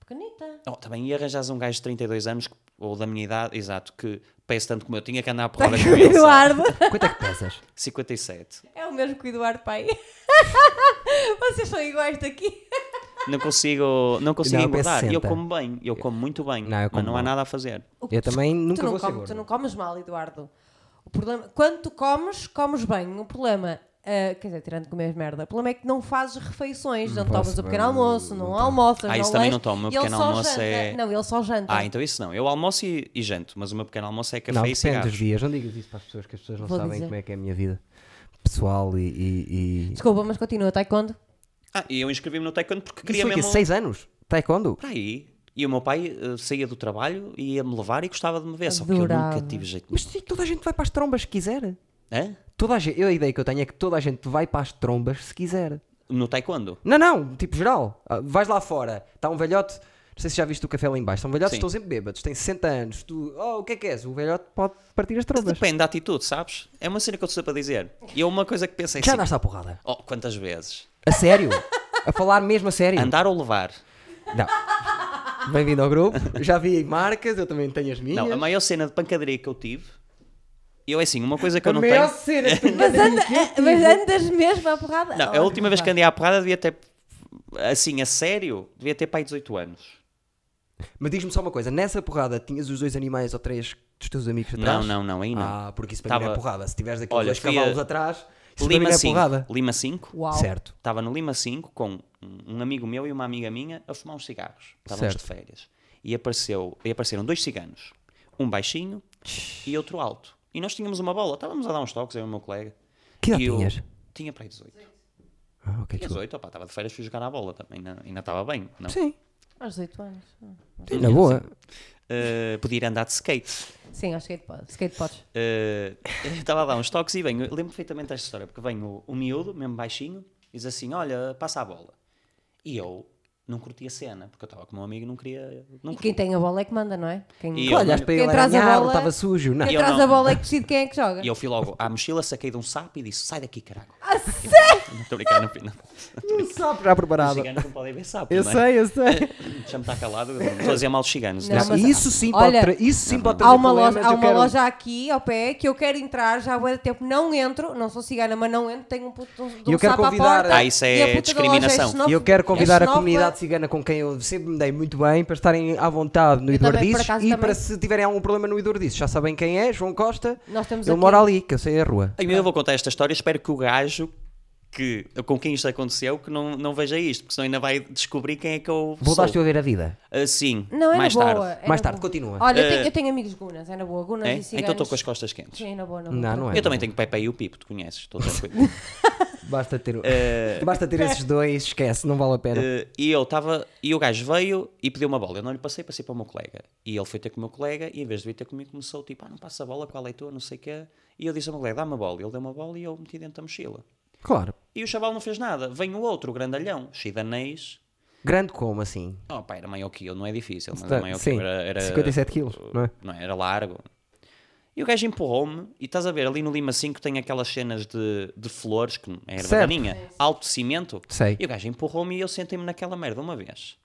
[SPEAKER 2] Pequenita.
[SPEAKER 3] Oh, também ia arranjar um gajo de 32 anos, que- ou da minha idade, exato, que pese tanto como eu, tinha que andar a porrada com ele. sabe?
[SPEAKER 2] Tá Eduardo.
[SPEAKER 1] Quanto é que pesas?
[SPEAKER 3] 57.
[SPEAKER 2] É o mesmo que o Eduardo Pai. Vocês são iguais daqui.
[SPEAKER 3] Não consigo, não consigo
[SPEAKER 1] Não,
[SPEAKER 3] engordar. E eu
[SPEAKER 1] 60.
[SPEAKER 3] como bem, eu como muito bem,
[SPEAKER 1] Não, eu como
[SPEAKER 3] mas não há
[SPEAKER 1] mal.
[SPEAKER 3] nada a fazer.
[SPEAKER 2] O que
[SPEAKER 1] Eu
[SPEAKER 2] tu-
[SPEAKER 1] também
[SPEAKER 2] tu
[SPEAKER 1] nunca
[SPEAKER 2] não
[SPEAKER 1] vou ser
[SPEAKER 2] comes-
[SPEAKER 1] gordo.
[SPEAKER 2] Tu não comes mal, Eduardo. O problema, quando tu comes, comes bem. O problema, ah, quer dizer, tirando de comer merda, o problema é que não fazes refeições, não,
[SPEAKER 1] faço
[SPEAKER 2] tomas o pequeno
[SPEAKER 1] bem,
[SPEAKER 2] almoço, não, almoças,
[SPEAKER 3] Ah,
[SPEAKER 2] não
[SPEAKER 3] isso também
[SPEAKER 2] lanches,
[SPEAKER 3] não tomo, o
[SPEAKER 2] e ele
[SPEAKER 3] pequeno
[SPEAKER 2] só
[SPEAKER 3] almoço
[SPEAKER 2] janta.
[SPEAKER 3] é-
[SPEAKER 2] Não, ele só janta.
[SPEAKER 3] Ah, então isso não. Eu almoço e, e janto, mas o meu pequeno almoço é café
[SPEAKER 1] Não,
[SPEAKER 3] e
[SPEAKER 1] depende dos
[SPEAKER 3] cigarros.
[SPEAKER 1] dias. Não digas isso para as pessoas que as pessoas não
[SPEAKER 2] Vou
[SPEAKER 1] sabem
[SPEAKER 2] dizer.
[SPEAKER 1] como é que é a minha vida pessoal e. e, e...
[SPEAKER 2] Desculpa, mas continua, taekwondo.
[SPEAKER 3] Ah, e eu inscrevi-me no taekwondo porque
[SPEAKER 1] Isso
[SPEAKER 3] queria
[SPEAKER 1] foi que
[SPEAKER 3] mesmo... um
[SPEAKER 1] 6 anos? Taekwondo?
[SPEAKER 3] Para aí. E o meu pai eh, saía do trabalho e ia-me levar e gostava de me ver, só que eu
[SPEAKER 2] Adorava.
[SPEAKER 3] nunca tive jeito.
[SPEAKER 1] Mas sim, toda a gente vai para as trombas se quiser.
[SPEAKER 3] Hã?
[SPEAKER 1] Toda a gente, eu, a ideia que eu tenho é que toda a gente vai para as trombas se quiser.
[SPEAKER 3] No taekwondo.
[SPEAKER 1] Não, não, tipo geral. Ah, Vais lá fora, está um velhote. Não sei se já viste o café lá em baixo. São velhotes
[SPEAKER 3] Sim.
[SPEAKER 1] que estão sempre bêbados, têm 60 anos. Tu, oh, o que é que és? O velhote pode partir as trombas.
[SPEAKER 3] Depende da atitude, sabes? É uma cena que eu te sei para dizer. E é uma coisa que pensei
[SPEAKER 1] Já
[SPEAKER 3] assim...
[SPEAKER 1] andaste à porrada.
[SPEAKER 3] Oh, quantas vezes?
[SPEAKER 1] A sério? a falar mesmo a sério?
[SPEAKER 3] Andar ou levar?
[SPEAKER 1] Não. Bem-vindo ao grupo. Já vi marcas, eu também tenho as minhas.
[SPEAKER 3] Não, a maior cena de pancadaria que eu tive... Eu é assim, uma coisa que
[SPEAKER 1] A
[SPEAKER 3] eu não
[SPEAKER 1] maior
[SPEAKER 3] tenho...
[SPEAKER 1] cena que tu
[SPEAKER 2] Mas,
[SPEAKER 1] ganhas
[SPEAKER 2] anda-
[SPEAKER 1] aqui, tipo,
[SPEAKER 2] mas andas mesmo à porrada?
[SPEAKER 3] Não, a
[SPEAKER 2] Olha,
[SPEAKER 3] última vez
[SPEAKER 2] vá.
[SPEAKER 3] que andei à porrada devia ter, assim, a sério, devia ter pai 18 anos.
[SPEAKER 1] Mas diz-me só uma coisa: nessa porrada tinhas os dois animais ou três dos teus amigos atrás?
[SPEAKER 3] Não, não, não, aí não.
[SPEAKER 1] Ah, porque isso para mim não é
[SPEAKER 3] Tava-
[SPEAKER 1] porrada. Se tiveres daqueles
[SPEAKER 3] Olha,
[SPEAKER 1] dois
[SPEAKER 3] fui a-
[SPEAKER 1] cavalos atrás, isso para mim
[SPEAKER 3] Lima,
[SPEAKER 1] não é
[SPEAKER 3] 5,
[SPEAKER 1] porrada.
[SPEAKER 3] Lima 5,
[SPEAKER 2] Uau.
[SPEAKER 1] Certo.
[SPEAKER 3] estava no Lima 5 com um amigo meu e uma amiga minha a fumar uns cigarros. Estávamos
[SPEAKER 1] Certo.
[SPEAKER 3] de férias. E, apareceu, e apareceram dois ciganos, um baixinho e outro alto. E nós tínhamos uma bola, estávamos a dar uns toques, eu e o meu colega.
[SPEAKER 1] Que idade
[SPEAKER 3] E eu-
[SPEAKER 1] tinhas?
[SPEAKER 3] Tinha para aí 18.
[SPEAKER 1] Ah, ok, desculpa.
[SPEAKER 3] 18, opa, estava de férias, fui jogar à bola também, não- ainda estava bem. Não?
[SPEAKER 1] Sim,
[SPEAKER 2] Aos 18 anos.
[SPEAKER 1] sim, na boa.
[SPEAKER 3] Eh, podia ir andar de skate.
[SPEAKER 2] Sim, aos skateboards. skateboards.
[SPEAKER 3] Eh, eu estava a dar uns toques e venho, eu lembro perfeitamente desta história, porque vem o, o miúdo, mesmo baixinho, diz assim: Olha, passa a bola. E eu não curti a cena, porque eu estava com o meu amigo e não queria. Não
[SPEAKER 2] E
[SPEAKER 3] curti.
[SPEAKER 2] quem tem a bola é que manda, não é? Quem,
[SPEAKER 3] E
[SPEAKER 1] Tu
[SPEAKER 3] eu-
[SPEAKER 1] olhaste para
[SPEAKER 2] Quem
[SPEAKER 1] ele, era
[SPEAKER 2] traz a
[SPEAKER 1] nhabre,
[SPEAKER 2] bola-
[SPEAKER 1] estava sujo. Não.
[SPEAKER 2] quem
[SPEAKER 3] eu
[SPEAKER 2] traz
[SPEAKER 3] não.
[SPEAKER 2] a bola é que decide quem é que joga.
[SPEAKER 3] E eu fui logo à mochila, saquei de um sapo e disse: Sai daqui, caraca.
[SPEAKER 2] Ah, sério?
[SPEAKER 3] Não estou a brincar, não. não.
[SPEAKER 1] Um sapo já
[SPEAKER 3] Os
[SPEAKER 1] preparado.
[SPEAKER 3] ciganos não podem ver sapo.
[SPEAKER 1] Eu
[SPEAKER 3] não é?
[SPEAKER 1] sei, eu sei.
[SPEAKER 3] Deixa-me estar calado, eu estou a dizer mal dos ciganos. né?
[SPEAKER 2] Não,
[SPEAKER 3] Disse,
[SPEAKER 2] mas-
[SPEAKER 1] isso sim pode,
[SPEAKER 2] Olha,
[SPEAKER 1] tra- isso sim pode
[SPEAKER 2] Há
[SPEAKER 1] trazer
[SPEAKER 2] uma,
[SPEAKER 1] problemas,
[SPEAKER 2] loja, há
[SPEAKER 1] eu
[SPEAKER 2] uma
[SPEAKER 1] quero-
[SPEAKER 2] loja aqui ao pé que eu quero entrar já há muito tempo, não entro, não sou cigana, mas não entro, tenho um puto de um, de
[SPEAKER 1] E eu
[SPEAKER 2] um
[SPEAKER 1] quero
[SPEAKER 2] sapo à
[SPEAKER 1] convidar-
[SPEAKER 2] porta.
[SPEAKER 3] Ah, isso é
[SPEAKER 2] e a puta da loja
[SPEAKER 3] discriminação.
[SPEAKER 2] xenófoba-
[SPEAKER 1] E eu quero convidar
[SPEAKER 2] é
[SPEAKER 1] a
[SPEAKER 2] xenófoba.
[SPEAKER 1] comunidade cigana com quem eu sempre me dei muito bem para estarem à vontade no
[SPEAKER 2] Eu também, por
[SPEAKER 1] Eduardices
[SPEAKER 2] acaso,
[SPEAKER 1] e
[SPEAKER 2] também.
[SPEAKER 1] para se tiverem algum problema no Eduardices, já sabem quem é, João Costa.
[SPEAKER 2] Nós temos
[SPEAKER 1] Ele
[SPEAKER 2] aqui-
[SPEAKER 1] mora ali, que eu sei a rua.
[SPEAKER 3] Ai, meu, eu vou contar esta história. Espero que o gajo que, com quem isto aconteceu que não, não veja isto, porque senão ainda vai descobrir quem é que eu sou.
[SPEAKER 1] Voltaste a ouvir a vida.
[SPEAKER 3] Ah, sim,
[SPEAKER 2] Não, é
[SPEAKER 3] mais
[SPEAKER 2] na boa.
[SPEAKER 3] tarde.
[SPEAKER 2] é
[SPEAKER 1] Mais
[SPEAKER 2] na
[SPEAKER 1] tarde,
[SPEAKER 2] boa.
[SPEAKER 1] continua. Eh,
[SPEAKER 2] Olha, eu, tenho, eu tenho amigos gunas, é na boa. Gunas
[SPEAKER 3] É?
[SPEAKER 2] e ciganos.
[SPEAKER 3] Então estou com as costas quentes.
[SPEAKER 2] Sim, na boa, na boa.
[SPEAKER 1] Não, não é.
[SPEAKER 3] Eu também tenho Pepe e o Pipo, tu conheces, estou tranquilo.
[SPEAKER 1] Basta ter, Basta ter esses dois, esquece, não vale a pena.
[SPEAKER 3] Eh, e eu estava, e o gajo veio e pediu uma bola. Eu não lhe passei, passei para o meu colega. E ele foi ter com o meu colega e em vez de vir ter comigo começou tipo, ah, não passa a bola, qual é a tua, não sei o quê. E eu disse ao meu colega, dá-me a bola. Ele deu uma bola e eu meti dentro da mochila.
[SPEAKER 1] Claro.
[SPEAKER 3] E o chaval não fez nada. Vem o outro, o grandalhão, chidanês,
[SPEAKER 1] Grande como assim?
[SPEAKER 3] Oh, pá, era maior que eu, não é difícil. Mas
[SPEAKER 1] Tá,
[SPEAKER 3] era maior que
[SPEAKER 1] sim,
[SPEAKER 3] eu, era, era
[SPEAKER 1] 57 quilos, não é?
[SPEAKER 3] Não, era largo. E o gajo empurrou-me, e estás a ver, ali no Lima 5 tem aquelas cenas de, de flores, que é
[SPEAKER 1] Certo.
[SPEAKER 3] erva daninha, alto cimento.
[SPEAKER 1] Sei.
[SPEAKER 3] E o gajo empurrou-me e eu sentei-me naquela merda uma vez.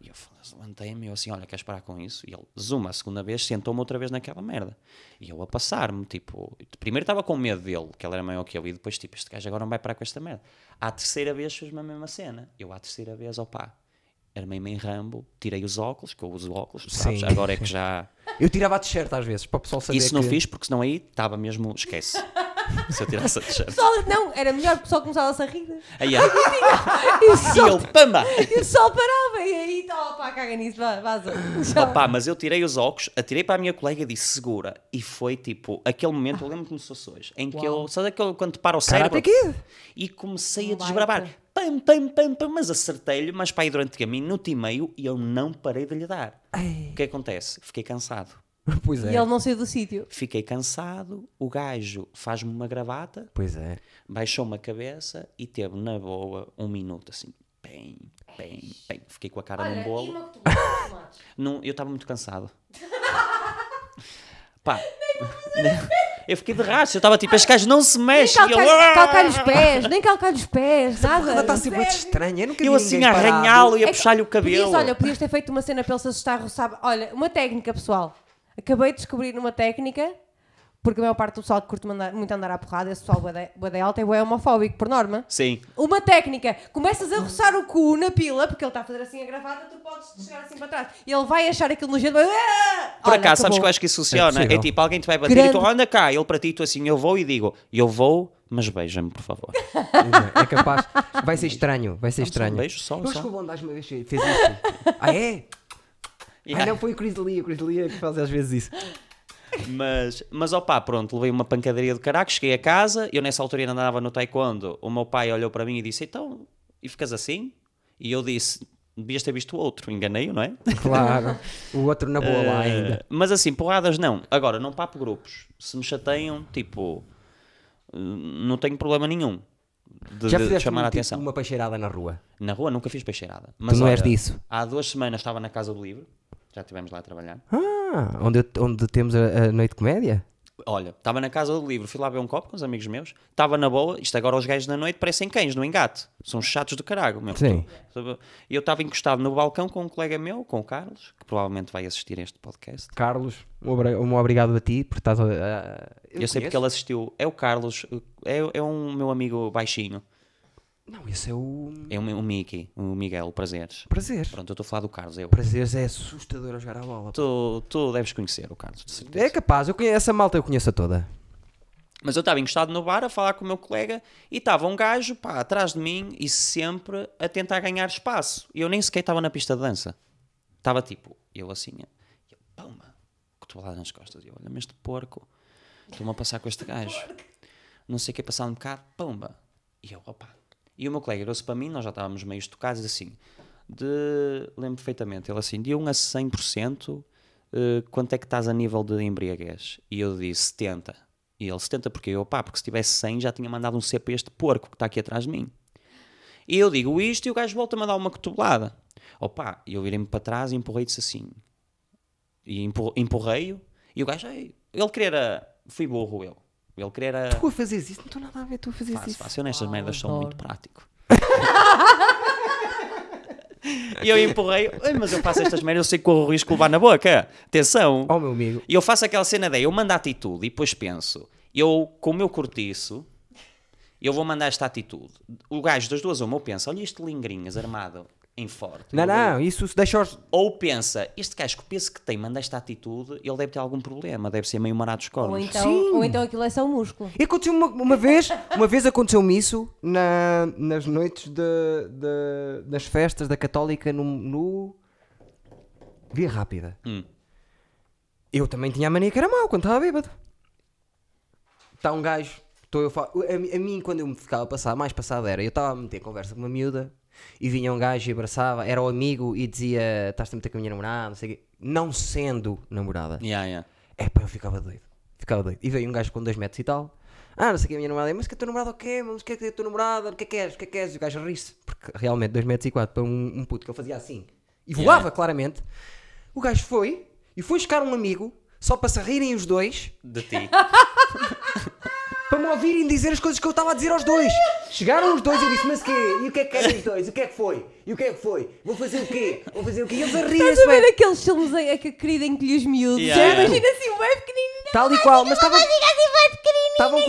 [SPEAKER 3] E eu falei, levantei-me, e eu assim, olha, queres parar com isso? E ele, zuma, a segunda vez, sentou-me outra vez naquela merda. E eu a passar-me, tipo, primeiro estava com medo dele, que ele era maior que eu, e depois, tipo, este gajo agora não vai parar com esta merda. À terceira vez fez-me a mesma cena. Eu, à terceira vez, opá, armei-me em rambo, tirei os óculos, que eu uso óculos, tu sabes,
[SPEAKER 1] Sim.
[SPEAKER 3] agora é que já...
[SPEAKER 1] Eu tirava a t-shirt às vezes, para o pessoal saber
[SPEAKER 3] Isso não
[SPEAKER 1] que...
[SPEAKER 3] fiz, porque senão aí estava mesmo, esquece. Se eu tirasse a t-shirt.
[SPEAKER 2] Só- não, era melhor porque só começava a rir.
[SPEAKER 3] Aí, ah,
[SPEAKER 2] E
[SPEAKER 3] e
[SPEAKER 2] só,
[SPEAKER 3] eu, pampa!
[SPEAKER 2] e só parava. E aí, tá, opá, caga nisso, vá, vaza.
[SPEAKER 1] é.
[SPEAKER 2] Já-
[SPEAKER 3] Opa, mas eu tirei os óculos, atirei para a minha colega e disse segura. E foi tipo, aquele momento, eu lembro-me como se fosse hoje, em que eu, sabe aquele quando te para o
[SPEAKER 1] Karate
[SPEAKER 3] cérebro?
[SPEAKER 1] Kid!
[SPEAKER 3] E comecei a
[SPEAKER 2] Baita.
[SPEAKER 3] desbravar. Pam, pam, pam, pam, mas acertei-lhe, mas para aí durante o minuto e meio e eu não parei de lhe dar.
[SPEAKER 1] É.
[SPEAKER 3] O que acontece? Fiquei cansado.
[SPEAKER 1] Pois é,
[SPEAKER 2] E ele não saiu do sítio.
[SPEAKER 3] Fiquei cansado, o gajo faz-me uma gravata,
[SPEAKER 1] pois é.
[SPEAKER 3] baixou-me a cabeça e teve na boa um minuto assim, bem, bem, bem. Fiquei com a cara num bolo. Não, eu estava muito cansado. Pá. Eu fiquei de racha, eu estava tipo, este gajo não se mexe. E eu,
[SPEAKER 2] calcar, calcar os pés, nem calcar os pés, nada.
[SPEAKER 3] tá
[SPEAKER 1] Ela está sempre
[SPEAKER 2] Ah, Sério.
[SPEAKER 1] muito estranha, eu nunca vi
[SPEAKER 3] eu assim
[SPEAKER 1] ninguém
[SPEAKER 3] a
[SPEAKER 1] parado.
[SPEAKER 3] arranhá-lo assim, e a
[SPEAKER 2] É que
[SPEAKER 3] puxar-lhe o cabelo.
[SPEAKER 2] Podias, olha, podias ter feito uma cena para ele se assustar, roçar- Olha, uma técnica, pessoal. Acabei de descobrir uma técnica, porque a maior parte do pessoal que curte mandar- muito andar à porrada, esse pessoal bué de- bué de alta é bué homofóbico, por norma.
[SPEAKER 3] Sim.
[SPEAKER 2] Uma técnica, começas a roçar o cu na pila, porque ele está a fazer assim a gravata, tu podes chegar assim para trás. E ele vai achar aquilo nojento, vai. "Ah!"
[SPEAKER 3] Por
[SPEAKER 2] Olha,
[SPEAKER 3] acaso, sabes
[SPEAKER 2] acabou.
[SPEAKER 3] que eu acho que isso funciona? É,
[SPEAKER 1] possível.
[SPEAKER 3] tipo, alguém te vai bater
[SPEAKER 2] Grande.
[SPEAKER 3] e tu anda cá, ele para ti, tu assim, eu vou e digo, eu vou, mas beija-me, por favor.
[SPEAKER 1] É capaz. Vai ser estranho, vai ser estranho.
[SPEAKER 3] Um beijo, só,
[SPEAKER 1] Eu acho
[SPEAKER 3] só.
[SPEAKER 1] que o Bondage uma vez fez isso. ah é? Ah
[SPEAKER 3] Yeah.
[SPEAKER 1] não, foi o Chris Lee, o Chris Lee é que faz às vezes isso.
[SPEAKER 3] Mas, mas opá, pronto, levei uma pancadaria do caraco, cheguei a casa, eu nessa altura ainda andava no taekwondo, o meu pai olhou para mim e disse, então, e ficas assim? E eu disse, devias ter visto outro, enganei-o, não é?
[SPEAKER 1] Claro. O outro na boa lá
[SPEAKER 3] Eh,
[SPEAKER 1] ainda.
[SPEAKER 3] Mas assim, porradas não. Agora, não papo grupos. Se me chateiam, tipo, eh, não tenho problema nenhum de,
[SPEAKER 1] Já
[SPEAKER 3] de
[SPEAKER 1] fizeste
[SPEAKER 3] chamar
[SPEAKER 1] um
[SPEAKER 3] a
[SPEAKER 1] tipo-
[SPEAKER 3] atenção.
[SPEAKER 1] uma peixeirada na rua.
[SPEAKER 3] Na rua nunca fiz peixeirada. Mas
[SPEAKER 1] não
[SPEAKER 3] olha,
[SPEAKER 1] és disso.
[SPEAKER 3] Há duas semanas estava na Casa do Livro, já estivemos lá a trabalhar.
[SPEAKER 1] Ah, onde, eu- onde temos a, a noite de comédia?
[SPEAKER 3] Olha, estava na Casa do Livro, fui lá ver um copo com os amigos meus, estava na boa, isto agora os gajos na noite parecem cães, não engate. São chatos do caralho, meu.
[SPEAKER 1] Sim.
[SPEAKER 3] E eu estava encostado no balcão com um colega meu, com o Carlos, que provavelmente vai assistir este podcast.
[SPEAKER 1] Carlos, um, obri- um obrigado a ti por estás a. a-
[SPEAKER 3] Eu, sei porque ele assistiu. É o Carlos, é, é um meu amigo baixinho.
[SPEAKER 1] Não, esse é o.
[SPEAKER 3] É o, o Mickey, o Miguel, prazeres.
[SPEAKER 1] Prazer.
[SPEAKER 3] Pronto, eu estou a falar do Carlos. Eu.
[SPEAKER 1] Prazeres é assustador a jogar à bola.
[SPEAKER 3] Tu, tu deves conhecer o Carlos, de certeza.
[SPEAKER 1] É capaz, eu conheço, essa malta eu conheço a toda.
[SPEAKER 3] Mas eu estava encostado no bar a falar com o meu colega e estava um gajo pá, atrás de mim e sempre a tentar ganhar espaço. E eu nem sequer estava na pista de dança. Estava tipo, eu assim, e eu, pumba, cotovelada nas costas. E eu, olha-me este porco, estou-me a passar com este gajo. Não sei o que é passar um bocado, pumba. E eu, opa. E o meu colega olhou-se para mim, nós já estávamos meio estocados assim. De, lembro perfeitamente, ele assim, de 1 a 100%, eh, quanto é que estás a nível de embriaguez? E eu disse 70. E ele 70 porque eu, pá, porque se tivesse 100 já tinha mandado um C para este porco que está aqui atrás de mim. E eu digo isto e o gajo volta-me a dar uma cotovelada. Opa, e eu virei-me para trás e empurrei disse assim. E empu- empurrei-o e o gajo, "Ei", ele queria era, fui burro eu. Ele queria era,
[SPEAKER 1] Tu a fazeres isso, não estou nada a ver tu a fazeres
[SPEAKER 3] faço,
[SPEAKER 1] isso.
[SPEAKER 3] faço. Eu nestas
[SPEAKER 2] Ah,
[SPEAKER 3] merdas sou muito
[SPEAKER 2] adoro.
[SPEAKER 3] prático. e eu empurrei, "Ei, mas eu faço estas merdas, eu sei que corro o risco de levar na boca. Atenção.
[SPEAKER 1] Oh meu amigo,
[SPEAKER 3] E eu faço aquela cena daí, eu mando a atitude e depois penso, eu, como eu curti isso, eu vou mandar esta atitude. O gajo das duas, uma, ou pensa, olha este lingrinhas armado em forte.
[SPEAKER 1] não, não, isso se deixa os.
[SPEAKER 3] Ou pensa, este gajo que o peso que tem, manda esta atitude, ele deve ter algum problema, deve ser meio marado dos
[SPEAKER 2] Ou
[SPEAKER 3] cornos.
[SPEAKER 1] Sim.
[SPEAKER 2] então, ou então aquilo é só o músculo.
[SPEAKER 1] E aconteceu uma, uma vez, uma vez aconteceu-me isso na, nas noites de, de- das festas da Católica no, no- Via Rápida. Eu também tinha a mania que era mau quando estava bêbado. Está um gajo, estou eu a falar. A, mi- a mim, quando eu me ficava passado, mais passado era, eu estava a meter conversa com uma miúda e vinha um gajo e abraçava, era o amigo e dizia: Estás-te a meter com a minha namorada, não sei o quê. Não sendo namorada.
[SPEAKER 3] Yeah, yeah.
[SPEAKER 1] É pá, eu ficava doido. Ficava doido. E veio um gajo com dois metros e tal. Ah, não sei o que a minha namorada é, mas que é a tua namorada o quê? Mas o que é que é a tua namorada? O que é que queres? O que é que queres? E o gajo ri-se, porque realmente 2 metros e 4 para um, um puto que ele fazia assim e voava claramente. O gajo foi e foi buscar um amigo só para se rirem os dois
[SPEAKER 3] de ti.
[SPEAKER 1] para me ouvirem dizer as coisas que eu estava a dizer aos dois. Chegaram os dois e eu disse, mas quê? E o que é que querem os dois? O que é que foi? E o que é que foi? Vou fazer o quê? Vou fazer o quê? E eles a
[SPEAKER 2] Estás a
[SPEAKER 1] rirem-se,
[SPEAKER 2] ver
[SPEAKER 1] bem.
[SPEAKER 2] aqueles filmes em- em que a querida encolhe os miúdos?
[SPEAKER 3] Yeah,
[SPEAKER 2] Já
[SPEAKER 3] yeah.
[SPEAKER 2] Imagina assim, bem pequenininho.
[SPEAKER 1] Tal e qual, Tá, mas estavam,
[SPEAKER 2] assim, bem pequenininho.
[SPEAKER 1] estavam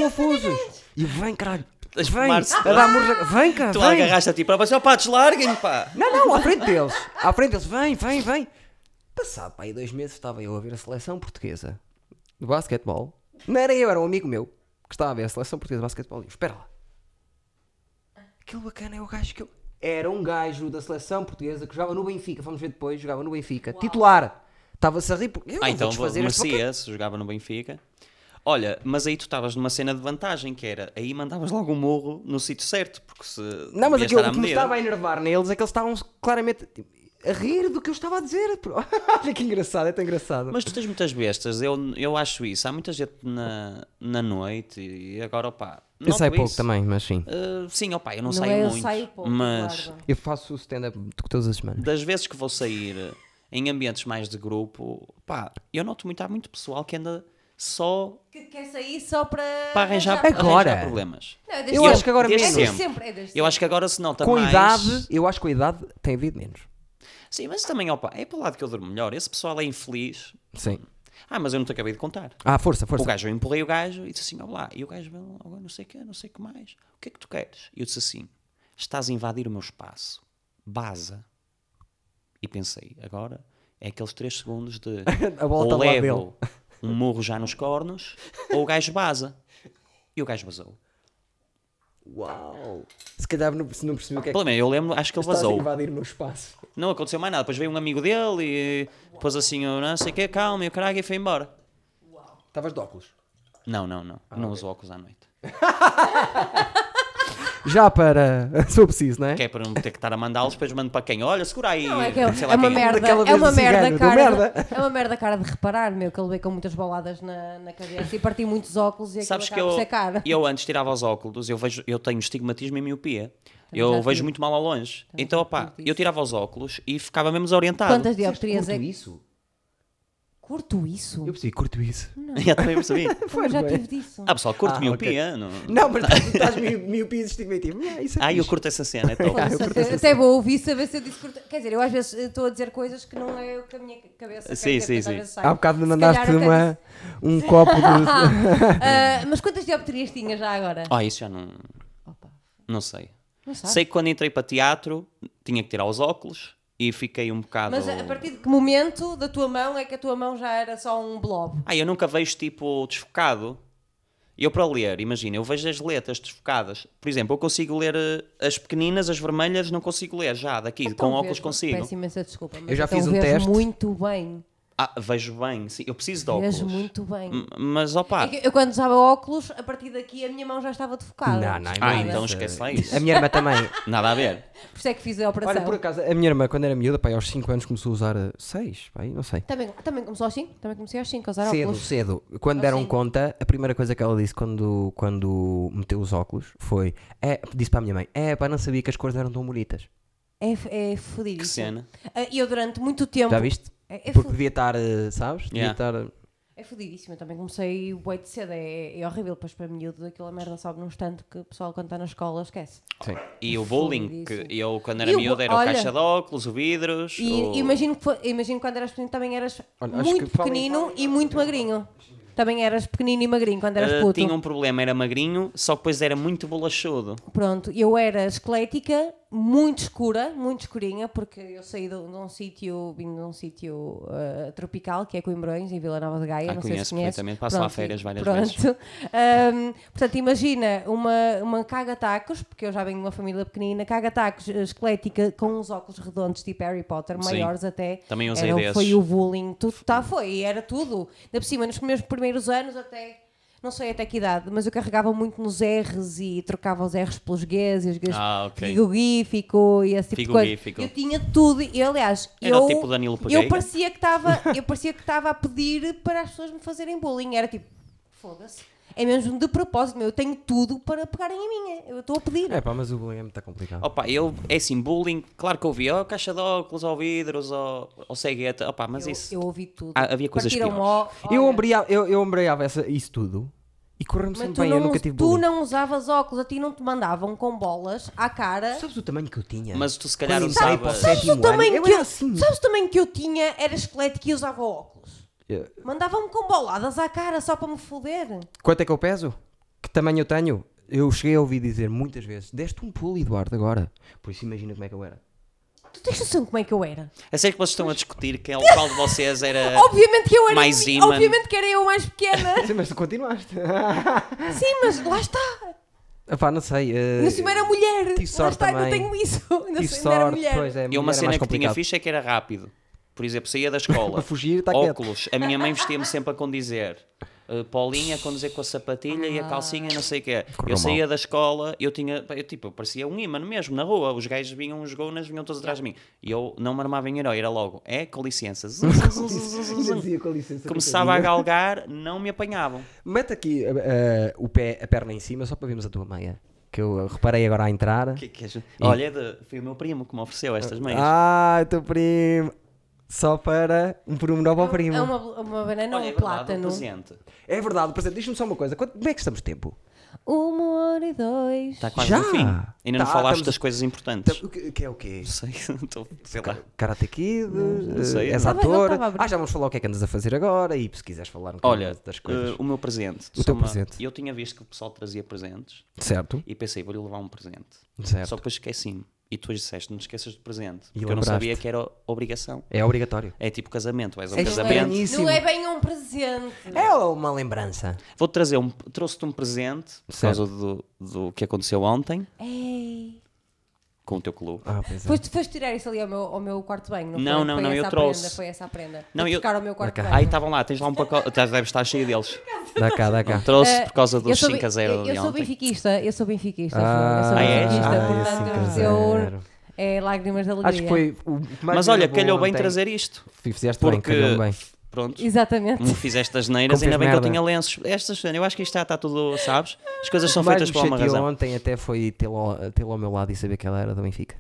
[SPEAKER 1] confusos. E eu, vem, caralho.
[SPEAKER 3] Tens de
[SPEAKER 1] Vem, Ah,
[SPEAKER 3] fumar-se.
[SPEAKER 1] a dar murros na- Vem, cá,
[SPEAKER 3] tu
[SPEAKER 1] vem.
[SPEAKER 3] agarraste a ti próprio, só pá, deslarguem-me, pá.
[SPEAKER 1] Não, não, à frente deles. À frente deles, vem, vem, vem. Passado pá, aí dois meses estava eu a ver a seleção portuguesa de basquetebol. Não era eu, era um amigo meu que estava a ver a seleção portuguesa de basquetebol. E eu, espera lá. Aquele bacana é o gajo que eu. Era um gajo da seleção portuguesa que jogava no Benfica. Fomos ver depois, jogava no Benfica. Titular. Estava-se a rir. porque Eu não
[SPEAKER 3] Ah, então
[SPEAKER 1] vou desfazer este bacana.
[SPEAKER 3] merecia se jogava no Benfica. Olha, mas aí tu estavas numa cena de vantagem, que era aí mandavas logo o morro no sítio certo, porque se.
[SPEAKER 1] Não, mas
[SPEAKER 3] devias
[SPEAKER 1] aquilo
[SPEAKER 3] estar à
[SPEAKER 1] que me
[SPEAKER 3] medida.
[SPEAKER 1] estava a enervar neles é que eles estavam claramente tipo, a rir do que eu estava a dizer. Olha que engraçado, é tão engraçado.
[SPEAKER 3] Mas tu tens muitas bestas, eu, eu acho isso. Há muita gente na, na noite e agora, opá.
[SPEAKER 1] eu
[SPEAKER 3] noto
[SPEAKER 1] sei pouco
[SPEAKER 3] isso.
[SPEAKER 1] também, mas sim.
[SPEAKER 3] Ah, sim, opá, eu não,
[SPEAKER 2] Não
[SPEAKER 3] saio
[SPEAKER 2] é, eu
[SPEAKER 3] muito.
[SPEAKER 2] saio pouco,
[SPEAKER 3] mas
[SPEAKER 2] guarda.
[SPEAKER 1] Eu faço stand-up todas as semanas.
[SPEAKER 3] das vezes que vou sair em ambientes mais de grupo, pá, eu noto muito, há muito pessoal que anda só
[SPEAKER 2] Que quer sair só para...
[SPEAKER 3] para arranjar,
[SPEAKER 1] Agora.
[SPEAKER 3] arranjar problemas.
[SPEAKER 2] Não, é desde
[SPEAKER 1] É Eu
[SPEAKER 2] sempre.
[SPEAKER 1] acho que agora
[SPEAKER 2] É
[SPEAKER 3] desde
[SPEAKER 1] menos.
[SPEAKER 2] desde
[SPEAKER 3] sempre.
[SPEAKER 2] sempre. É desde sempre.
[SPEAKER 3] Eu acho que agora, se não, está
[SPEAKER 1] Com
[SPEAKER 3] mais...
[SPEAKER 1] idade, eu acho que com idade tem havido menos.
[SPEAKER 3] Sim, mas também, opa, é para o lado que eu durmo melhor. Esse pessoal é infeliz.
[SPEAKER 1] Sim.
[SPEAKER 3] Ah, mas eu não te acabei de contar.
[SPEAKER 1] Ah, força,
[SPEAKER 3] O
[SPEAKER 1] força.
[SPEAKER 3] gajo, eu empurrei o gajo e disse assim, olá. E o gajo, "Bom, agora não sei o que, não sei o que mais. O que é que tu queres? E eu disse assim, estás a invadir o meu espaço. Baza. E pensei, agora é aqueles 3 segundos de...
[SPEAKER 1] A bola
[SPEAKER 3] ou
[SPEAKER 1] tá do lado
[SPEAKER 3] levo um morro já nos cornos, ou o gajo baza. E o gajo vazou.
[SPEAKER 1] Uau! Se calhar não, se não percebi o que é que
[SPEAKER 3] Pelo menos eu lembro, acho que ele
[SPEAKER 1] estás a
[SPEAKER 3] vazou.
[SPEAKER 1] invadir o meu espaço.
[SPEAKER 3] Não aconteceu mais nada. Depois veio um amigo dele e depois assim, eu não sei o que, calma, e o caralho, e foi embora.
[SPEAKER 1] Estavas de óculos.
[SPEAKER 3] Não, não, não.
[SPEAKER 1] Ah,
[SPEAKER 3] não uso óculos à noite.
[SPEAKER 1] Já para. Sou preciso, não é?
[SPEAKER 3] Que é para não ter que estar a mandá-los, depois mando para quem? Olha, segura aí.
[SPEAKER 2] Não, é, que é,
[SPEAKER 3] sei
[SPEAKER 2] é
[SPEAKER 3] lá
[SPEAKER 2] uma
[SPEAKER 3] quem é.
[SPEAKER 2] merda,
[SPEAKER 1] Daquela
[SPEAKER 2] é
[SPEAKER 1] vez
[SPEAKER 2] uma
[SPEAKER 1] do
[SPEAKER 2] merda,
[SPEAKER 1] cigano, do
[SPEAKER 2] cara,
[SPEAKER 1] merda.
[SPEAKER 2] é uma merda cara de reparar, meu, que ele veio com muitas boladas na, na cabeça e parti muitos óculos e aquilo
[SPEAKER 3] Sabes que
[SPEAKER 2] acaba
[SPEAKER 3] eu,
[SPEAKER 2] por ser caro.
[SPEAKER 3] eu antes tirava os óculos, eu, vejo, eu tenho estigmatismo e miopia.
[SPEAKER 2] já
[SPEAKER 3] Eu
[SPEAKER 2] tive.
[SPEAKER 3] vejo muito mal ao longe. então, opá,
[SPEAKER 2] tive
[SPEAKER 3] eu tirava os óculos e ficava mesmo desorientado.
[SPEAKER 2] Quantas dioptrias
[SPEAKER 1] Curto
[SPEAKER 2] é que...
[SPEAKER 1] isso?
[SPEAKER 2] Curto isso?
[SPEAKER 1] Eu percebi, curto isso.
[SPEAKER 3] Eu também percebi.
[SPEAKER 2] Como já
[SPEAKER 1] bem.
[SPEAKER 2] tive disso?
[SPEAKER 3] Ah, pessoal, curto
[SPEAKER 1] Ah,
[SPEAKER 3] miopia. Não...
[SPEAKER 1] Não, mas tu estás mi- miopia estigmativa. Yeah, isso é
[SPEAKER 3] Ah, eu
[SPEAKER 1] fixe.
[SPEAKER 3] curto essa cena, é top.
[SPEAKER 2] Foda-se, até, até vou ouvir saber se eu disse curto. Quer dizer, eu às vezes eh, estou a dizer coisas que não é o que a minha cabeça quer
[SPEAKER 3] Sim,
[SPEAKER 2] dizer,
[SPEAKER 3] sim,
[SPEAKER 2] portanto, às
[SPEAKER 3] sim.
[SPEAKER 2] vezes sai.
[SPEAKER 1] Há bocado
[SPEAKER 2] Se
[SPEAKER 1] mandaste
[SPEAKER 2] calhar até
[SPEAKER 1] uma,
[SPEAKER 2] disse-
[SPEAKER 1] um copo de.
[SPEAKER 2] Ah, ah, mas quantas dioptrias tinha já agora?
[SPEAKER 3] Ah, isso já não.
[SPEAKER 2] Opa,
[SPEAKER 3] Não sei.
[SPEAKER 2] não sabes.
[SPEAKER 3] Sei que quando entrei para teatro tinha que tirar os óculos e fiquei um bocado.
[SPEAKER 2] Mas eh, a a partir de que momento da tua mão é que a tua mão já era só um blob?
[SPEAKER 3] Ah, eu nunca vejo tipo desfocado. Eu para ler, imagina, eu vejo as letras desfocadas. Por exemplo, eu consigo ler eh, as pequeninas, as vermelhas, não consigo ler já daqui,
[SPEAKER 2] Então
[SPEAKER 3] com óculos
[SPEAKER 2] vês,
[SPEAKER 3] consigo.
[SPEAKER 2] Peço imensa desculpa, mas
[SPEAKER 1] Eu já
[SPEAKER 2] então
[SPEAKER 1] fiz um
[SPEAKER 2] vês
[SPEAKER 1] teste.
[SPEAKER 2] muito bem.
[SPEAKER 3] Ah, vejo bem, sim, eu preciso de óculos. Hum, ah.
[SPEAKER 2] Vês muito bem.
[SPEAKER 3] M- Mas opá,
[SPEAKER 2] É que eu quando usava óculos, a partir daqui a minha mão já estava defocada.
[SPEAKER 1] Não, não,
[SPEAKER 3] Ah,
[SPEAKER 1] não,
[SPEAKER 3] então
[SPEAKER 1] não.
[SPEAKER 3] esquece lá isso.
[SPEAKER 1] A minha irmã também.
[SPEAKER 3] nada a ver.
[SPEAKER 2] Por isso é que fiz a operação.
[SPEAKER 1] Olha, por acaso, a minha irmã, quando era miúda, pai, aos 5 anos começou a usar eh, 6, pai, não sei.
[SPEAKER 2] também, também começou assim? Também comecei aos 5 a usar
[SPEAKER 1] Cedo,
[SPEAKER 2] óculos.
[SPEAKER 1] cedo. Quando deram conta, a primeira coisa que ela disse quando, quando meteu os óculos foi: é, disse para a minha mãe, é pá, não sabia que as cores eram tão bonitas.
[SPEAKER 2] É, f- é fodido.
[SPEAKER 3] Que
[SPEAKER 2] isso.
[SPEAKER 3] cena.
[SPEAKER 2] Ah, E eu durante muito tempo.
[SPEAKER 1] Já viste?
[SPEAKER 2] É, é,
[SPEAKER 1] Porque
[SPEAKER 2] fu-
[SPEAKER 1] devia estar, eh, sabes? Devia
[SPEAKER 3] Yeah.
[SPEAKER 1] estar.
[SPEAKER 2] é fodidíssimo. Eu também comecei o de cedo. É, é horrível. Depois para miúdo, aquela merda sobe num instante que o pessoal quando está na escola esquece.
[SPEAKER 1] Sim.
[SPEAKER 3] E o bowling, que
[SPEAKER 2] Fudidíssimo.
[SPEAKER 3] eu
[SPEAKER 2] E
[SPEAKER 3] quando era
[SPEAKER 2] o bo-
[SPEAKER 3] miúdo era
[SPEAKER 2] olha.
[SPEAKER 3] o caixa de óculos, o vidros.
[SPEAKER 2] E
[SPEAKER 3] o...
[SPEAKER 2] imagino, que foi- imagino que quando eras pequenino também eras
[SPEAKER 1] Olha, acho
[SPEAKER 2] muito
[SPEAKER 1] que falem-
[SPEAKER 2] pequenino e muito magrinho. Também eras pequenino e magrinho quando eras
[SPEAKER 3] Ah,
[SPEAKER 2] puto.
[SPEAKER 3] tinha um problema, era magrinho, só que depois era muito bolachudo.
[SPEAKER 2] Pronto, eu era esquelética, muito escura, muito escurinha, porque eu saí de, um- de um sítio, vim de um sítio eh, tropical, que é Coimbrões, em Vila Nova de Gaia,
[SPEAKER 3] Ah,
[SPEAKER 2] não sei se
[SPEAKER 3] conheço
[SPEAKER 2] conheces.
[SPEAKER 3] perfeitamente, passo lá
[SPEAKER 2] Pronto,
[SPEAKER 3] férias várias
[SPEAKER 2] pronto. Ahm, portanto, imagina uma, uma caga-tacos, porque eu já venho de uma família pequenina, caga-tacos eh, esquelética com uns óculos redondos, tipo Harry Potter,
[SPEAKER 3] Sim.
[SPEAKER 2] maiores até.
[SPEAKER 3] Também usei
[SPEAKER 2] Era-
[SPEAKER 3] desses.
[SPEAKER 2] Foi o bullying, tudo, tá, foi, era tudo. Ainda por cima, nos meus primeiros anos até, não sei até que idade, mas eu carregava muito nos R's e trocava os R's pelos Gs e os Gs
[SPEAKER 3] Ah, ok.
[SPEAKER 2] frigorífico e esse tipo de coisa.
[SPEAKER 3] Frigorífico.
[SPEAKER 2] Eu tinha tudo, e aliás,
[SPEAKER 3] Era
[SPEAKER 2] eu,
[SPEAKER 3] o tipo Danilo
[SPEAKER 2] eu
[SPEAKER 3] Pereira.
[SPEAKER 2] parecia que estava eu parecia que estava a pedir para as pessoas me fazerem bullying, era tipo, foda-se. é mesmo de propósito, meu. Eu tenho tudo para pegarem a minha. Eu estou a pedir.
[SPEAKER 1] É pá, mas o bullying é muito complicado.
[SPEAKER 3] Opa, eu, é assim, bullying, claro que ouvi, ó, caixa de óculos, ao vidros, ó, ao cegueta, opa, mas
[SPEAKER 2] eu,
[SPEAKER 3] isso.
[SPEAKER 2] eu ouvi tudo.
[SPEAKER 3] Ah, havia coisas
[SPEAKER 2] Partiram-me
[SPEAKER 3] piores.
[SPEAKER 2] ó-
[SPEAKER 1] eu
[SPEAKER 2] olha,
[SPEAKER 1] ombreava, eu, eu ombreava essa- isso tudo e correu-me
[SPEAKER 2] Mas
[SPEAKER 1] sempre
[SPEAKER 2] tu,
[SPEAKER 1] bem, eu
[SPEAKER 2] não,
[SPEAKER 1] nunca
[SPEAKER 2] us-
[SPEAKER 1] tive
[SPEAKER 2] tu
[SPEAKER 1] bullying.
[SPEAKER 2] não usavas óculos, a ti não te mandavam com bolas à cara.
[SPEAKER 1] Sabes o tamanho que eu tinha?
[SPEAKER 3] Mas tu se calhar
[SPEAKER 1] Quando entrei para o
[SPEAKER 3] usavas.
[SPEAKER 1] sétimo
[SPEAKER 2] Sabes o
[SPEAKER 1] um ano,
[SPEAKER 2] tamanho
[SPEAKER 1] eu
[SPEAKER 2] que
[SPEAKER 1] era
[SPEAKER 2] eu,
[SPEAKER 1] assim.
[SPEAKER 2] sabes o tamanho que eu tinha? Era esquelético e usava óculos.
[SPEAKER 1] Eu-
[SPEAKER 2] Mandavam-me com boladas à cara só para me foder.
[SPEAKER 1] Quanto é que eu peso? Que tamanho eu tenho? Eu cheguei a ouvir dizer muitas vezes: deste um pulo, Eduardo, agora. Por isso imagina como é que eu era.
[SPEAKER 2] Tu tens noção de como é que eu era?
[SPEAKER 3] É sério que vocês estão a discutir que é o qual de vocês era.
[SPEAKER 2] obviamente que eu era.
[SPEAKER 3] É, mais
[SPEAKER 2] mi-
[SPEAKER 3] imã.
[SPEAKER 2] obviamente que era eu mais pequena.
[SPEAKER 1] Sim, mas tu continuaste.
[SPEAKER 2] Sim, mas lá
[SPEAKER 3] É.
[SPEAKER 2] está.
[SPEAKER 1] Pá, não sei. eh,
[SPEAKER 2] Eu cima era mulher.
[SPEAKER 1] tive
[SPEAKER 2] lá
[SPEAKER 1] sorte
[SPEAKER 2] está, eu
[SPEAKER 1] também.
[SPEAKER 2] tenho isso. Ainda
[SPEAKER 1] tive
[SPEAKER 2] sou- ainda era
[SPEAKER 1] sorte,
[SPEAKER 2] mulher.
[SPEAKER 1] pois é,
[SPEAKER 3] E uma
[SPEAKER 1] mulher é
[SPEAKER 3] cena
[SPEAKER 1] mais
[SPEAKER 3] que tinha
[SPEAKER 1] complicado.
[SPEAKER 3] ficha é que era rápido. Por exemplo, saía da escola.
[SPEAKER 1] Para fugir, tá quieto.
[SPEAKER 3] óculos. A minha mãe vestia-me sempre a condizer. Uh, Paulinha a condizer com a sapatilha e a calcinha, não sei o quê.
[SPEAKER 1] Correu
[SPEAKER 3] eu saía da escola, eu tinha. pá, Eu, tipo, eu parecia um imã mesmo, na rua. Os gajos vinham, os gonas vinham todos atrás de mim. E eu não me armava em herói, era logo. É, com licença. Zum, zum, zum, zum, zum, zum.
[SPEAKER 1] Dizia, "Com licença,
[SPEAKER 3] Começava a galgar, não me apanhavam.
[SPEAKER 1] Mete aqui eh, eh, o pé, a perna em cima só para vermos a tua meia. Que eu reparei agora a entrar.
[SPEAKER 3] Que- é que- Olha, é de- foi o meu primo que me ofereceu estas meias.
[SPEAKER 1] Ah, o teu primo. Só para um pormenor para o primo.
[SPEAKER 2] É uma, uma banana ou
[SPEAKER 3] Olha, é
[SPEAKER 2] um
[SPEAKER 3] verdade, um
[SPEAKER 2] plátano.
[SPEAKER 3] presente.
[SPEAKER 1] É verdade, por exemplo, diz-me só uma coisa. Quanto- Como é que estamos de tempo?
[SPEAKER 2] Uma hora Um e dois.
[SPEAKER 3] Está Tá quase
[SPEAKER 1] Já?
[SPEAKER 3] no fim. Ainda
[SPEAKER 1] Tá,
[SPEAKER 3] não falaste
[SPEAKER 1] estamos-
[SPEAKER 3] das coisas importantes.
[SPEAKER 1] Tam- o que, que é o quê?
[SPEAKER 3] Não sei, estou- sei lá.
[SPEAKER 1] Karate Kid, eh,
[SPEAKER 3] sei.
[SPEAKER 1] és
[SPEAKER 2] Tava- não
[SPEAKER 1] ator.
[SPEAKER 2] tava a abrir.
[SPEAKER 1] Ah, já vamos falar o que é que andas a fazer agora e se quiseres falar um
[SPEAKER 3] Olha,
[SPEAKER 1] bocadinho das coisas.
[SPEAKER 3] eh, o meu presente.
[SPEAKER 1] O
[SPEAKER 3] Só
[SPEAKER 1] teu
[SPEAKER 3] uma-
[SPEAKER 1] presente.
[SPEAKER 3] Eu tinha visto que o pessoal trazia presentes
[SPEAKER 1] Certo,
[SPEAKER 3] e pensei, vou-lhe levar um presente.
[SPEAKER 1] certo.
[SPEAKER 3] um- Só que depois esqueci-me. E tu disseste, não te esqueças do presente.
[SPEAKER 1] E
[SPEAKER 3] porque eu não
[SPEAKER 1] lembraste.
[SPEAKER 3] sabia que era obrigação.
[SPEAKER 1] É obrigatório.
[SPEAKER 3] É tipo casamento, vais a um
[SPEAKER 1] É
[SPEAKER 3] casamento.
[SPEAKER 1] estranho.
[SPEAKER 2] não, é, não é bem um presente.
[SPEAKER 1] É uma lembrança.
[SPEAKER 3] Vou-te trazer um. Trouxe-te um presente por causa do, do que aconteceu ontem
[SPEAKER 1] É
[SPEAKER 2] Ei.
[SPEAKER 3] com o teu clube.
[SPEAKER 1] Ah, pois é.
[SPEAKER 2] Depois tu foste tirar isso ali ao meu, ao meu quarto bem, não,
[SPEAKER 3] Não,
[SPEAKER 2] foi?
[SPEAKER 3] não,
[SPEAKER 2] Foi
[SPEAKER 3] não,
[SPEAKER 2] essa
[SPEAKER 3] eu
[SPEAKER 2] a
[SPEAKER 3] trouxe.
[SPEAKER 2] Prenda, foi essa a prenda.
[SPEAKER 3] Não,
[SPEAKER 2] Não,
[SPEAKER 3] eu-
[SPEAKER 2] buscar ao meu quarto
[SPEAKER 1] Ok.
[SPEAKER 2] bem.
[SPEAKER 3] Aí estavam lá, tens lá um pacote. estás- Deve estar cheio deles.
[SPEAKER 1] Dá cá, dá cá.
[SPEAKER 3] Trouxe por causa
[SPEAKER 2] eu
[SPEAKER 3] dos
[SPEAKER 2] sou bi-
[SPEAKER 3] 5 a 0
[SPEAKER 2] Eu,
[SPEAKER 3] de
[SPEAKER 2] eu sou
[SPEAKER 3] ontem.
[SPEAKER 2] benfiquista, eu sou benfiquista. João, eu sou
[SPEAKER 1] Ah,
[SPEAKER 3] és?
[SPEAKER 2] benfiquista,
[SPEAKER 3] Ah,
[SPEAKER 1] é
[SPEAKER 2] portanto,
[SPEAKER 1] 5 a
[SPEAKER 2] eu,
[SPEAKER 1] 0.
[SPEAKER 2] é lágrimas de alegria.
[SPEAKER 1] Acho que foi o que mais
[SPEAKER 3] Mas
[SPEAKER 1] me
[SPEAKER 3] olha,
[SPEAKER 1] levou
[SPEAKER 3] calhou bem
[SPEAKER 1] ontem.
[SPEAKER 3] trazer isto.
[SPEAKER 1] Fizeste bem,
[SPEAKER 3] Porque.
[SPEAKER 1] calhou bem.
[SPEAKER 3] Pronto.
[SPEAKER 2] Exatamente.
[SPEAKER 3] Como fiz estas neiras,
[SPEAKER 1] Como
[SPEAKER 3] ainda
[SPEAKER 1] fez
[SPEAKER 3] bem que
[SPEAKER 1] merda.
[SPEAKER 3] eu tinha lenços. Estas, eu acho que isto está, está tudo, sabes? As coisas são
[SPEAKER 1] O que mais
[SPEAKER 3] feitas
[SPEAKER 1] me
[SPEAKER 3] por uma
[SPEAKER 1] chateou
[SPEAKER 3] razão.
[SPEAKER 1] ontem até foi tê-lo ao- tê-lo ao meu lado e saber que ela era do Benfica.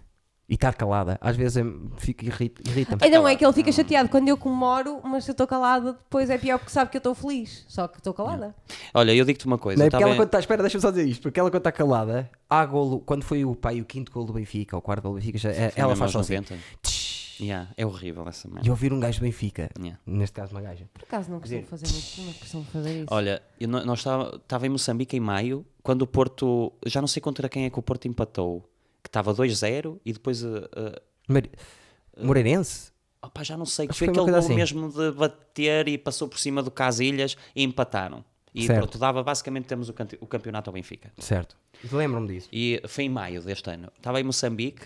[SPEAKER 1] E estar calada. Às vezes eu fico irrit- irrita-me.
[SPEAKER 2] É, não, é que ele fica chateado quando eu comemoro, mas se eu estou calada, depois é pior porque sabe que eu estou feliz. Só que estou calada.
[SPEAKER 3] Olha, eu digo-te uma coisa.
[SPEAKER 1] Não é
[SPEAKER 3] tá
[SPEAKER 1] porque ela
[SPEAKER 3] bem?
[SPEAKER 1] quando está, espera, deixa-me só dizer isto, porque ela quando está calada, há golo, quando foi o pai o quinto golo do Benfica, ou o quarto golo do Benfica, já, é- ela
[SPEAKER 3] Mesmo
[SPEAKER 1] faz
[SPEAKER 3] aos
[SPEAKER 1] sozinha.
[SPEAKER 3] 90.
[SPEAKER 1] Tsh,
[SPEAKER 3] Yeah, é horrível essa merda.
[SPEAKER 1] E ouvir um gajo do Benfica,
[SPEAKER 3] Yeah.
[SPEAKER 1] neste caso uma gaja.
[SPEAKER 2] Por acaso não costumo fazer muito, não costumo fazer isso.
[SPEAKER 3] Olha, eu no- nós estava em Moçambique em maio, quando o Porto, já não sei contra quem é que o Porto empatou, que estava 2-0 e depois, uh, uh,
[SPEAKER 1] Mar- Moreirense?
[SPEAKER 3] opá, já não sei, que
[SPEAKER 1] Acho
[SPEAKER 3] foi
[SPEAKER 1] que foi
[SPEAKER 3] aquele
[SPEAKER 1] uma
[SPEAKER 3] gol
[SPEAKER 1] coisa assim.
[SPEAKER 3] mesmo de bater e passou por cima do Casilhas e empataram. E
[SPEAKER 1] Certo.
[SPEAKER 3] pronto, dava basicamente temos o, cante- o campeonato ao Benfica.
[SPEAKER 1] Certo. Lembro-me disso.
[SPEAKER 3] E foi em maio deste ano. Estava em Moçambique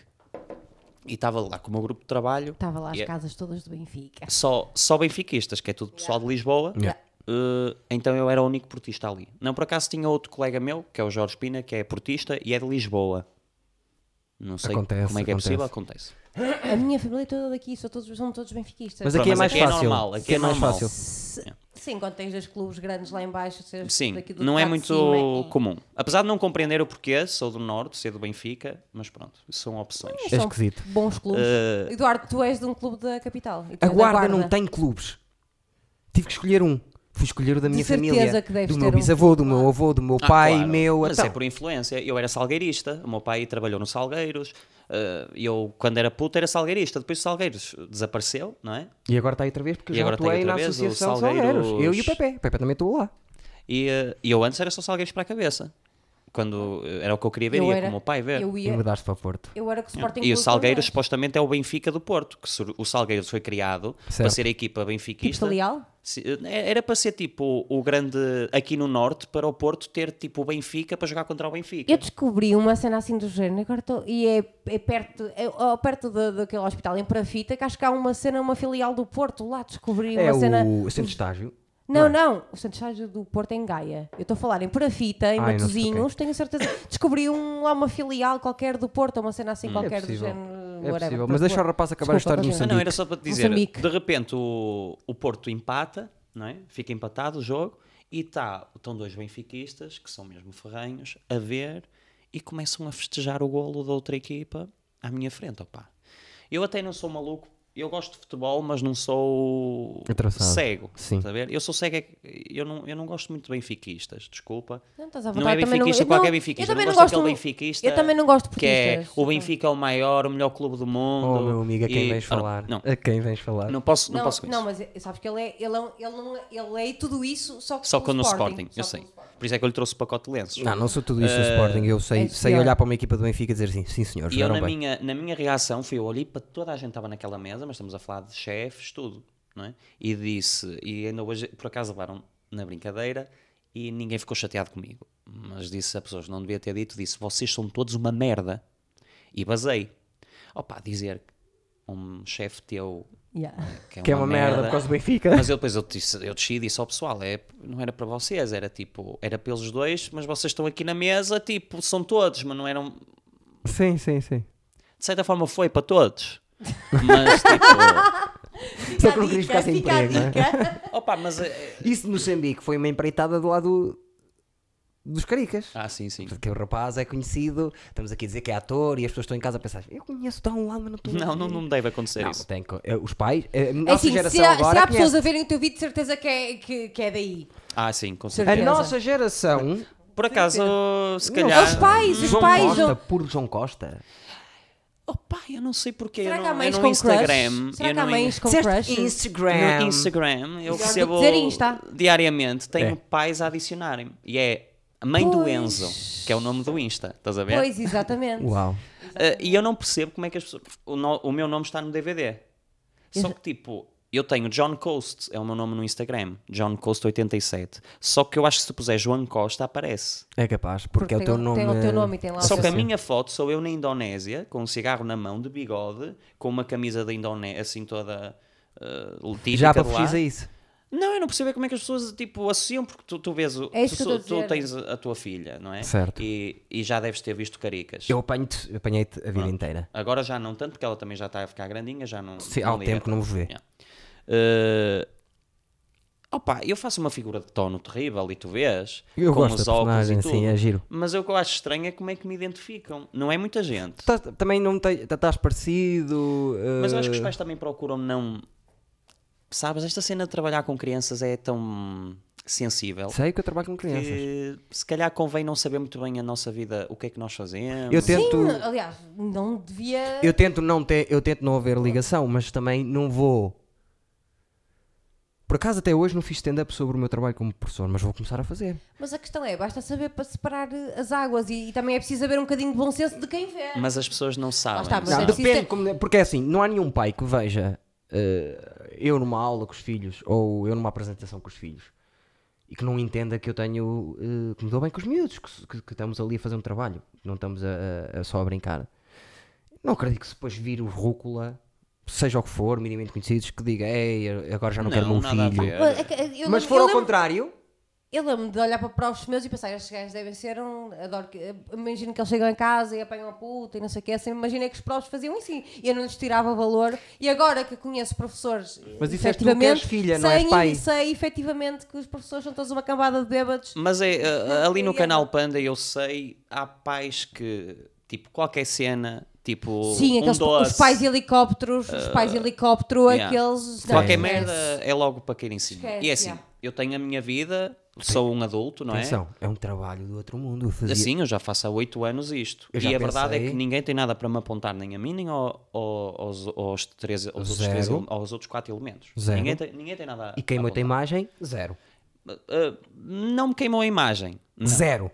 [SPEAKER 3] e estava lá com o meu grupo de trabalho.
[SPEAKER 1] Tá.
[SPEAKER 2] Estava lá as
[SPEAKER 3] e é
[SPEAKER 2] casas todas do Benfica.
[SPEAKER 3] Só, só benfiquistas, que é tudo pessoal de Lisboa.
[SPEAKER 1] Yeah.
[SPEAKER 3] Uh, então eu era o único portista ali. Não, por acaso tinha outro colega meu, que é o Jorge Pina, que é portista e é de Lisboa. Não sei
[SPEAKER 1] Acontece,
[SPEAKER 3] como é que é
[SPEAKER 1] acontece.
[SPEAKER 3] possível, acontece.
[SPEAKER 2] A minha família é toda daqui, são todos, são todos benfiquistas.
[SPEAKER 1] Mas
[SPEAKER 3] Pronto,
[SPEAKER 1] aqui é
[SPEAKER 3] mas
[SPEAKER 1] mais
[SPEAKER 3] aqui é
[SPEAKER 1] fácil.
[SPEAKER 3] normal, aqui
[SPEAKER 1] Aqui
[SPEAKER 3] é
[SPEAKER 1] é mais
[SPEAKER 3] normal.
[SPEAKER 1] fácil.
[SPEAKER 2] Se- Sim, quando tens dois clubes grandes lá em baixo, seres
[SPEAKER 3] É. Sim,
[SPEAKER 2] daqui do
[SPEAKER 3] não é
[SPEAKER 2] lado de
[SPEAKER 3] muito
[SPEAKER 2] cima, é-
[SPEAKER 3] comum. Apesar de não compreender o porquê, sou do Norte, sou do Benfica, mas pronto, são opções.
[SPEAKER 2] É São
[SPEAKER 1] É esquisito.
[SPEAKER 2] Bons clubes.
[SPEAKER 3] Eh,
[SPEAKER 2] Eduardo, tu és de um clube da capital. e tu
[SPEAKER 1] A
[SPEAKER 2] és da
[SPEAKER 1] guarda, não tem clubes. Tive que escolher um. Fui escolher o da minha
[SPEAKER 2] certeza
[SPEAKER 1] família.
[SPEAKER 2] que deves
[SPEAKER 1] do
[SPEAKER 2] ter
[SPEAKER 1] meu
[SPEAKER 2] um
[SPEAKER 1] bisavô, do meu avô, do meu
[SPEAKER 3] Ah,
[SPEAKER 1] pai,
[SPEAKER 3] claro,
[SPEAKER 1] meu.
[SPEAKER 3] Mas
[SPEAKER 1] então.
[SPEAKER 3] é por influência. Eu era salgueirista, o meu pai trabalhou no Salgueiros. eh, eu, quando era puto, era salgueirista. Depois o Salgueiros eh, desapareceu, não é?
[SPEAKER 1] E agora está aí outra vez porque
[SPEAKER 3] E
[SPEAKER 1] já
[SPEAKER 3] agora está aí
[SPEAKER 1] atuei
[SPEAKER 3] outra
[SPEAKER 1] na
[SPEAKER 3] vez, o
[SPEAKER 1] Associação de
[SPEAKER 3] Salgueiros.
[SPEAKER 1] Salgueiros. Eu e o Pepe. O Pepe também estou lá.
[SPEAKER 3] E eh, eu antes era só Salgueiros para a cabeça. Quando eh, era o que eu queria ver,
[SPEAKER 2] Eu
[SPEAKER 3] ia
[SPEAKER 2] era-
[SPEAKER 3] com o meu pai ver.
[SPEAKER 2] Eu
[SPEAKER 1] E
[SPEAKER 2] ia.
[SPEAKER 1] mudaste para Porto.
[SPEAKER 2] Eu era que o Sporting
[SPEAKER 3] E o
[SPEAKER 2] Clube
[SPEAKER 3] Salgueiros,
[SPEAKER 2] Porto.
[SPEAKER 3] supostamente, é o Benfica do Porto. Que sur- o Salgueiros foi criado para
[SPEAKER 1] Certo.
[SPEAKER 3] ser a equipa
[SPEAKER 2] Tipo
[SPEAKER 3] benfiquista.
[SPEAKER 2] filial?
[SPEAKER 3] Se- eh, Era para ser tipo o grande aqui no Norte para o Porto ter tipo o Benfica para jogar contra o Benfica.
[SPEAKER 2] Eu descobri uma cena assim do género agora estou- e é, é perto, é, ó, perto da- daquele hospital em Parafita que acho que há uma cena, uma filial do Porto lá. Descobri
[SPEAKER 1] É
[SPEAKER 2] uma cena.
[SPEAKER 1] o centro de estágio.
[SPEAKER 2] Não,
[SPEAKER 1] é?
[SPEAKER 2] não, o Santos Estágio do Porto é em Gaia. Eu estou a falar em Parafita, em
[SPEAKER 1] Ah, eu não sei,
[SPEAKER 2] Matosinhos, tenho certeza. Descobri um, lá uma filial qualquer do Porto, ou uma cena assim
[SPEAKER 1] É
[SPEAKER 2] qualquer
[SPEAKER 1] possível.
[SPEAKER 2] do género.
[SPEAKER 1] É
[SPEAKER 2] whatever,
[SPEAKER 1] possível.
[SPEAKER 2] pronto,
[SPEAKER 1] Mas deixa o
[SPEAKER 2] boa.
[SPEAKER 1] rapaz acabar a história de
[SPEAKER 2] Desculpa,
[SPEAKER 1] Moçambique.
[SPEAKER 3] Ah, não,
[SPEAKER 2] um
[SPEAKER 3] era só para te dizer.
[SPEAKER 2] Moçambique.
[SPEAKER 3] De repente o, o Porto empata, não é? fica empatado o jogo E tá, estão dois benfiquistas, que são mesmo ferranhos, a ver e começam a festejar o golo da outra equipa à minha frente, opá. Eu até não sou maluco, eu gosto de futebol, mas não sou
[SPEAKER 1] Atravessado.
[SPEAKER 3] cego,
[SPEAKER 1] Sim.
[SPEAKER 3] está a ver? Eu sou cego, é que- eu não, eu não gosto muito de benfiquistas, desculpa.
[SPEAKER 2] Não estás à
[SPEAKER 3] Não
[SPEAKER 2] vontade,
[SPEAKER 3] é
[SPEAKER 2] também não-
[SPEAKER 3] benfiquista,
[SPEAKER 2] eu
[SPEAKER 3] qualquer
[SPEAKER 2] não-
[SPEAKER 3] benfiquista.
[SPEAKER 2] eu também
[SPEAKER 3] não
[SPEAKER 2] não
[SPEAKER 3] gosto daquele
[SPEAKER 2] gosto-
[SPEAKER 3] benfiquista.
[SPEAKER 2] eu também não gosto de
[SPEAKER 3] Que é
[SPEAKER 2] portistas.
[SPEAKER 3] o Benfica é o maior, o melhor clube do mundo.
[SPEAKER 1] Oh, meu amigo, a quem
[SPEAKER 3] e-
[SPEAKER 1] vens
[SPEAKER 3] Ah, não,
[SPEAKER 1] falar?
[SPEAKER 3] Não,
[SPEAKER 1] A quem vens falar?
[SPEAKER 3] não posso, não, posso com isso.
[SPEAKER 2] não, mas é- sabes que ele é, ele, é, um- ele, não, é- ele é tudo isso só que
[SPEAKER 3] Só
[SPEAKER 2] pelo
[SPEAKER 3] que no Sporting,
[SPEAKER 2] só
[SPEAKER 3] eu sei.
[SPEAKER 2] pelo Sporting.
[SPEAKER 3] Por isso é que eu lhe trouxe o pacote de lenços.
[SPEAKER 1] Não, não sou tudo isso do Sporting. Eu sei,
[SPEAKER 2] é
[SPEAKER 1] sei
[SPEAKER 2] pior.
[SPEAKER 1] olhar para uma equipa do Benfica Eh, e dizer assim, sim senhor,
[SPEAKER 3] E eu,
[SPEAKER 1] jogaram
[SPEAKER 3] na
[SPEAKER 1] bem.
[SPEAKER 3] minha, na minha reação, fui eu olhei para toda a gente que estava naquela mesa, mas estamos a falar de chefes, tudo, não é? E disse, e ainda hoje, por acaso, levaram na brincadeira e ninguém ficou chateado comigo. Mas disse a pessoas, que não devia ter dito, disse, vocês são todos uma merda. E basei. Opa, dizer que um chefe teu
[SPEAKER 2] Yeah.
[SPEAKER 3] que é,
[SPEAKER 1] Que é uma merda, por causa do Benfica.
[SPEAKER 3] Mas eu depois eu, disse, eu desci e disse ao pessoal: é, não era para vocês, era tipo, era pelos dois, mas vocês estão aqui na mesa, tipo, são todos, mas não eram.
[SPEAKER 1] Sim, sim, sim.
[SPEAKER 3] De certa forma foi para todos. Mas tipo.
[SPEAKER 1] Só que não querias ficar sem
[SPEAKER 2] Fica a
[SPEAKER 1] emprego, não é?
[SPEAKER 2] dica.
[SPEAKER 3] Opa, mas. é-
[SPEAKER 1] Isso de Moçambique foi uma empreitada do lado dos caricas.
[SPEAKER 3] Ah, sim, sim.
[SPEAKER 1] Porque o rapaz é conhecido, estamos aqui a dizer que é ator e as pessoas estão em casa a pensar, eu conheço de um lado, mas não estou.
[SPEAKER 3] Não, não, não deve acontecer
[SPEAKER 1] Não,
[SPEAKER 3] isso.
[SPEAKER 1] tem co- eh, os pais, a
[SPEAKER 2] É
[SPEAKER 1] nossa
[SPEAKER 2] assim,
[SPEAKER 1] geração
[SPEAKER 2] se há, se
[SPEAKER 1] agora é.
[SPEAKER 2] há pessoas
[SPEAKER 1] conhece.
[SPEAKER 2] a verem o teu vídeo, de certeza que é, que, que é daí.
[SPEAKER 3] Ah, sim, com
[SPEAKER 1] A
[SPEAKER 3] certeza.
[SPEAKER 2] Certeza.
[SPEAKER 1] nossa geração,
[SPEAKER 3] Por acaso, se
[SPEAKER 1] Não,
[SPEAKER 3] calhar.
[SPEAKER 2] Os pais, os
[SPEAKER 1] João
[SPEAKER 2] pais.
[SPEAKER 1] Costa,
[SPEAKER 2] João-
[SPEAKER 1] puro João Costa.
[SPEAKER 3] Opa, Oh, eu não sei porquê.
[SPEAKER 2] Será
[SPEAKER 3] eu
[SPEAKER 2] que há
[SPEAKER 3] não, eu
[SPEAKER 2] mães
[SPEAKER 3] no
[SPEAKER 2] com
[SPEAKER 3] Instagram.
[SPEAKER 2] crush? Será
[SPEAKER 3] eu
[SPEAKER 2] que há
[SPEAKER 3] no
[SPEAKER 2] mães com
[SPEAKER 1] Disseste
[SPEAKER 2] crush?
[SPEAKER 1] Instagram.
[SPEAKER 3] No Instagram, eu
[SPEAKER 2] Melhor do que
[SPEAKER 3] recebo
[SPEAKER 2] dizer Insta.
[SPEAKER 3] diariamente, tenho
[SPEAKER 1] É.
[SPEAKER 3] pais a adicionarem-me. E é a mãe do
[SPEAKER 2] Pois.
[SPEAKER 3] Enzo, que é o nome do Insta, estás a ver?
[SPEAKER 2] Pois, exatamente.
[SPEAKER 1] Uau.
[SPEAKER 3] Eh, e eu não percebo como é que as pessoas. O, no- o meu nome está no DVD. Só que tipo, eu tenho John Coast, é o meu nome no Instagram, John Coast87. Só que eu acho que se puser João Costa, aparece.
[SPEAKER 1] É capaz, porque, é o
[SPEAKER 2] tem
[SPEAKER 1] teu
[SPEAKER 2] o-
[SPEAKER 1] nome.
[SPEAKER 2] tem o teu nome e tem lá o
[SPEAKER 3] Só
[SPEAKER 2] teu
[SPEAKER 3] que a minha foto sou eu na Indonésia, com um cigarro na mão, de bigode, com uma camisa da Indonésia, assim toda. Uh,
[SPEAKER 1] Já para
[SPEAKER 3] de
[SPEAKER 1] fugir
[SPEAKER 3] lá.
[SPEAKER 1] a isso.
[SPEAKER 3] Não, eu não percebo é como é que as pessoas tipo, associam, porque tu, tu vês o,
[SPEAKER 2] É isso
[SPEAKER 3] tu,
[SPEAKER 2] que eu estou a
[SPEAKER 3] tu tens
[SPEAKER 2] dizer.
[SPEAKER 3] a tua filha, não é?
[SPEAKER 1] Certo.
[SPEAKER 3] E, e já deves ter visto caricas.
[SPEAKER 1] Eu apanho-te, eu apanhei-te a vida
[SPEAKER 3] Ah.
[SPEAKER 1] inteira.
[SPEAKER 3] Agora já não tanto, porque ela também já está a ficar grandinha, já não.
[SPEAKER 1] Sim,
[SPEAKER 3] não
[SPEAKER 1] há um
[SPEAKER 3] liga
[SPEAKER 1] tempo que não vos vê.
[SPEAKER 3] Yeah. Eh, opa, eu faço uma figura de tono terrível e tu vês
[SPEAKER 1] Eu
[SPEAKER 3] com
[SPEAKER 1] gosto
[SPEAKER 3] os
[SPEAKER 1] da
[SPEAKER 3] óculos e
[SPEAKER 1] personagem,
[SPEAKER 3] tudo.
[SPEAKER 1] sim, é giro.
[SPEAKER 3] Mas o que eu acho estranho é como é que me identificam. Não é muita gente.
[SPEAKER 1] Tá- também não te- tá- estás parecido. eh,
[SPEAKER 3] Mas eu acho que os pais também procuram não. Sabes, esta cena de trabalhar com crianças é tão sensível.
[SPEAKER 1] Sei que eu trabalho com crianças.
[SPEAKER 3] que é se calhar convém não saber muito bem a nossa vida, o que é que nós fazemos.
[SPEAKER 1] Eu tento,
[SPEAKER 2] Sim, aliás, não devia.
[SPEAKER 1] eu tento não ter, eu tento não haver ligação, mas também não vou. Por acaso até hoje não fiz stand-up sobre o meu trabalho como professor, mas vou começar a fazer.
[SPEAKER 2] Mas a questão é, basta saber para separar eh, as águas e, e também é preciso haver um bocadinho de bom senso de quem vê.
[SPEAKER 3] Mas as pessoas não sabem.
[SPEAKER 2] está, mas
[SPEAKER 1] Não,
[SPEAKER 2] é
[SPEAKER 3] sabes?
[SPEAKER 2] preciso
[SPEAKER 1] depende,
[SPEAKER 2] ter-
[SPEAKER 1] como- porque é assim, não há nenhum pai que veja eh, eu numa aula com os filhos ou eu numa apresentação com os filhos e que não entenda que eu tenho eh, que me dou bem com os miúdos, que, se- que- que estamos ali a fazer um trabalho, não estamos a, a- a só a brincar. Não acredito que se depois vir o Rúcula, seja o que for, minimamente conhecidos, que diga ei, agora já não, quero o meu
[SPEAKER 3] nada a
[SPEAKER 1] filho.
[SPEAKER 3] ver.
[SPEAKER 2] Mas, é que, eh, eu
[SPEAKER 1] Mas
[SPEAKER 2] lembro-
[SPEAKER 1] se for
[SPEAKER 2] eu
[SPEAKER 1] ao
[SPEAKER 2] lembro-
[SPEAKER 1] contrário,
[SPEAKER 2] Eu lembro de olhar para provos meus e pensar, estes gajos devem ser um. Adoro que. eh, Imagino que eles chegam em casa e apanham a puta e não sei o que. Assim, imaginei que os provos faziam isso e eu não lhes tirava valor. E agora que conheço professores. eh,
[SPEAKER 1] Mas disseste tu que
[SPEAKER 2] efetivamente,
[SPEAKER 1] és filha, não és
[SPEAKER 2] sei-
[SPEAKER 1] pai.
[SPEAKER 2] Sei efetivamente que os professores são todos uma cambada de bêbados.
[SPEAKER 3] Mas é, uh, ali no
[SPEAKER 2] Obrigada.
[SPEAKER 3] canal Panda eu sei, há pais que, tipo, qualquer cena, tipo,
[SPEAKER 2] Sim,
[SPEAKER 3] um
[SPEAKER 2] aqueles
[SPEAKER 3] doce,
[SPEAKER 2] os pais helicópteros, os pais
[SPEAKER 1] Uh,
[SPEAKER 2] helicóptero,
[SPEAKER 3] yeah.
[SPEAKER 2] aqueles. não,
[SPEAKER 3] qualquer
[SPEAKER 2] esquece.
[SPEAKER 3] merda é logo para cair em cima.
[SPEAKER 2] Esquece,
[SPEAKER 3] e é assim,
[SPEAKER 2] yeah.
[SPEAKER 3] eu tenho a minha vida, sou um adulto, não é?
[SPEAKER 1] atenção, é um trabalho do outro mundo. Eu fazia-
[SPEAKER 3] Assim, eu já faço há oito anos isto.
[SPEAKER 1] Eu
[SPEAKER 3] E
[SPEAKER 1] já
[SPEAKER 3] a verdade é
[SPEAKER 1] pensei.
[SPEAKER 3] que ninguém tem nada para me apontar, nem a mim, nem ao- ao- aos, aos, três, aos, outros
[SPEAKER 1] Zero.
[SPEAKER 3] três, ele- aos outros quatro elementos.
[SPEAKER 1] Zero.
[SPEAKER 3] Ninguém, tem, ninguém tem nada
[SPEAKER 1] E queimou a tua imagem, zero.
[SPEAKER 3] Uh, não me queimou a imagem.
[SPEAKER 1] Zero.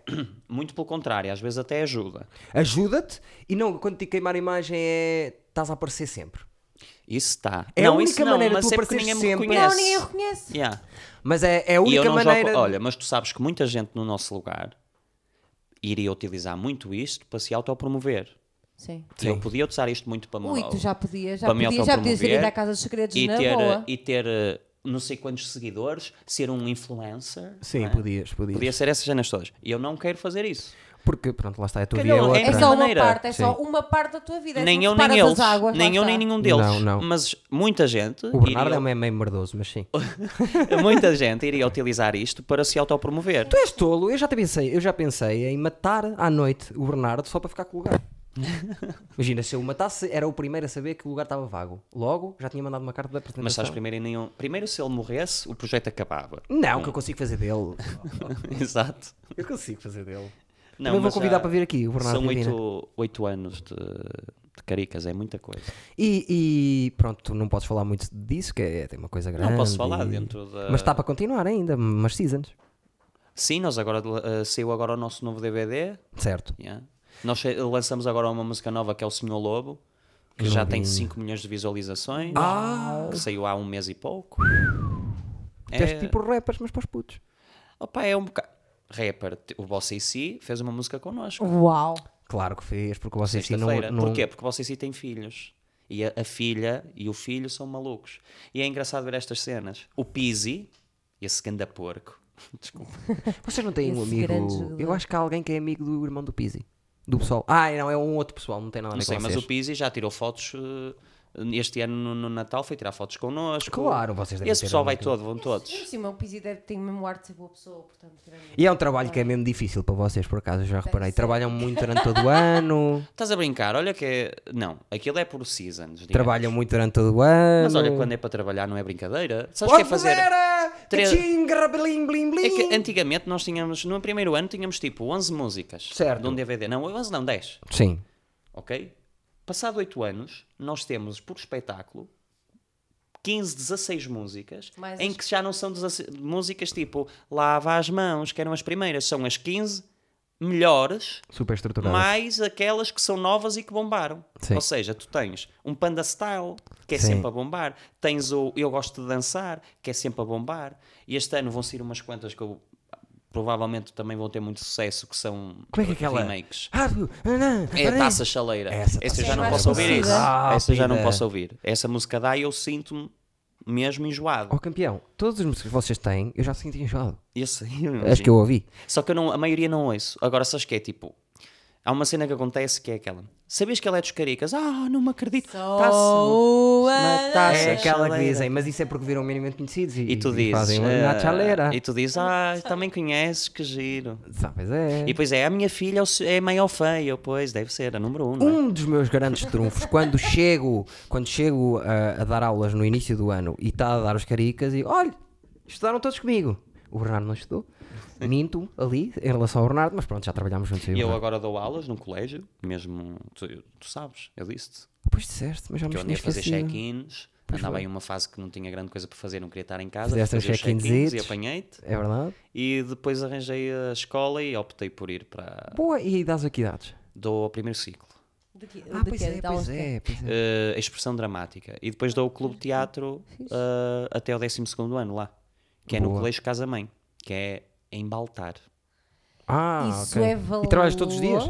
[SPEAKER 3] Muito pelo contrário, às vezes até ajuda.
[SPEAKER 1] ajuda-te e não quando te queimar a imagem é estás a aparecer sempre.
[SPEAKER 3] Isso está.
[SPEAKER 1] É a
[SPEAKER 3] não,
[SPEAKER 1] única
[SPEAKER 3] isso não,
[SPEAKER 1] maneira de
[SPEAKER 3] mas
[SPEAKER 1] tu
[SPEAKER 3] é porque
[SPEAKER 1] apareceres
[SPEAKER 3] ninguém me
[SPEAKER 1] sempre.
[SPEAKER 3] reconhece.
[SPEAKER 2] Não, ninguém o reconhece.
[SPEAKER 3] Yeah.
[SPEAKER 1] Mas é, é a
[SPEAKER 3] E eu
[SPEAKER 1] única
[SPEAKER 3] não
[SPEAKER 1] maneira.
[SPEAKER 3] jogo. Olha, mas tu sabes que muita gente no nosso lugar iria utilizar muito isto para se autopromover.
[SPEAKER 2] Sim.
[SPEAKER 3] E Eu podia usar isto muito para,
[SPEAKER 2] Ui,
[SPEAKER 3] moral,
[SPEAKER 2] tu já podias, já
[SPEAKER 3] para me
[SPEAKER 2] podias, já podias ir
[SPEAKER 3] autopromover
[SPEAKER 2] à Casa dos Segredos
[SPEAKER 3] e
[SPEAKER 2] na
[SPEAKER 3] ter,
[SPEAKER 2] boa.
[SPEAKER 3] e ter eh, não sei quantos seguidores, ser um influencer.
[SPEAKER 1] Sim,
[SPEAKER 3] não é?
[SPEAKER 1] podias, podias.
[SPEAKER 3] Podia ser essas cenas todas. E eu não quero fazer isso.
[SPEAKER 1] Porque, pronto, lá está, é tua
[SPEAKER 3] Calhou,
[SPEAKER 1] vida é outra.
[SPEAKER 2] É só uma
[SPEAKER 3] maneira.
[SPEAKER 2] parte, é só
[SPEAKER 1] Sim.
[SPEAKER 2] uma parte da tua vida. é
[SPEAKER 3] nem
[SPEAKER 2] assim
[SPEAKER 3] eu
[SPEAKER 2] que
[SPEAKER 3] nem
[SPEAKER 2] separas
[SPEAKER 3] eles.
[SPEAKER 2] as águas,
[SPEAKER 3] nem
[SPEAKER 2] lá
[SPEAKER 3] eu
[SPEAKER 2] está.
[SPEAKER 3] nem nenhum deles.
[SPEAKER 1] Não, não.
[SPEAKER 3] Mas muita gente.
[SPEAKER 1] O Bernardo um-
[SPEAKER 3] iria-
[SPEAKER 1] é meio merdoso, mas sim.
[SPEAKER 3] Muita gente iria utilizar isto para se autopromover.
[SPEAKER 1] Tu és tolo, eu já, te pensei, eu já pensei em matar à noite o Bernardo só para ficar com o lugar. Imagina, se eu o matasse, era o primeiro a saber que o lugar estava vago. Logo, já tinha mandado uma carta da apresentação.
[SPEAKER 3] Mas sabes, primeiro, em nenhum... primeiro se ele morresse, o projeto acabava.
[SPEAKER 1] Não, que eu consigo fazer dele.
[SPEAKER 3] Exato.
[SPEAKER 1] Eu consigo fazer dele.
[SPEAKER 3] Não,
[SPEAKER 1] Também vou
[SPEAKER 3] mas
[SPEAKER 1] convidar
[SPEAKER 3] já
[SPEAKER 1] para vir aqui o Bernardo
[SPEAKER 3] São
[SPEAKER 1] Medina.
[SPEAKER 3] oito, oito anos de, de caricas, é muita coisa.
[SPEAKER 1] E, e pronto, tu não podes falar muito disso, que é tem uma coisa grande.
[SPEAKER 3] Não posso falar
[SPEAKER 1] e-
[SPEAKER 3] dentro da.
[SPEAKER 1] Mas está para continuar ainda, mas seasons.
[SPEAKER 3] Sim, nós agora eh, saiu agora o nosso novo DVD.
[SPEAKER 1] Certo.
[SPEAKER 3] yeah. Nós eh, lançamos agora uma música nova que é o Senhor Lobo, que já tem 5 milhões de visualizações.
[SPEAKER 1] Ah!
[SPEAKER 3] Que saiu há um mês e pouco. É.
[SPEAKER 1] Tu és tipo rappers, mas para os putos.
[SPEAKER 3] Opa, é um bocado. Rapper, t- o Bossa IC fez uma música connosco.
[SPEAKER 2] Uau.
[SPEAKER 1] Claro que fez, porque vocês sim não,
[SPEAKER 3] Sexta-feira.
[SPEAKER 1] não...
[SPEAKER 3] Porquê? Porque o Bossa IC tem filhos. E a, a filha e o filho são malucos. E é engraçado ver estas cenas. O Pizzi, esse ganda porco. Desculpa.
[SPEAKER 1] Vocês não têm um
[SPEAKER 2] Esse
[SPEAKER 1] amigo.
[SPEAKER 2] grande jogador.
[SPEAKER 1] Eu acho que há alguém que é amigo do irmão do Pizzi. Do pessoal. Ah, não, é um outro pessoal, não tem nada a ver
[SPEAKER 3] Não sei,
[SPEAKER 1] com
[SPEAKER 3] mas
[SPEAKER 1] vocês.
[SPEAKER 3] o Pizzi já tirou fotos. eh, Este ano no, no Natal foi tirar fotos connosco.
[SPEAKER 1] Claro, vocês devem
[SPEAKER 3] Esse
[SPEAKER 1] ter
[SPEAKER 3] pessoal vai
[SPEAKER 1] muito-
[SPEAKER 3] todo, vão todos.
[SPEAKER 2] Sim, o Pizzi deve ter mesmo ar de ser boa pessoa, portanto. realmente.
[SPEAKER 1] E é um trabalho que é mesmo difícil para vocês, por acaso, eu já reparei. Trabalham muito durante todo o ano,
[SPEAKER 3] Estás a brincar? Olha que é. Não, aquilo é por seasons. digamos.
[SPEAKER 1] trabalham muito durante todo o ano.
[SPEAKER 3] Mas olha, quando é para trabalhar não é brincadeira. Sabes o que é
[SPEAKER 1] Pode
[SPEAKER 3] fazer?
[SPEAKER 1] fazer!
[SPEAKER 3] Três-
[SPEAKER 1] blim, blim, blim.
[SPEAKER 3] É que antigamente nós tínhamos, no primeiro ano, tínhamos tipo 11 músicas
[SPEAKER 1] Certo.
[SPEAKER 3] de um DVD. Não, 11 não, 10.
[SPEAKER 1] Sim.
[SPEAKER 3] Ok? Passado 8 anos, nós temos por espetáculo 15, 16 músicas
[SPEAKER 2] Mais
[SPEAKER 3] em
[SPEAKER 2] as-
[SPEAKER 3] que já não são 16 músicas tipo Lava as mãos, que eram as primeiras, são as 15 melhores,
[SPEAKER 1] Super estruturado.
[SPEAKER 3] mais aquelas que são novas e que bombaram.
[SPEAKER 1] Sim.
[SPEAKER 3] Ou seja, tu tens um Panda Style, que é
[SPEAKER 1] Sim.
[SPEAKER 3] sempre a bombar, tens o Eu Gosto de Dançar, que é sempre a bombar, e este ano vão sair umas quantas que eu. Provavelmente também vão ter muito sucesso, que são
[SPEAKER 1] Como é que é aquela?
[SPEAKER 3] remakes.
[SPEAKER 1] Ah, tu- ah, não,
[SPEAKER 3] É a
[SPEAKER 1] peraí.
[SPEAKER 3] taça chaleira.
[SPEAKER 1] Essa
[SPEAKER 3] Essa,
[SPEAKER 1] Taça é
[SPEAKER 3] eu já não
[SPEAKER 2] Chaleira.
[SPEAKER 3] posso ouvir
[SPEAKER 2] Rápida.
[SPEAKER 3] isso. Essa eu já não posso ouvir. Essa música dá e eu sinto-me mesmo enjoado.
[SPEAKER 1] Ó Oh, campeão, todas as músicas que vocês têm, eu já senti enjoado.
[SPEAKER 3] Isso,
[SPEAKER 1] Acho É que eu ouvi.
[SPEAKER 3] assim, Só que eu não, a maioria não ouço. Agora, sabes que é tipo. Há uma cena que acontece que é aquela. Sabias que ela é dos caricas? Ah, não me acredito. Taça.
[SPEAKER 2] Sou
[SPEAKER 3] na
[SPEAKER 2] a-
[SPEAKER 3] taça.
[SPEAKER 1] É aquela que
[SPEAKER 3] chaleira.
[SPEAKER 1] dizem, mas isso é porque viram minimamente conhecidos e,
[SPEAKER 3] E tu dizes.
[SPEAKER 1] fazem uma
[SPEAKER 3] ah,
[SPEAKER 1] na chaleira.
[SPEAKER 3] e tu dizes, ah, também conheces, que giro.
[SPEAKER 1] Ah, pois é.
[SPEAKER 3] E pois é, a minha filha é o se- é mãe ao feio. Pois, deve ser, a número um. não é?
[SPEAKER 1] Um dos meus grandes trunfos, quando chego, quando chego a, a dar aulas no início do ano e está a dar os caricas e olha, estudaram todos comigo. O Bernardo não estudou. Minto ali em relação ao Bernardo, mas pronto, já trabalhámos juntos.
[SPEAKER 3] E
[SPEAKER 1] eu
[SPEAKER 3] eu agora dou aulas num colégio, mesmo. Tu, tu sabes, eu disse-te.
[SPEAKER 1] Depois disseste, mas já me
[SPEAKER 3] que eu
[SPEAKER 1] tinha
[SPEAKER 3] andei a fazer
[SPEAKER 1] esquecido.
[SPEAKER 3] check-ins, andava em uma fase que não tinha grande coisa para fazer, não queria estar em casa,
[SPEAKER 1] Fizeste um uns
[SPEAKER 3] fazia os
[SPEAKER 1] check-insitos.
[SPEAKER 3] e apanhei-te,
[SPEAKER 1] É verdade?
[SPEAKER 3] e depois arranjei a escola e optei por ir para...
[SPEAKER 1] Boa, e dás aqui dados?
[SPEAKER 3] Dou ao primeiro ciclo,
[SPEAKER 2] De que-
[SPEAKER 1] Ah,
[SPEAKER 2] de
[SPEAKER 1] pois
[SPEAKER 2] quê?
[SPEAKER 1] é,
[SPEAKER 2] Da
[SPEAKER 1] pois
[SPEAKER 2] Oscar.
[SPEAKER 1] é, pois é.
[SPEAKER 3] eh, a expressão dramática, e depois dou o clube de teatro eh, até ao 12 ano lá, que é no
[SPEAKER 1] Boa.
[SPEAKER 3] Colégio Casa Mãe, que é em Baltar.
[SPEAKER 1] Ah,
[SPEAKER 2] Isso
[SPEAKER 1] ok.
[SPEAKER 2] é valor.
[SPEAKER 1] E trabalhas todos os dias?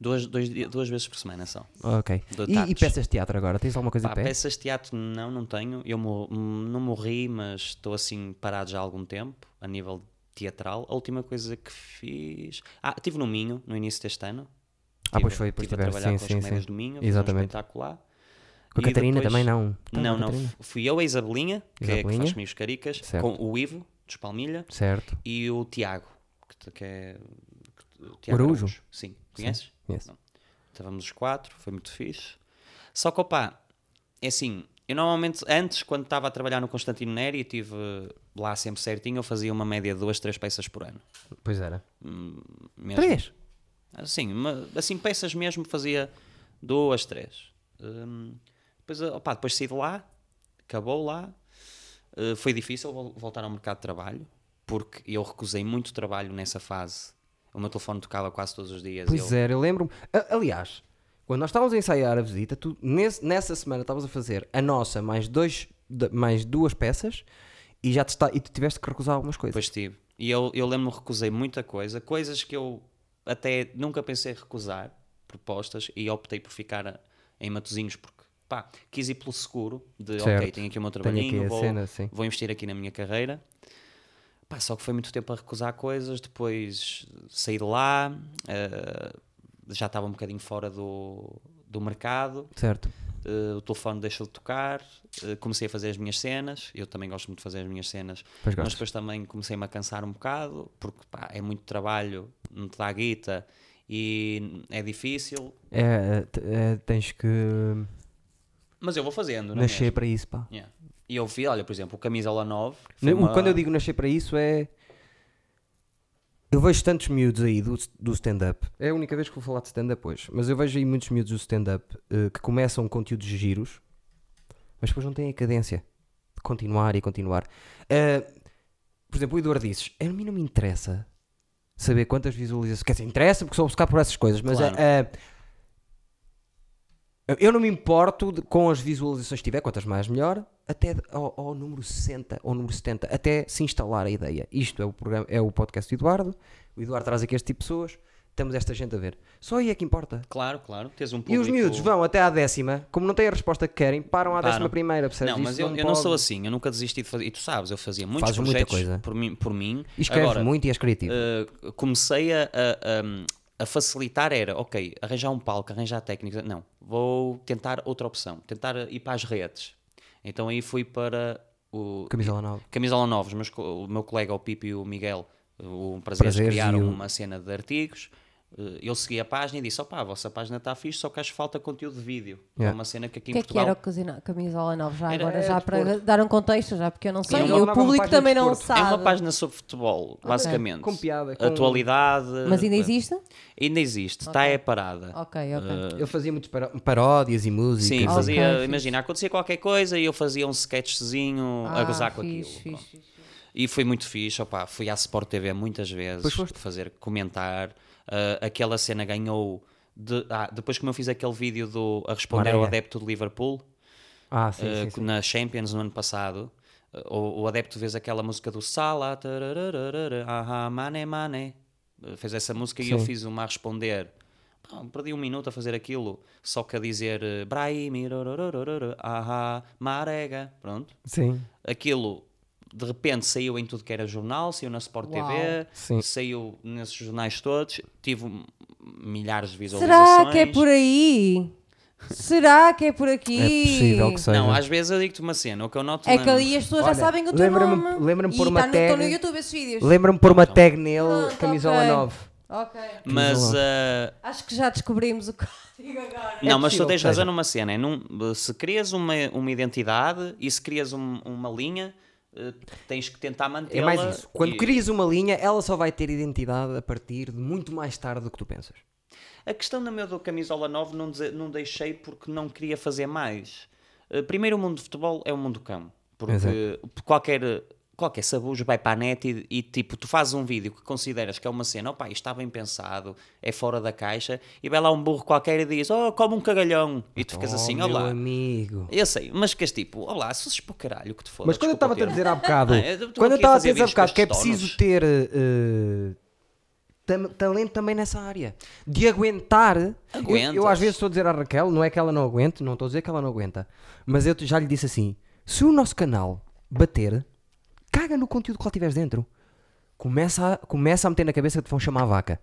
[SPEAKER 3] Duas, dois di- duas vezes por semana são.
[SPEAKER 1] Ok.
[SPEAKER 3] Do
[SPEAKER 1] E, e
[SPEAKER 3] Tatos.
[SPEAKER 1] peças de teatro agora? Tens alguma coisa
[SPEAKER 3] Pá,
[SPEAKER 1] em pé?
[SPEAKER 3] peças de teatro não, não tenho. Eu mo- m- não morri, mas estou assim parado já há algum tempo, a nível teatral. A última coisa que fiz. Ah, estive no Minho, no início deste ano.
[SPEAKER 1] Ah,
[SPEAKER 3] Estive-
[SPEAKER 1] pois foi, pois
[SPEAKER 3] estive a
[SPEAKER 1] tiveste, sim,
[SPEAKER 3] trabalhar com as
[SPEAKER 1] sim,
[SPEAKER 3] comédias
[SPEAKER 1] sim.
[SPEAKER 3] do Minho,
[SPEAKER 1] Exatamente.
[SPEAKER 3] Exatamente. um espetáculo lá.
[SPEAKER 1] Com a
[SPEAKER 3] E
[SPEAKER 1] Catarina
[SPEAKER 3] depois-
[SPEAKER 1] também não? Tá,
[SPEAKER 3] Não,
[SPEAKER 1] com a
[SPEAKER 3] não.
[SPEAKER 1] Catarina.
[SPEAKER 3] Fui eu, a Isabelinha, que é a que
[SPEAKER 1] Isabelinha.
[SPEAKER 3] faz comigo os caricas,
[SPEAKER 1] Certo.
[SPEAKER 3] com o Ivo, dos Palmilha,
[SPEAKER 1] Certo.
[SPEAKER 3] e o Tiago, que, t- que é. que t-
[SPEAKER 1] Araújo?
[SPEAKER 3] Sim, conheces?
[SPEAKER 1] Yes.
[SPEAKER 3] Estávamos os quatro, foi muito fixe. Só que, opá, é assim, eu normalmente, antes, quando estava a trabalhar no Constantino Neri e tive lá sempre certinho, eu fazia uma média de duas, três peças por ano.
[SPEAKER 1] Pois era.
[SPEAKER 3] Hum, Mesmo.
[SPEAKER 1] Três?
[SPEAKER 3] Assim, uma- assim, peças mesmo fazia duas, três. Hum, depois, opá, depois saí de lá, acabou lá. Uh, foi difícil vol- voltar ao mercado de trabalho, porque eu recusei muito trabalho nessa fase. O meu telefone tocava quase todos os dias. eu-
[SPEAKER 1] Pois era, eu lembro-me. A- Aliás, quando nós estávamos a ensaiar a visita, tu nesse- nessa semana estavas a fazer a nossa mais, dois, da- mais duas peças e já te está, e tu tiveste que recusar algumas coisas.
[SPEAKER 3] Depois tive. E eu, eu lembro-me recusei muita coisa, coisas que eu até nunca pensei recusar, propostas, e optei por ficar em Matozinhos porque pá, quis ir pelo seguro de ok,
[SPEAKER 1] Certo.
[SPEAKER 3] tenho aqui o meu
[SPEAKER 1] Tenho aqui
[SPEAKER 3] trabalhinho,
[SPEAKER 1] a
[SPEAKER 3] vou,
[SPEAKER 1] cena, sim.
[SPEAKER 3] vou investir aqui na minha carreira. Pá, só que foi muito tempo a recusar coisas, depois saí de lá, eh, já estava um bocadinho fora do, do mercado,
[SPEAKER 1] Certo.
[SPEAKER 3] eh, o telefone deixou de tocar, eh, comecei a fazer as minhas cenas, eu também gosto muito de fazer as minhas cenas,
[SPEAKER 1] Pois
[SPEAKER 3] mas
[SPEAKER 1] gostas.
[SPEAKER 3] depois também comecei-me a cansar um bocado, porque pá, é muito trabalho, não te dá guita e é difícil,
[SPEAKER 1] É, é, t- é, tens que
[SPEAKER 3] mas eu vou fazendo, não é
[SPEAKER 1] nascer para isso, pá.
[SPEAKER 3] mesmo? Yeah. E eu vi, olha, por exemplo, o Camisola 9, foi
[SPEAKER 1] Ne- Né? o-
[SPEAKER 3] uma-
[SPEAKER 1] Quando eu digo nascer para isso é. Eu vejo tantos miúdos aí do, do stand-up. É a única vez que vou falar de stand-up hoje. Mas eu vejo aí muitos miúdos do stand-up eh, que começam conteúdos giros, mas depois não têm a cadência de continuar e continuar. Eh, por exemplo, o Eduardo dizes: A mim não me interessa saber quantas visualizações. Quer dizer, interessa porque sou a buscar por essas coisas, mas
[SPEAKER 3] Claro.
[SPEAKER 1] eh, eh, eu não me importo de- com as visualizações que tiver, quantas mais melhor, até de- ao, ao número 60 ou número 70, até se instalar a ideia. Isto é o, programa, é o podcast do Eduardo. O Eduardo traz aqui este tipo de pessoas. Temos esta gente a ver. Só aí é que importa.
[SPEAKER 3] Claro, claro, tens um
[SPEAKER 1] E os
[SPEAKER 3] público-
[SPEAKER 1] miúdos vão até à décima, como não têm a resposta que querem, param à
[SPEAKER 3] Param.
[SPEAKER 1] décima primeira, percebes?
[SPEAKER 3] Não, mas
[SPEAKER 1] Isto
[SPEAKER 3] eu, eu não
[SPEAKER 1] é pode.
[SPEAKER 3] sou assim, eu nunca desisti de fazer, e tu sabes, eu fazia muitos
[SPEAKER 1] Fazes muita
[SPEAKER 3] projetos
[SPEAKER 1] coisa.
[SPEAKER 3] por mim, por mim.
[SPEAKER 1] E escreves
[SPEAKER 3] Agora,
[SPEAKER 1] muito e és criativo.
[SPEAKER 3] Uh, comecei a, um, a- a- a facilitar era, ok, arranjar um palco, arranjar técnicas. Não, vou tentar outra opção, tentar ir para as redes. Então aí fui para o
[SPEAKER 1] Camisola nova.
[SPEAKER 3] Camisola Novos, meus co- o meu colega o Pipo e o Miguel, o prazer,
[SPEAKER 1] Prazeres
[SPEAKER 3] criaram
[SPEAKER 1] e o-
[SPEAKER 3] uma cena de artigos. Uh, Eu segui a página e disse: opá, a vossa página está fixe, só que acho que falta conteúdo de vídeo. É
[SPEAKER 1] Yeah.
[SPEAKER 3] uma cena que
[SPEAKER 2] O
[SPEAKER 3] aqui em
[SPEAKER 2] que é que
[SPEAKER 3] Portugal.
[SPEAKER 2] era o casino- camisola nova já
[SPEAKER 3] Era-
[SPEAKER 2] agora?
[SPEAKER 3] é
[SPEAKER 2] Já
[SPEAKER 3] desporto.
[SPEAKER 2] para dar um contexto, já porque eu não sei.
[SPEAKER 1] Sim,
[SPEAKER 2] e
[SPEAKER 1] eu
[SPEAKER 2] o
[SPEAKER 1] mandava uma
[SPEAKER 2] público
[SPEAKER 1] página de
[SPEAKER 2] também não
[SPEAKER 1] desporto.
[SPEAKER 2] sabe.
[SPEAKER 3] É uma página sobre futebol, basicamente.
[SPEAKER 1] Com piada, com-
[SPEAKER 3] Atualidade.
[SPEAKER 2] Mas ainda existe?
[SPEAKER 3] Ainda existe, está é parada.
[SPEAKER 2] Ok, ok.
[SPEAKER 3] Eh,
[SPEAKER 1] Ele fazia muitas paró- paródias e música.
[SPEAKER 3] Sim,
[SPEAKER 2] Ok,
[SPEAKER 3] fazia,
[SPEAKER 2] fixe.
[SPEAKER 3] imagina, acontecia qualquer coisa e eu fazia um sketchzinho a gozar com
[SPEAKER 2] Ah, fixe,
[SPEAKER 3] aquilo.
[SPEAKER 2] fixe, fixe.
[SPEAKER 3] E foi muito fixe, opá, fui à Sport TV muitas vezes
[SPEAKER 1] Pois foste.
[SPEAKER 3] fazer comentar. Ah, aquela cena ganhou. De, ah, depois como eu fiz aquele vídeo do a responder ao
[SPEAKER 1] Maréia.
[SPEAKER 3] adepto de Liverpool
[SPEAKER 1] Ah, sim,
[SPEAKER 3] ah,
[SPEAKER 1] sim, sim.
[SPEAKER 3] na Champions no ano passado, ah, o, o adepto fez aquela música do Sala, tarararara, aha, mane, mane. Ah, Fez essa música e eu
[SPEAKER 1] Sim.
[SPEAKER 3] fiz uma a responder. Pá, perdi um minuto a fazer aquilo, só que a dizer eh, Brahimi, rorororororo, aha, marega. Pronto.
[SPEAKER 1] Sim.
[SPEAKER 3] Aquilo de repente saiu em tudo que era jornal, saiu na Sport
[SPEAKER 2] Uau.
[SPEAKER 3] TV,
[SPEAKER 1] Sim.
[SPEAKER 3] saiu nesses jornais todos, tive um- milhares de visualizações.
[SPEAKER 2] Será que é por aí? Será que é por aqui?
[SPEAKER 1] É possível que seja.
[SPEAKER 3] Não, às vezes eu digo-te uma cena, o que eu noto
[SPEAKER 2] É
[SPEAKER 3] na-
[SPEAKER 2] que ali as pessoas
[SPEAKER 1] Olha,
[SPEAKER 2] já sabem o teu
[SPEAKER 1] lembra-me-
[SPEAKER 2] nome.
[SPEAKER 1] lembra-me
[SPEAKER 2] E
[SPEAKER 1] pôr uma
[SPEAKER 2] tá no- estão no
[SPEAKER 1] tag.
[SPEAKER 2] YouTube esses vídeos.
[SPEAKER 1] Lembra-me pôr uma tag nele,
[SPEAKER 2] Pronto,
[SPEAKER 1] camisola
[SPEAKER 2] ok.
[SPEAKER 1] 9.
[SPEAKER 2] Ok.
[SPEAKER 3] Mas
[SPEAKER 1] Vamos lá.
[SPEAKER 3] ah,
[SPEAKER 2] Acho que já descobrimos o código agora.
[SPEAKER 3] Não, mas tu
[SPEAKER 1] É possível
[SPEAKER 3] tens
[SPEAKER 1] que
[SPEAKER 3] razão
[SPEAKER 1] seja.
[SPEAKER 3] numa cena. é num- se crias uma, uma identidade e se crias um- uma linha, eh, tens que tentar manter.
[SPEAKER 1] É mais isso. Quando crias uma linha, ela só vai ter identidade a partir de muito mais tarde do que tu pensas.
[SPEAKER 3] A questão do meu do camisola 9 não, dese- não deixei porque não queria fazer mais. Eh, Primeiro, o mundo de futebol é um mundo cão. Porque qualquer, qualquer sabujo vai para a net e, e, tipo, tu fazes um vídeo que consideras que é uma cena, opá, isto está bem pensado, é fora da caixa, e vai lá um burro qualquer e diz, oh, como um cagalhão. E tu ficas
[SPEAKER 1] Oh,
[SPEAKER 3] assim,
[SPEAKER 1] meu
[SPEAKER 3] olá.
[SPEAKER 1] amigo.
[SPEAKER 3] Eu sei, mas ficas tipo, olá, se para o caralho que te foda.
[SPEAKER 1] Mas quando eu estava a te dizer há bocado,
[SPEAKER 3] Ah, eu estou
[SPEAKER 1] quando eu
[SPEAKER 3] aqui a
[SPEAKER 1] estava a
[SPEAKER 3] fazer
[SPEAKER 1] te dizer há
[SPEAKER 3] vídeos com
[SPEAKER 1] bocado que é
[SPEAKER 3] estes
[SPEAKER 1] preciso
[SPEAKER 3] donos.
[SPEAKER 1] ter eh, tam- talento também nessa área, de aguentar. Eu- Eu,
[SPEAKER 3] Aguentas.
[SPEAKER 1] às vezes estou a dizer à Raquel, não é que ela não aguente, não estou a dizer que ela não aguenta, mas eu te- já lhe disse assim: se o nosso canal bater, caga no conteúdo que lá tiveres dentro. Começa a, começa a meter na cabeça que te vão chamar a vaca.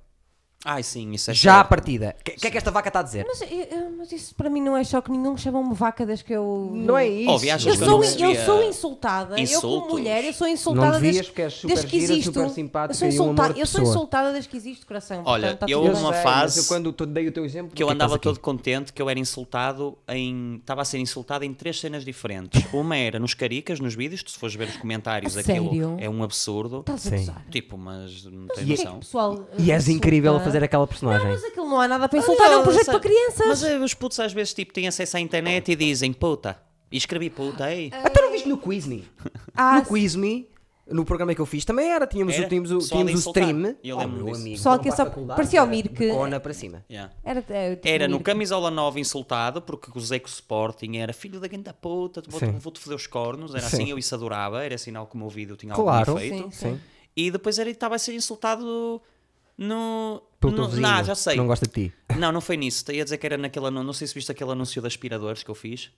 [SPEAKER 3] Ai sim, isso é
[SPEAKER 1] Já à
[SPEAKER 3] certo.
[SPEAKER 1] partida. O que, que é que esta vaca está a dizer?
[SPEAKER 2] Mas, eu- eu- mas isso para mim não é choque nenhum. Chamam-me vaca desde que eu.
[SPEAKER 1] Não é isso.
[SPEAKER 3] Oh, viagens
[SPEAKER 2] Eu
[SPEAKER 3] Desde que eu não
[SPEAKER 2] sou, eu
[SPEAKER 3] recebia
[SPEAKER 2] sou insultada. Eu,
[SPEAKER 3] insultos.
[SPEAKER 2] como mulher, eu sou insultada
[SPEAKER 1] Não devias,
[SPEAKER 2] desde,
[SPEAKER 1] porque és super
[SPEAKER 2] desde que
[SPEAKER 1] gira,
[SPEAKER 2] existo.
[SPEAKER 1] super
[SPEAKER 2] eu
[SPEAKER 1] simpática
[SPEAKER 2] sou,
[SPEAKER 1] e um
[SPEAKER 2] insulta-
[SPEAKER 1] amor de
[SPEAKER 2] eu sou
[SPEAKER 1] pessoa.
[SPEAKER 2] insultada desde que existe, coração.
[SPEAKER 3] Olha,
[SPEAKER 2] portanto, tá
[SPEAKER 3] eu
[SPEAKER 2] tudo
[SPEAKER 3] uma
[SPEAKER 2] bem.
[SPEAKER 3] fa-
[SPEAKER 1] mas
[SPEAKER 3] fase
[SPEAKER 1] eu quando te dei o teu exemplo,
[SPEAKER 3] Que eu
[SPEAKER 1] tu
[SPEAKER 3] andava
[SPEAKER 1] estás
[SPEAKER 3] todo
[SPEAKER 1] aqui.
[SPEAKER 3] contente que eu era insultado em. Estava a ser insultado em três cenas diferentes. Uma era nos caricas, nos vídeos, tu se fores ver os comentários,
[SPEAKER 2] A
[SPEAKER 3] aquilo
[SPEAKER 2] sério?
[SPEAKER 3] é um absurdo.
[SPEAKER 2] Estás a
[SPEAKER 1] Sim.
[SPEAKER 2] gozar.
[SPEAKER 3] Tipo, mas não
[SPEAKER 2] Mas
[SPEAKER 3] tens
[SPEAKER 2] porquê que
[SPEAKER 3] noção.
[SPEAKER 2] o pessoal, eh,
[SPEAKER 1] E és
[SPEAKER 2] insulta?
[SPEAKER 1] incrível a fazer aquela personagem.
[SPEAKER 2] Mas aquilo não há nada para insultar, é um projeto para crianças.
[SPEAKER 3] Mas eh, os putos às vezes tipo, têm acesso à internet e dizem puta. E escrevi puta, ei.
[SPEAKER 2] é-
[SPEAKER 1] Até Então, não viste no Quiz Me.
[SPEAKER 2] Ah,
[SPEAKER 1] no Quiz Me, no programa que eu fiz, também era. Tínhamos,
[SPEAKER 3] Era?
[SPEAKER 1] O, tínhamos, o,
[SPEAKER 3] Só
[SPEAKER 1] tínhamos
[SPEAKER 3] de
[SPEAKER 1] o
[SPEAKER 3] insultar.
[SPEAKER 1] stream. Oh,
[SPEAKER 3] Eu lembro-me
[SPEAKER 1] meu
[SPEAKER 3] disso.
[SPEAKER 1] amigo,
[SPEAKER 2] Pessoal
[SPEAKER 1] foram
[SPEAKER 2] que é
[SPEAKER 1] para a
[SPEAKER 2] só-
[SPEAKER 1] faculdade,
[SPEAKER 2] parecia ao
[SPEAKER 1] de-
[SPEAKER 2] Mirk.
[SPEAKER 1] de Cona para cima.
[SPEAKER 3] Yeah.
[SPEAKER 2] Era, é, era,
[SPEAKER 3] Era no camisola nova insultado porque gozei com o Sporting, era filho da ganda puta, vou-te
[SPEAKER 1] Sim.
[SPEAKER 3] vou-te foder os cornos, era
[SPEAKER 1] Sim.
[SPEAKER 3] assim, eu isso adorava, era sinal que o meu vídeo tinha
[SPEAKER 1] Claro.
[SPEAKER 3] algum efeito.
[SPEAKER 2] Sim, sim.
[SPEAKER 3] E depois era estava a ser insultado No.
[SPEAKER 1] Pelo
[SPEAKER 3] no
[SPEAKER 1] teu vizinho.
[SPEAKER 3] não, já sei.
[SPEAKER 1] Não gosta de ti.
[SPEAKER 3] Não, não foi nisso. Te ia dizer que era naquele anúncio. Não sei se viste aquele anúncio de aspiradores que eu fiz.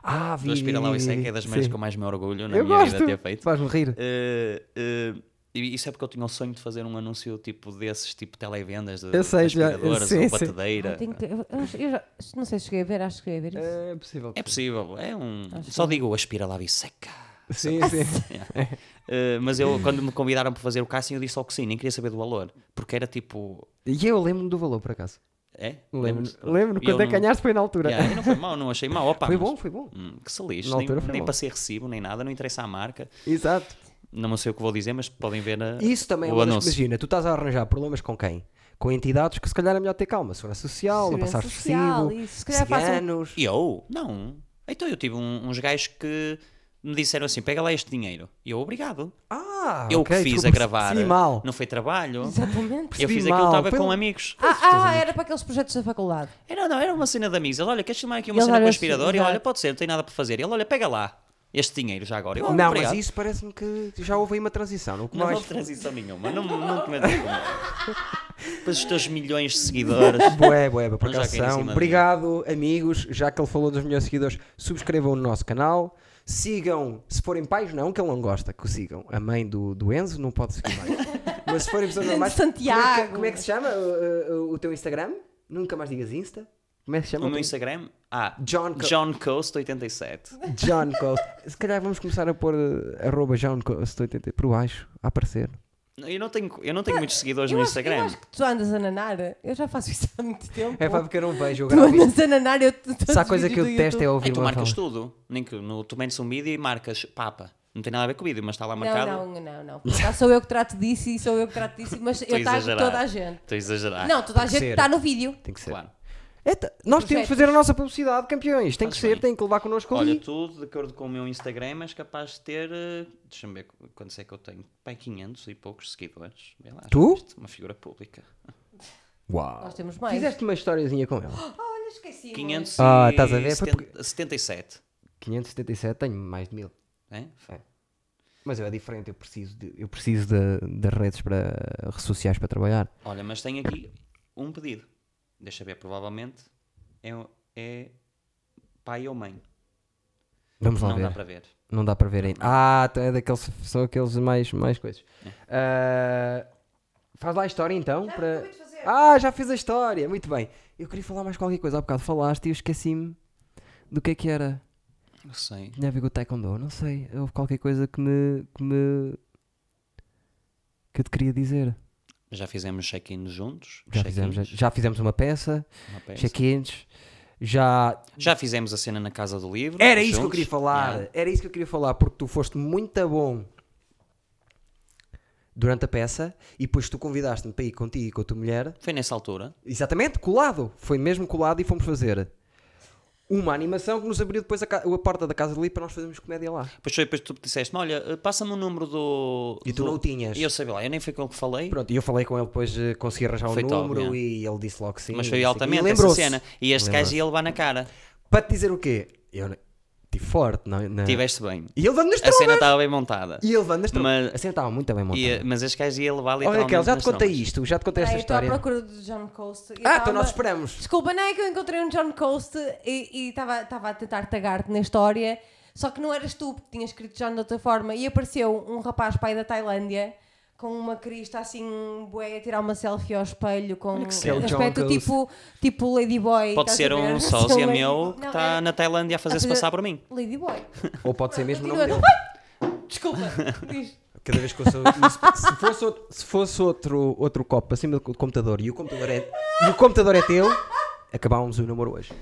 [SPEAKER 1] Ah, vi.
[SPEAKER 3] Do aspira lá
[SPEAKER 1] vi,
[SPEAKER 3] e
[SPEAKER 1] vi,
[SPEAKER 3] seca
[SPEAKER 1] vi.
[SPEAKER 3] é das maneiras
[SPEAKER 1] Sim.
[SPEAKER 3] que eu mais me orgulho na
[SPEAKER 1] Eu
[SPEAKER 3] minha
[SPEAKER 1] gosto.
[SPEAKER 3] vida ter feito.
[SPEAKER 1] Faz-me rir.
[SPEAKER 3] Eh, eh, e isso é porque eu tinha o sonho de fazer um anúncio tipo desses, tipo televendas, de,
[SPEAKER 1] Eu sei,
[SPEAKER 3] de
[SPEAKER 1] já-
[SPEAKER 3] aspiradoras
[SPEAKER 1] sim,
[SPEAKER 3] ou
[SPEAKER 1] sim.
[SPEAKER 3] batedeira.
[SPEAKER 2] Ah, tenho que- eu- eu acho- eu já- não sei se cheguei a ver, acho que cheguei a ver isso.
[SPEAKER 1] É possível.
[SPEAKER 3] É possível, é um. Só digo aspira lá e seca.
[SPEAKER 1] Sim, sim.
[SPEAKER 3] Eh, mas eu, quando me convidaram para fazer o casting, eu disse ao que sim, nem queria saber do valor, porque era tipo.
[SPEAKER 1] E eu lembro-me do valor, por acaso.
[SPEAKER 3] É?
[SPEAKER 1] Lembro-me.
[SPEAKER 3] Lembras?
[SPEAKER 1] Lembro-me
[SPEAKER 3] E eu
[SPEAKER 1] quando é que
[SPEAKER 3] não-
[SPEAKER 1] ganhaste foi na altura.
[SPEAKER 3] Yeah, e não foi mal, não achei mal. Opa,
[SPEAKER 1] Foi
[SPEAKER 3] mas-
[SPEAKER 1] bom, foi bom.
[SPEAKER 3] Hum, que se lixe,
[SPEAKER 1] Na
[SPEAKER 3] nem,
[SPEAKER 1] altura foi
[SPEAKER 3] nem
[SPEAKER 1] bom.
[SPEAKER 3] para ser recibo, nem nada, não interessa à marca.
[SPEAKER 1] Exato.
[SPEAKER 3] Não sei o que vou dizer, mas podem ver na,
[SPEAKER 1] Isso também é
[SPEAKER 3] o
[SPEAKER 1] uma das-
[SPEAKER 3] anúncio.
[SPEAKER 1] Imagina, tu estás a arranjar problemas com quem? Com entidades que se calhar é melhor ter calma. Segurança Social, não
[SPEAKER 2] Segurança
[SPEAKER 1] passar
[SPEAKER 2] é Social,
[SPEAKER 1] vestido,
[SPEAKER 2] isso. Se calhar um- façam-
[SPEAKER 1] ciganos.
[SPEAKER 3] é E eu? Não. Então eu tive um- uns gajos que me disseram assim: pega lá este dinheiro. E eu, obrigado.
[SPEAKER 1] Ah,
[SPEAKER 3] eu
[SPEAKER 1] ok,
[SPEAKER 3] que fiz
[SPEAKER 1] desculpa,
[SPEAKER 3] a gravar.
[SPEAKER 1] percebi mal.
[SPEAKER 3] Não foi trabalho.
[SPEAKER 2] Exatamente.
[SPEAKER 3] Eu
[SPEAKER 1] Percebi
[SPEAKER 3] fiz
[SPEAKER 1] mal.
[SPEAKER 3] aquilo, estava
[SPEAKER 1] Foi
[SPEAKER 3] com
[SPEAKER 1] um-
[SPEAKER 3] amigos.
[SPEAKER 2] Ah, ah, era para aqueles projetos da faculdade.
[SPEAKER 3] Era, É, não, era uma cena de amigos. Ele, olha, queres filmar aqui uma
[SPEAKER 2] Eles,
[SPEAKER 3] cena com
[SPEAKER 2] olha, assim,
[SPEAKER 3] aspirador? E eu,
[SPEAKER 2] exato.
[SPEAKER 3] olha, pode ser, não tem nada para fazer. Ele, olha, pega lá este dinheiro já agora. Eu,
[SPEAKER 1] não,
[SPEAKER 3] obrigado.
[SPEAKER 1] mas isso parece-me que já houve aí uma transição. Não,
[SPEAKER 3] Não
[SPEAKER 1] mais...
[SPEAKER 3] houve transição nenhuma, não, não cometas com Depois os teus milhões de seguidores.
[SPEAKER 1] Bué, bué, bué, por
[SPEAKER 3] Não, já
[SPEAKER 1] acaso
[SPEAKER 3] caí em
[SPEAKER 1] são.
[SPEAKER 3] cima de
[SPEAKER 1] Obrigado, amigos. Já que ele falou dos melhores seguidores, subscrevam o nosso canal. Sigam, se forem pais, não, que ele não gosta que o sigam. A mãe do, do Enzo não pode seguir mais. Mas se forem pessoas normais. Como é que,
[SPEAKER 2] Santiago.
[SPEAKER 1] como é que se chama uh, uh, o teu Instagram? Nunca mais digas Insta. Como é que se chama?
[SPEAKER 3] O meu
[SPEAKER 1] teu-
[SPEAKER 3] Instagram? Ah,
[SPEAKER 1] John Co-
[SPEAKER 3] John Coast 87.
[SPEAKER 1] John Coast. Se calhar vamos começar a pôr uh, arroba John Coast 80 por baixo, a aparecer.
[SPEAKER 3] Eu não tenho, eu não tenho muitos seguidores
[SPEAKER 2] Eu
[SPEAKER 3] no
[SPEAKER 2] acho, eu
[SPEAKER 3] Instagram.
[SPEAKER 2] acho que tu andas a nanar. Eu já faço isso há muito tempo.
[SPEAKER 1] É pá, porque eu não vejo. Eu
[SPEAKER 2] tu
[SPEAKER 1] gravo
[SPEAKER 2] andas a nanar. Eu,
[SPEAKER 1] Se há coisa que eu detesto é ouvir
[SPEAKER 3] É, tu
[SPEAKER 1] uma
[SPEAKER 3] marcas
[SPEAKER 1] fala.
[SPEAKER 3] tudo. Nem que no, tu metes um vídeo e marcas papa. Não tem nada a ver com o vídeo, mas está lá marcado.
[SPEAKER 2] Não, não, não, não. Já sou eu que trato disso e sou eu que trato disso, mas
[SPEAKER 3] Estou a
[SPEAKER 2] eu trago
[SPEAKER 3] exagerar.
[SPEAKER 2] toda a gente.
[SPEAKER 3] Estou a exagerar.
[SPEAKER 2] não, toda a
[SPEAKER 1] Tá. tem que
[SPEAKER 2] gente
[SPEAKER 1] ser.
[SPEAKER 2] está no vídeo.
[SPEAKER 1] Tem que ser.
[SPEAKER 3] claro.
[SPEAKER 1] É ta- nós temos
[SPEAKER 2] Perfeito.
[SPEAKER 1] de fazer a nossa publicidade, campeões. Tem que
[SPEAKER 3] Faz
[SPEAKER 1] ser,
[SPEAKER 3] bem.
[SPEAKER 1] tem que levar connosco
[SPEAKER 3] Olha,
[SPEAKER 1] ali.
[SPEAKER 3] tu, de acordo com o meu Instagram, és capaz de ter. eh, Deixa-me ver qu- quantos é que eu tenho. Pai, 500 e poucos seguidores. Vê lá, já
[SPEAKER 1] Tu?
[SPEAKER 3] viste? Uma figura pública.
[SPEAKER 1] Uau.
[SPEAKER 2] Nós temos mais.
[SPEAKER 1] Fizeste uma historiazinha com ela.
[SPEAKER 2] Olha, esqueci.
[SPEAKER 3] 500
[SPEAKER 1] Ah,
[SPEAKER 3] e
[SPEAKER 1] estás a ver? Foi
[SPEAKER 3] 70 77.
[SPEAKER 1] 577, tenho mais de mil.
[SPEAKER 3] É?
[SPEAKER 1] Mas eu é diferente, eu preciso, de, eu preciso de, das redes para, redes sociais para trabalhar.
[SPEAKER 3] Olha, mas tenho aqui um pedido. Deixa ver, provavelmente é, o- é pai ou mãe.
[SPEAKER 1] Vamos lá
[SPEAKER 3] não
[SPEAKER 1] ver.
[SPEAKER 3] dá para ver.
[SPEAKER 1] Não dá para ver ainda. Ah, então é daqueles, são aqueles mais, mais coisas.
[SPEAKER 3] É.
[SPEAKER 1] Ah, faz lá a história então. para-
[SPEAKER 2] acabei de fazer.
[SPEAKER 1] Ah, já fiz a história, muito bem. Eu queria falar mais qualquer coisa, há bocado falaste e eu esqueci-me do que é que era.
[SPEAKER 3] Não sei.
[SPEAKER 1] Tinha a ver com o Taekwondo, não sei. Houve qualquer coisa que me. que me. que eu te queria dizer.
[SPEAKER 3] Já fizemos check-in juntos.
[SPEAKER 1] Já fizemos, já, já fizemos uma peça,
[SPEAKER 3] uma peça.
[SPEAKER 1] check-ins, já.
[SPEAKER 3] Já fizemos a cena na Casa do Livro.
[SPEAKER 1] Era isso que eu
[SPEAKER 3] juntos.
[SPEAKER 1] queria falar!
[SPEAKER 3] Yeah.
[SPEAKER 1] Era isso que eu queria falar, porque tu foste muito bom durante a peça e depois tu convidaste-me para ir contigo e com a tua mulher.
[SPEAKER 3] Foi nessa altura.
[SPEAKER 1] Exatamente, colado! Foi mesmo colado e fomos fazer uma animação que nos abriu depois a, ca- a porta da casa ali para nós fazermos comédia lá.
[SPEAKER 3] Depois, foi- depois tu disseste-me: Olha, eh, passa-me o número do.
[SPEAKER 1] E tu
[SPEAKER 3] do-
[SPEAKER 1] não o tinhas.
[SPEAKER 3] E eu sei lá, eu nem fui com o que falei.
[SPEAKER 1] Pronto, e eu falei com ele depois, eh, consegui arranjar o
[SPEAKER 3] Foi top,
[SPEAKER 1] número
[SPEAKER 3] yeah.
[SPEAKER 1] e ele disse logo que sim.
[SPEAKER 3] Mas
[SPEAKER 1] e
[SPEAKER 3] foi
[SPEAKER 1] não sei o quê.
[SPEAKER 3] altamente
[SPEAKER 1] E
[SPEAKER 3] essa
[SPEAKER 1] lembrou-se.
[SPEAKER 3] cena. E este gajo ia levar na cara.
[SPEAKER 1] Para te dizer o quê? Eu ne- tive forte, não, não.
[SPEAKER 3] Tiveste bem.
[SPEAKER 1] E ele nas
[SPEAKER 3] A cena
[SPEAKER 1] trombas!
[SPEAKER 3] estava bem montada.
[SPEAKER 1] E ele nas trombas!
[SPEAKER 3] Mas-
[SPEAKER 1] A cena estava muito bem montada.
[SPEAKER 3] E, eh, mas este gajo ia levar
[SPEAKER 1] Olha,
[SPEAKER 3] literalmente
[SPEAKER 1] Raquel, já te
[SPEAKER 3] nas
[SPEAKER 1] contei
[SPEAKER 3] trombas.
[SPEAKER 1] isto, já te contei
[SPEAKER 2] Ah,
[SPEAKER 1] esta
[SPEAKER 2] eu estou à
[SPEAKER 1] história.
[SPEAKER 2] procura do John Coast. Eu
[SPEAKER 1] Ah,
[SPEAKER 2] estava-
[SPEAKER 1] então nós esperamos.
[SPEAKER 2] Desculpa, não é que eu encontrei um John Coast e e estava estava a tentar tagar-te na história, só que não eras tu, porque tinha escrito John de outra forma. E apareceu um rapaz pai da Tailândia com uma crista assim, bué, a tirar uma selfie ao espelho com um
[SPEAKER 1] cena. Que é o John
[SPEAKER 2] aspecto
[SPEAKER 1] Coast.
[SPEAKER 2] tipo, tipo Ladyboy.
[SPEAKER 3] Pode
[SPEAKER 2] estás
[SPEAKER 3] ser
[SPEAKER 2] a ver?
[SPEAKER 3] um
[SPEAKER 2] Sou
[SPEAKER 3] sósia
[SPEAKER 2] lady-
[SPEAKER 3] meu que
[SPEAKER 2] Não, é
[SPEAKER 3] está
[SPEAKER 2] era
[SPEAKER 3] na Tailândia a fazer-se
[SPEAKER 2] fazer-
[SPEAKER 3] passar por mim.
[SPEAKER 2] Ladyboy.
[SPEAKER 1] Ou pode ser mesmo o nome
[SPEAKER 2] Continua.
[SPEAKER 1] dele.
[SPEAKER 2] Ai, Desculpa, diz.
[SPEAKER 1] Cada vez que eu sou. Se fosse outro, se fosse outro, outro copo para cima do computador e o computador é, e o computador é teu, acabávamos o namoro hoje.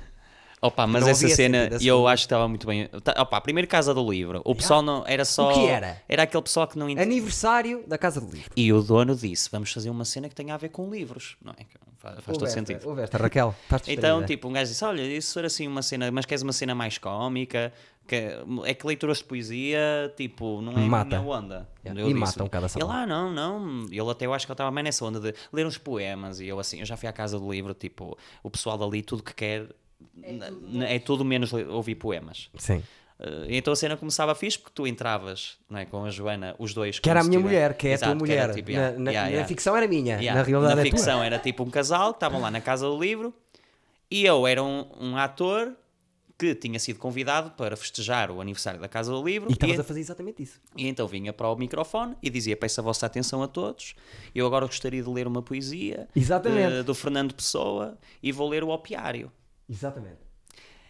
[SPEAKER 3] Opa, mas
[SPEAKER 1] Não
[SPEAKER 3] essa
[SPEAKER 1] havia
[SPEAKER 3] cena
[SPEAKER 1] sentido, essa
[SPEAKER 3] eu
[SPEAKER 1] cena.
[SPEAKER 3] acho que estava muito bem. Tá- Opa, primeiro Casa do Livro. O pessoal não era só.
[SPEAKER 1] O que era?
[SPEAKER 3] Era aquele pessoal que não entendia.
[SPEAKER 1] Aniversário da Casa do Livro.
[SPEAKER 3] E o dono disse: vamos fazer uma cena que tenha a ver com livros. Não é? Que Faz, faz todo
[SPEAKER 1] Houve esta-
[SPEAKER 3] sentido.
[SPEAKER 1] houve esta, Raquel. estás distraída.
[SPEAKER 3] Então, tipo, um gajo disse: Olha, isso era assim uma cena, mas queres uma cena mais cómica? Que é que leituras de poesia, tipo, não é
[SPEAKER 1] Mata.
[SPEAKER 3] a minha onda.
[SPEAKER 1] Yeah.
[SPEAKER 3] Eu
[SPEAKER 1] E
[SPEAKER 3] disse,
[SPEAKER 1] mata um bocado a
[SPEAKER 3] Ele,
[SPEAKER 1] sala.
[SPEAKER 3] ah, não, não. Ele até eu acho que ele estava mais nessa onda de ler uns poemas. E eu, assim, eu já fui à casa do livro, tipo, o pessoal dali, tudo que quer. n- n- É tudo, menos le- ouvir poemas.
[SPEAKER 1] Sim.
[SPEAKER 3] Eh, então a cena começava fixe porque tu entravas não é, com a Joana, os dois.
[SPEAKER 1] Que era a
[SPEAKER 3] como se
[SPEAKER 1] minha
[SPEAKER 3] tivesse-
[SPEAKER 1] mulher, que é a
[SPEAKER 3] Exato,
[SPEAKER 1] tua
[SPEAKER 3] que era
[SPEAKER 1] mulher.
[SPEAKER 3] tipo,
[SPEAKER 1] na,
[SPEAKER 3] yeah,
[SPEAKER 1] na-
[SPEAKER 3] yeah,
[SPEAKER 1] na
[SPEAKER 3] yeah.
[SPEAKER 1] ficção era minha,
[SPEAKER 3] Yeah,
[SPEAKER 1] na realidade é
[SPEAKER 3] ficção
[SPEAKER 1] tua.
[SPEAKER 3] era tipo um casal que estavam lá na casa do livro e eu era um, um ator que tinha sido convidado para festejar o aniversário da casa do livro
[SPEAKER 1] E estavas a fazer exatamente isso.
[SPEAKER 3] e então vinha para o microfone e dizia: Peço a vossa atenção a todos. Eu agora gostaria de ler uma poesia
[SPEAKER 1] Exatamente.
[SPEAKER 3] eh, do Fernando Pessoa e vou ler o Opiário.
[SPEAKER 1] Exatamente.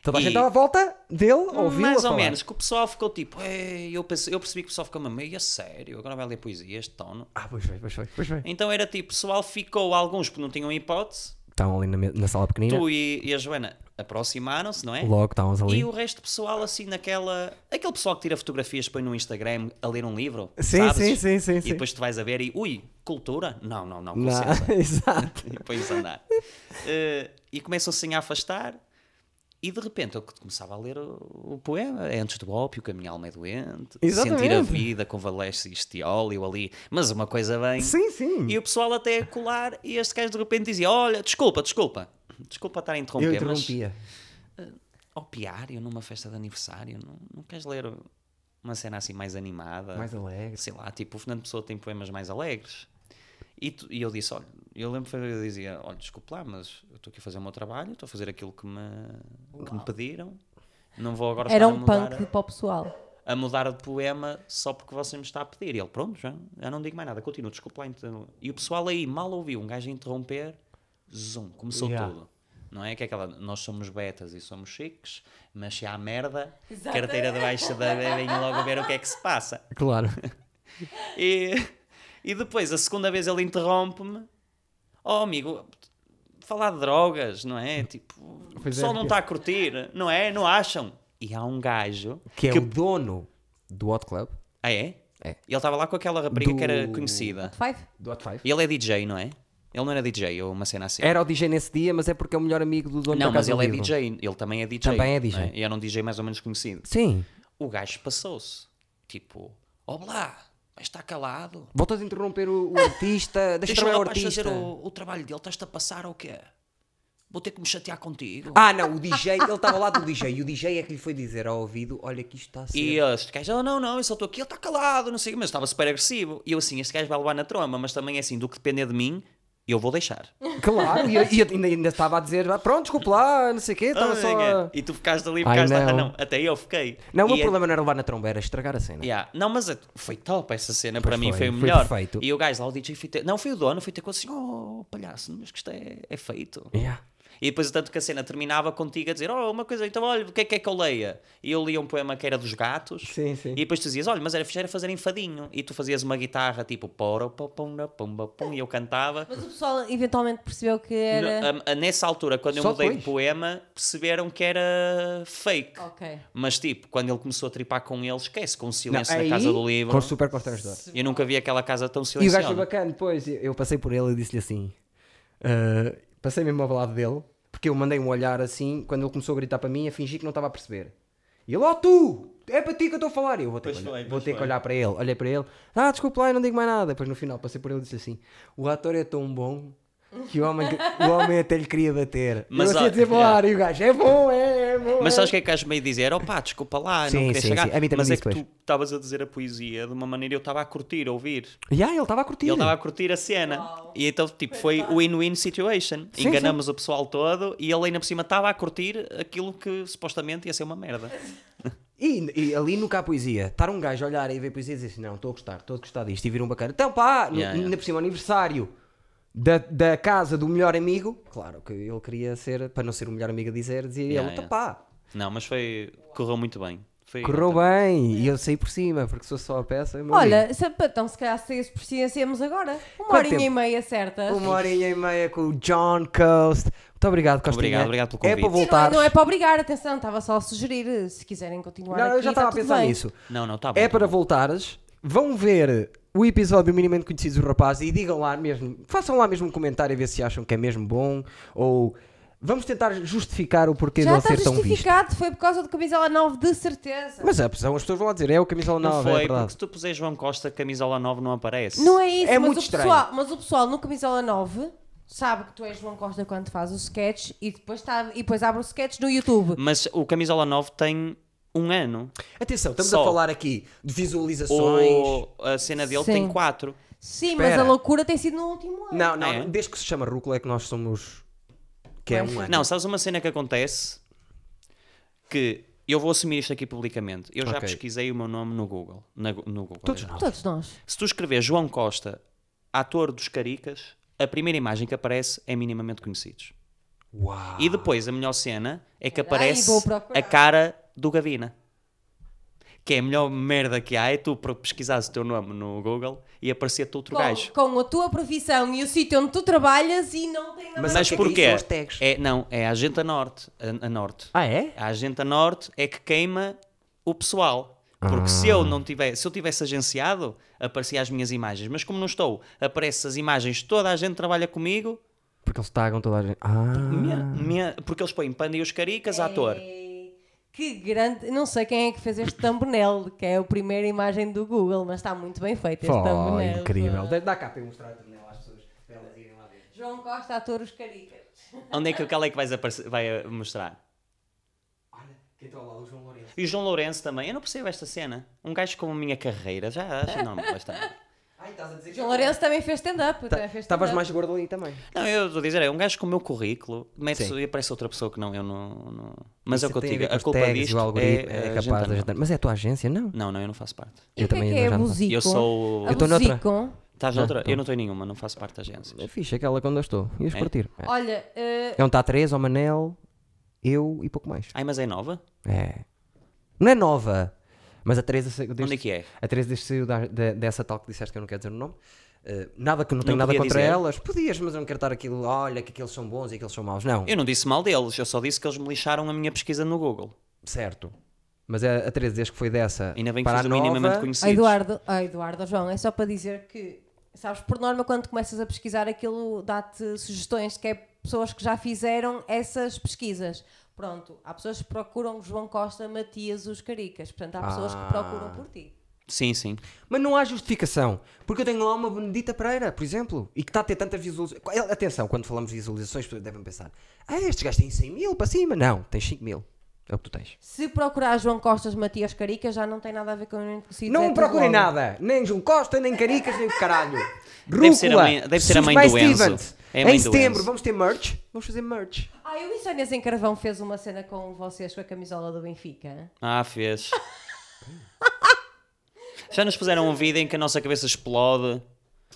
[SPEAKER 1] Toda a
[SPEAKER 3] E-
[SPEAKER 1] gente estava à volta dele, ouviu
[SPEAKER 3] Hum, Mais ou menos, que o pessoal ficou tipo: "Ei", eu, pensei- eu percebi que o pessoal ficou meio a sério, agora vai ler poesia este tono.
[SPEAKER 1] Ah, pois foi, pois foi, pois foi.
[SPEAKER 3] Então era tipo: o pessoal ficou, alguns que não tinham hipótese,
[SPEAKER 1] Estavam ali na, me- na sala pequenina,
[SPEAKER 3] tu e, e a Joana aproximaram-se, não é?
[SPEAKER 1] logo estávamos ali.
[SPEAKER 3] E o resto do pessoal, assim, naquela. Aquele pessoal que tira fotografias, põe no Instagram a ler um livro.
[SPEAKER 1] Sim,
[SPEAKER 3] sabes?
[SPEAKER 1] sim, sim, sim,
[SPEAKER 3] E
[SPEAKER 1] sim.
[SPEAKER 3] depois tu vais a ver e. Ui, cultura? Não, não, não, com
[SPEAKER 1] Não,
[SPEAKER 3] licença.
[SPEAKER 1] exato.
[SPEAKER 3] E depois andar. Eh, e começam assim a afastar. E de repente eu começava a ler o, o poema. É antes do ópio, que a minha alma é doente. Sentir a
[SPEAKER 1] Exatamente.
[SPEAKER 3] vida, convalesce este óleo ali. Mas uma coisa bem.
[SPEAKER 1] Sim, sim.
[SPEAKER 3] E o pessoal até a colar. E este gajo de repente dizia: Olha, desculpa, desculpa. Desculpa estar a interromper.
[SPEAKER 1] Eu
[SPEAKER 3] mas-
[SPEAKER 1] interrompia.
[SPEAKER 3] opiário numa festa de aniversário? Não, não queres ler uma cena assim mais animada?
[SPEAKER 1] Mais alegre.
[SPEAKER 3] Sei lá, tipo, o Fernando Pessoa tem poemas mais alegres. E, tu- e eu disse, olha, eu lembro que eu dizia, olha, desculpe lá, mas eu estou aqui a fazer o meu trabalho, estou a fazer aquilo que me, que me pediram. Não vou agora
[SPEAKER 2] Era
[SPEAKER 3] estar
[SPEAKER 2] um
[SPEAKER 3] a mudar,
[SPEAKER 2] punk para o pessoal.
[SPEAKER 3] a mudar de poema só porque você me está a pedir. E ele, pronto, já, já não digo mais nada, continua, desculpe lá. Então. E o pessoal aí mal ouviu um gajo interromper, zoom, começou
[SPEAKER 1] Yeah.
[SPEAKER 3] tudo. Não é que é aquela, nós somos betas e somos chiques, mas se há merda,
[SPEAKER 2] Exato.
[SPEAKER 3] carteira debaixo da bebem logo ver o que é que se passa.
[SPEAKER 1] Claro.
[SPEAKER 3] E, e depois, a segunda vez ele interrompe-me, oh amigo, falar de drogas, não é? Tipo, o
[SPEAKER 1] Pois é,
[SPEAKER 3] pessoal não
[SPEAKER 1] é.
[SPEAKER 3] está a curtir, não é? Não acham? E há um gajo
[SPEAKER 1] Que é o dono do Hot Club.
[SPEAKER 3] ah, é?
[SPEAKER 1] É.
[SPEAKER 3] Ele estava lá com aquela rapariga que era
[SPEAKER 1] Do-
[SPEAKER 3] conhecida.
[SPEAKER 2] Five?
[SPEAKER 1] Do Hot Five.
[SPEAKER 3] E Ele é DJ, não é? Ele não era DJ ou uma cena assim.
[SPEAKER 1] Era o DJ nesse dia, mas é porque é o melhor amigo do dono
[SPEAKER 3] não,
[SPEAKER 1] da
[SPEAKER 3] mas
[SPEAKER 1] casa
[SPEAKER 3] ele é
[SPEAKER 1] do livro.
[SPEAKER 3] DJ. Ele também é DJ.
[SPEAKER 1] Também é
[SPEAKER 3] não
[SPEAKER 1] DJ.
[SPEAKER 3] E era um DJ mais ou menos conhecido.
[SPEAKER 1] Sim.
[SPEAKER 3] O gajo passou-se. Tipo, olá, mas está calado.
[SPEAKER 1] Voltas a interromper o, o artista. Deixa,
[SPEAKER 3] Deixa
[SPEAKER 1] trabalhar
[SPEAKER 3] o
[SPEAKER 1] o
[SPEAKER 3] rapaz fazer
[SPEAKER 1] artista.
[SPEAKER 3] o, o trabalho dele. Estás-te a passar ou o quê? Vou ter que me chatear contigo.
[SPEAKER 1] Ah, não, o DJ, ele estava lá do DJ e o DJ é que lhe foi dizer ao ouvido: Olha, que isto está a ser.
[SPEAKER 3] E este gajo, oh, não, não, eu só estou aqui, ele está calado, não sei, o quê", mas estava super agressivo. E eu assim, este gajo vai levar na tromba, mas também é assim, do que depender de mim, eu vou deixar.
[SPEAKER 1] Claro, e, eu- e eu ainda, ainda estava a dizer: "Ah, Pronto, desculpe lá, não sei o quê, estava
[SPEAKER 3] Ah,
[SPEAKER 1] só.
[SPEAKER 3] é.
[SPEAKER 1] Então, a-"
[SPEAKER 3] E tu ficaste ali,
[SPEAKER 1] Ai,
[SPEAKER 3] ficaste lá. Ah,
[SPEAKER 1] não.
[SPEAKER 3] não, até eu fiquei.
[SPEAKER 1] Não, o
[SPEAKER 3] E
[SPEAKER 1] meu
[SPEAKER 3] é-
[SPEAKER 1] problema não era levar na tromba, era estragar a cena.
[SPEAKER 3] Yeah. Não, mas a- foi top essa cena, para
[SPEAKER 1] Pois
[SPEAKER 3] mim
[SPEAKER 1] foi,
[SPEAKER 3] foi o
[SPEAKER 1] foi
[SPEAKER 3] melhor.
[SPEAKER 1] perfeito.
[SPEAKER 3] E o gajo lá, o DJ, foi ter- não, foi o dono, foi ter com assim, oh palhaço, mas que isto é, é feito.
[SPEAKER 1] Yeah.
[SPEAKER 3] E depois, tanto que a cena terminava contigo a dizer, oh, uma coisa, então olha, o que é que é que eu leia? E eu lia um poema que era dos gatos.
[SPEAKER 1] Sim, sim.
[SPEAKER 3] E depois tu dizias, olha, mas era fixe era fazer enfadinho. E tu fazias uma guitarra tipo, poro, pom, pom, na, pom, ba, pom, e eu cantava.
[SPEAKER 2] Mas o pessoal eventualmente percebeu que era.
[SPEAKER 3] No- a- a- nessa altura, quando eu
[SPEAKER 1] Só
[SPEAKER 3] mudei de
[SPEAKER 1] depois.
[SPEAKER 3] poema, perceberam que era fake.
[SPEAKER 2] Ok.
[SPEAKER 3] Mas tipo, quando ele começou a tripar com ele, esquece, com o
[SPEAKER 1] Não,
[SPEAKER 3] silêncio
[SPEAKER 1] aí,
[SPEAKER 3] na casa do livro.
[SPEAKER 1] com super constrangedor.
[SPEAKER 3] Eu nunca vi aquela casa tão
[SPEAKER 1] E o gajo
[SPEAKER 3] silenciosa.
[SPEAKER 1] foi bacana, depois eu- eu passei por ele e disse-lhe assim: ah, passei mesmo ao lado dele, porque eu mandei um olhar assim, quando ele começou a gritar para mim, a fingir que não estava a perceber. E ele, ó tu, é para ti que eu estou a falar. E Eu vou ter,
[SPEAKER 3] Pois
[SPEAKER 1] que, olhar,
[SPEAKER 3] foi,
[SPEAKER 1] vou
[SPEAKER 3] pois
[SPEAKER 1] ter que
[SPEAKER 3] foi.
[SPEAKER 1] olhar para ele, olhei para ele, ah, desculpa lá, eu não digo mais nada. Depois no final passei por ele e disse assim: o ator é tão bom. Que o homem, o homem até lhe queria bater.
[SPEAKER 3] Mas,
[SPEAKER 1] Mas, eu assim
[SPEAKER 3] ó,
[SPEAKER 1] a dizer,
[SPEAKER 3] yeah.
[SPEAKER 1] "Bora", e o gajo, é bom, é, é bom.
[SPEAKER 3] Mas
[SPEAKER 1] é."
[SPEAKER 3] sabes o que é que gajo meio dizer? Oh pá, desculpa lá, eu não
[SPEAKER 1] Sim,
[SPEAKER 3] queria
[SPEAKER 1] sim,
[SPEAKER 3] chegar.
[SPEAKER 1] sim. A mim também
[SPEAKER 3] Mas é
[SPEAKER 1] disse,
[SPEAKER 3] que
[SPEAKER 1] pois.
[SPEAKER 3] tu estavas a dizer a poesia de uma maneira e eu estava a curtir, a ouvir.
[SPEAKER 1] Yeah, ele estava a curtir.
[SPEAKER 3] E ele estava a curtir a cena. E então, tipo, foi win-win situation.
[SPEAKER 1] Sim,
[SPEAKER 3] Enganamos o pessoal todo e ele ainda por cima estava a curtir aquilo que supostamente ia ser uma merda.
[SPEAKER 1] E, e ali nunca há poesia. Estar um gajo a olhar e ver poesia e dizer assim: não, estou a gostar, estou a gostar disto e vir um bacana. Então, pá, n-
[SPEAKER 3] Yeah, yeah.
[SPEAKER 1] ainda por cima, aniversário da, da casa do melhor amigo. Claro que ele queria ser, para não ser o melhor amigo a dizer, dizia
[SPEAKER 3] Yeah,
[SPEAKER 1] ele: então,
[SPEAKER 3] yeah.
[SPEAKER 1] pá,
[SPEAKER 3] Não, mas foi. correu muito bem. Foi-
[SPEAKER 1] correu bem. E eu saí por cima, porque sou só a peça. é meu amigo.
[SPEAKER 2] Olha, se- então se calhar se isso precisamos agora. Uma
[SPEAKER 1] Quanto
[SPEAKER 2] horinha
[SPEAKER 1] tempo?
[SPEAKER 2] e meia certa.
[SPEAKER 1] uma horinha e meia com o John Coast. Muito obrigado, Costa.
[SPEAKER 3] Obrigado, obrigado pelo
[SPEAKER 1] É
[SPEAKER 3] convite.
[SPEAKER 1] para
[SPEAKER 2] E Não, é-
[SPEAKER 1] voltar.
[SPEAKER 2] não é para obrigar, atenção, estava só a sugerir, eh, se quiserem continuar
[SPEAKER 1] Não,
[SPEAKER 2] aqui,
[SPEAKER 1] eu já estava a
[SPEAKER 2] está tudo
[SPEAKER 1] pensar
[SPEAKER 2] bem.
[SPEAKER 1] nisso.
[SPEAKER 3] Não, não, está bom.
[SPEAKER 1] É
[SPEAKER 3] tá
[SPEAKER 1] para
[SPEAKER 3] bom.
[SPEAKER 1] voltares. Vão ver o episódio minimamente conhecido do rapaz e digam lá mesmo, façam lá mesmo um comentário a ver se acham que é mesmo bom ou vamos tentar justificar o porquê de
[SPEAKER 2] Já
[SPEAKER 1] ele
[SPEAKER 2] está
[SPEAKER 1] ser tão visto.
[SPEAKER 2] justificado, foi por causa do camisola 9, de certeza.
[SPEAKER 1] Mas é, são as pessoas vão lá dizer, é o camisola
[SPEAKER 3] Não,
[SPEAKER 1] nova, é
[SPEAKER 3] foi, porque
[SPEAKER 1] verdade.
[SPEAKER 3] se tu puseres João Costa, camisola 9 não aparece.
[SPEAKER 2] Não é isso,
[SPEAKER 1] É
[SPEAKER 2] mas,
[SPEAKER 1] muito
[SPEAKER 2] o
[SPEAKER 1] estranho.
[SPEAKER 2] pessoal, mas o pessoal no camisola 9 sabe que tu és João Costa
[SPEAKER 1] Hum,
[SPEAKER 2] quando faz o sketch e depois, está, e depois abre o sketch no YouTube.
[SPEAKER 3] Mas o camisola 9 tem um ano.
[SPEAKER 1] Atenção, estamos
[SPEAKER 3] Só.
[SPEAKER 1] a falar aqui de visualizações.
[SPEAKER 3] Ou a cena dele tem
[SPEAKER 2] Sim.
[SPEAKER 3] quatro.
[SPEAKER 2] Sim, mas
[SPEAKER 1] Espera.
[SPEAKER 2] a loucura tem sido no último ano.
[SPEAKER 1] Não, não,
[SPEAKER 3] É.
[SPEAKER 1] desde que se chama Rúcula é que nós somos. Que é
[SPEAKER 2] Mas-
[SPEAKER 1] um ano.
[SPEAKER 3] Não, sabes uma cena que acontece que eu vou assumir isto aqui publicamente. Eu já
[SPEAKER 1] Ok.
[SPEAKER 3] pesquisei o meu nome no Google. na Gu- no Google
[SPEAKER 1] Todos
[SPEAKER 3] aliás.
[SPEAKER 1] nós.
[SPEAKER 2] Todos nós.
[SPEAKER 3] Se tu escrever João Costa, ator dos Caricas, a primeira imagem que aparece é minimamente conhecidos.
[SPEAKER 1] Uau.
[SPEAKER 3] E depois a melhor cena é que
[SPEAKER 2] Ai,
[SPEAKER 3] aparece
[SPEAKER 2] vou procurar.
[SPEAKER 3] a cara do Gavina. Que é a melhor merda que há é tu pro- pesquisares o teu nome no Google e aparecer-te outro gajo.
[SPEAKER 2] Com, com a tua profissão e o sítio onde tu trabalhas e não tem nada
[SPEAKER 1] Mas o
[SPEAKER 2] a ver.
[SPEAKER 3] Mas
[SPEAKER 1] que é que
[SPEAKER 3] porquê?
[SPEAKER 1] isso são os tags?
[SPEAKER 3] É, não, é a Agenda Norte. A, a Norte.
[SPEAKER 1] Ah, é?
[SPEAKER 3] A Agenda Norte é que queima o pessoal. Porque se eu não tivesse, se eu tivesse agenciado, aparecia as minhas imagens. Mas como não estou, aparecem as imagens, de toda a gente que trabalha comigo,
[SPEAKER 1] Porque eles tagam toda a gente. Ah.
[SPEAKER 3] minha- minha- porque eles põem panda e os caricas, ator.
[SPEAKER 2] Ei, Que grande. Não sei quem é que fez este thumbnail, que é a primeira imagem do Google, mas está muito bem feito este
[SPEAKER 1] Oh,
[SPEAKER 2] thumbnail.
[SPEAKER 1] incrível. Dá- Dá cá para eu mostrar o thumbnail às pessoas. Para elas irem lá ver.
[SPEAKER 2] João Costa, ator os caricas.
[SPEAKER 3] Onde é que aquela é que vais aparecer- vai mostrar?
[SPEAKER 1] Olha, quem está lá, o João Lourenço.
[SPEAKER 3] E o João Lourenço também. Eu não percebo esta cena. Um gajo com a minha carreira já acho não, bastante.
[SPEAKER 1] Ai, estás a dizer é
[SPEAKER 2] João Lourenço também fez stand-up. também fez
[SPEAKER 1] Tá, Estavas
[SPEAKER 2] stand-up.
[SPEAKER 1] mais gordo ali também.
[SPEAKER 3] Não, eu estou a dizer, é um gajo com o meu currículo, mete
[SPEAKER 1] Sim.
[SPEAKER 3] e aparece outra pessoa que não, eu não. não- Mas é o
[SPEAKER 1] Isso
[SPEAKER 3] que eu
[SPEAKER 1] tem
[SPEAKER 3] digo,
[SPEAKER 1] ver com
[SPEAKER 3] a
[SPEAKER 1] os
[SPEAKER 3] culpa
[SPEAKER 1] tags e o
[SPEAKER 3] disto
[SPEAKER 1] algoritmo
[SPEAKER 3] é,
[SPEAKER 1] é
[SPEAKER 3] a
[SPEAKER 1] capaz
[SPEAKER 3] gente
[SPEAKER 1] de
[SPEAKER 3] não.
[SPEAKER 1] ajudar. Mas é a tua agência? Não.
[SPEAKER 3] Não, não, eu não faço parte.
[SPEAKER 2] E
[SPEAKER 1] Eu
[SPEAKER 2] o que é
[SPEAKER 1] também
[SPEAKER 2] que
[SPEAKER 1] ainda
[SPEAKER 2] é
[SPEAKER 1] já não-
[SPEAKER 2] abusico?
[SPEAKER 3] Eu sou.
[SPEAKER 1] Eu tô noutra.
[SPEAKER 2] Abusico?
[SPEAKER 3] Estás
[SPEAKER 1] Já
[SPEAKER 3] noutra?
[SPEAKER 1] tô.
[SPEAKER 3] Eu não estou em nenhuma, não faço parte da agência.
[SPEAKER 1] É fixe aquela quando eu estou. Ias curtir. É.
[SPEAKER 2] Olha, eh,
[SPEAKER 1] É onde está a Teresa, o Manel, eu e pouco mais.
[SPEAKER 3] Ai, mas é nova?
[SPEAKER 1] É. Não é nova. Mas a Teresa saiu desde-
[SPEAKER 3] Onde é que é?
[SPEAKER 1] A Teresa desde que saiu da- da- dessa tal que disseste que eu não quero dizer o nome. eh, nada que eu não tenho nada
[SPEAKER 3] podia
[SPEAKER 1] contra
[SPEAKER 3] dizer.
[SPEAKER 1] elas. Podias, mas eu não quero estar aquilo. Olha, que aqueles são bons e aqueles são maus. Não.
[SPEAKER 3] Eu não disse mal deles, eu só disse que eles me lixaram a minha pesquisa no Google.
[SPEAKER 1] Certo. Mas é, a, a Teresa desde que foi dessa.
[SPEAKER 3] Ainda bem que
[SPEAKER 1] para
[SPEAKER 3] fiz
[SPEAKER 1] a
[SPEAKER 3] o
[SPEAKER 1] nova,
[SPEAKER 3] minimamente conhecido.
[SPEAKER 2] Ah, Eduardo, ah, Eduardo, João, é só para dizer que, sabes, por norma, quando começas a pesquisar aquilo, dá-te sugestões que é pessoas que já fizeram essas pesquisas. Pronto, há pessoas que procuram João Costa, Matias, os Caricas. Portanto, há pessoas
[SPEAKER 1] Ah.
[SPEAKER 2] que procuram por ti.
[SPEAKER 3] Sim, sim.
[SPEAKER 1] Mas não há justificação. Porque eu tenho lá uma Benedita Pereira, por exemplo, e que está a ter tantas visualizações. Ela- Atenção, quando falamos de visualizações, as pessoas devem pensar: ah, estes gajos têm 100 mil para cima. Não, tens 5 mil. É o que tu tens.
[SPEAKER 2] Se procurar João Costas, Matias, Caricas, já não tem nada a ver com o é Inconhecido.
[SPEAKER 1] Não procurem nada. Nem João Costa, nem Caricas, nem o caralho. Rúcula.
[SPEAKER 3] Deve ser a mãe- deve ser a mãe
[SPEAKER 1] Sus-
[SPEAKER 3] do
[SPEAKER 1] by
[SPEAKER 3] Enzo.
[SPEAKER 1] Stevens.
[SPEAKER 3] É a mãe
[SPEAKER 1] em
[SPEAKER 3] do
[SPEAKER 1] setembro
[SPEAKER 3] Enzo.
[SPEAKER 1] vamos ter merch. Vamos fazer merch.
[SPEAKER 2] Ah, e o Insónias em Carvão fez uma cena com vocês com a camisola do Benfica.
[SPEAKER 3] Ah, fez. Já nos puseram um vídeo em que a nossa cabeça explode.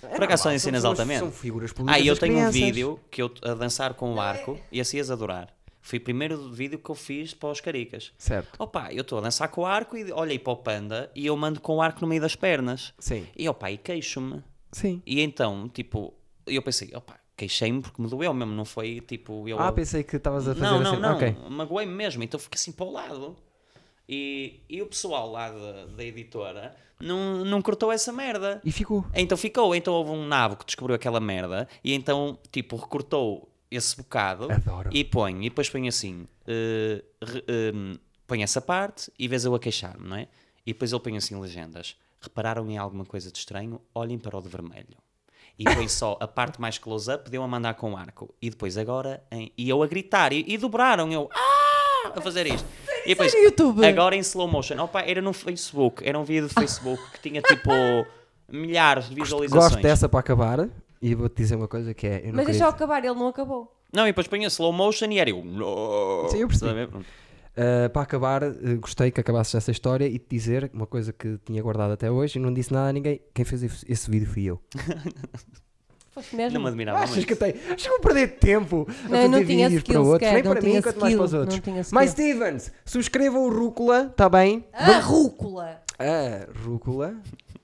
[SPEAKER 3] Por acaso só em
[SPEAKER 1] São
[SPEAKER 3] cenas
[SPEAKER 1] pessoas-
[SPEAKER 3] altamente.
[SPEAKER 1] São figuras públicas.
[SPEAKER 3] Ah, e eu
[SPEAKER 1] das
[SPEAKER 3] tenho um
[SPEAKER 1] crianças.
[SPEAKER 3] vídeo que eu a dançar com o arco e assim as adorar. Foi o primeiro vídeo que eu fiz para os caricas.
[SPEAKER 1] Certo.
[SPEAKER 3] Opa, eu estou a dançar com o arco e olhei para o panda e eu mando com o arco no meio das pernas.
[SPEAKER 1] Sim.
[SPEAKER 3] E opa, e queixo-me.
[SPEAKER 1] Sim.
[SPEAKER 3] E então, tipo, eu pensei, opa, queixei-me porque me doeu mesmo, não foi tipo. Eu,
[SPEAKER 1] Ah, pensei que estavas a fazer
[SPEAKER 3] não, não,
[SPEAKER 1] assim.
[SPEAKER 3] não,
[SPEAKER 1] Ok.
[SPEAKER 3] magoei-me mesmo, então fiquei assim para o lado. E, e o pessoal lá da, da editora não, não cortou essa merda.
[SPEAKER 1] E ficou.
[SPEAKER 3] Então ficou, então houve um nabo que descobriu aquela merda e então, tipo, recortou esse bocado
[SPEAKER 1] Adoro.
[SPEAKER 3] e põe, e depois põe assim, eh, re- em, põe essa parte e vês eu a queixar-me, não é? E depois ele põe assim legendas. Repararam em alguma coisa de estranho? Olhem para o de vermelho. E põe só a parte mais close-up, deu a mandar com o arco. E depois agora, em- e eu a gritar, e, e dobraram, eu, "Ah!" a fazer isto. E depois,
[SPEAKER 2] no YouTube?
[SPEAKER 3] agora em slow motion. Opa, era no Facebook, era um vídeo do Facebook que tinha tipo milhares de visualizações.
[SPEAKER 1] Gosto dessa para acabar. E vou-te dizer uma coisa que é. Eu não
[SPEAKER 2] Mas
[SPEAKER 1] queria
[SPEAKER 2] deixa-o acabar, ele não acabou.
[SPEAKER 3] Não, e depois punha slow motion e era eu. "No".
[SPEAKER 1] Sim, eu percebi.
[SPEAKER 3] Sabe? Pronto.
[SPEAKER 1] Uh, para acabar, uh, gostei que acabasses essa história e te dizer uma coisa que tinha guardado até hoje e não disse nada a ninguém. Quem fez esse- esse vídeo fui eu.
[SPEAKER 2] Foste mesmo.
[SPEAKER 3] Não me admirava
[SPEAKER 1] Achas
[SPEAKER 3] muito.
[SPEAKER 1] que eu tenho? Achas que eu vou perder tempo a
[SPEAKER 2] Não, eu
[SPEAKER 1] fazer
[SPEAKER 2] não tinha
[SPEAKER 1] vídeos para
[SPEAKER 2] skill
[SPEAKER 1] outros?
[SPEAKER 2] sequer,
[SPEAKER 1] Nem
[SPEAKER 2] não
[SPEAKER 1] para mim,
[SPEAKER 2] tinha
[SPEAKER 1] quanto mais para os
[SPEAKER 2] skill,
[SPEAKER 1] outros.
[SPEAKER 2] não tinha skill.
[SPEAKER 1] Mas Stevens, subscrevam o Rúcula, está bem?
[SPEAKER 2] A rúcula!
[SPEAKER 1] A
[SPEAKER 3] Ah,
[SPEAKER 1] Rúcula.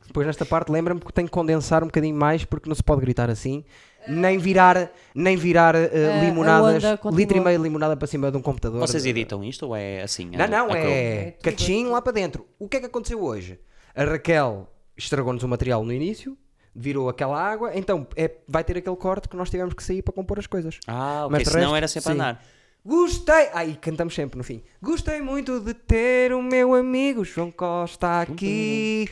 [SPEAKER 1] Depois nesta parte lembra-me que tenho que condensar um bocadinho mais porque não se pode gritar assim. Nem virar, nem virar uh,
[SPEAKER 2] Ah, a
[SPEAKER 1] limonadas,
[SPEAKER 2] onda continua.
[SPEAKER 1] litro e meio de limonada para cima de um computador.
[SPEAKER 3] Vocês editam isto ou é assim?
[SPEAKER 1] Não,
[SPEAKER 3] a-
[SPEAKER 1] não,
[SPEAKER 3] a cru?
[SPEAKER 1] é
[SPEAKER 2] É tudo
[SPEAKER 1] cachim lá para dentro. O que é que aconteceu hoje? A Raquel estragou-nos o material no início, virou aquela água, então é- vai ter aquele corte que nós tivemos que sair para compor as coisas.
[SPEAKER 3] Ah, ok,
[SPEAKER 1] Mas de
[SPEAKER 3] senão
[SPEAKER 1] resto,
[SPEAKER 3] era sempre a
[SPEAKER 1] sim.
[SPEAKER 3] andar.
[SPEAKER 1] Gostei! Aí cantamos sempre no fim. Gostei muito de ter o meu amigo João Costa aqui.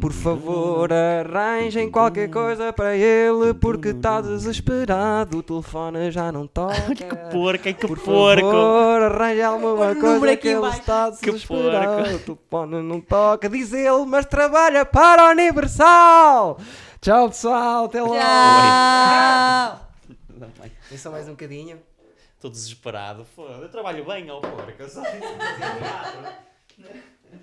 [SPEAKER 1] Por favor, arranjem qualquer coisa para ele, porque está desesperado. O telefone já não toca.
[SPEAKER 3] Porca, que
[SPEAKER 1] Por
[SPEAKER 3] porco!
[SPEAKER 1] favor, arranja alguma
[SPEAKER 2] Põe o número
[SPEAKER 1] coisa
[SPEAKER 2] aqui
[SPEAKER 1] que ele
[SPEAKER 2] embaixo.
[SPEAKER 1] está
[SPEAKER 3] Que
[SPEAKER 1] desesperado. O telefone não toca, diz ele, mas trabalha para o Universal. Tchau, pessoal. Até logo.
[SPEAKER 2] Tchau!
[SPEAKER 1] É só mais um bocadinho.
[SPEAKER 3] Estou desesperado, foda Eu trabalho bem ao porco, sabe?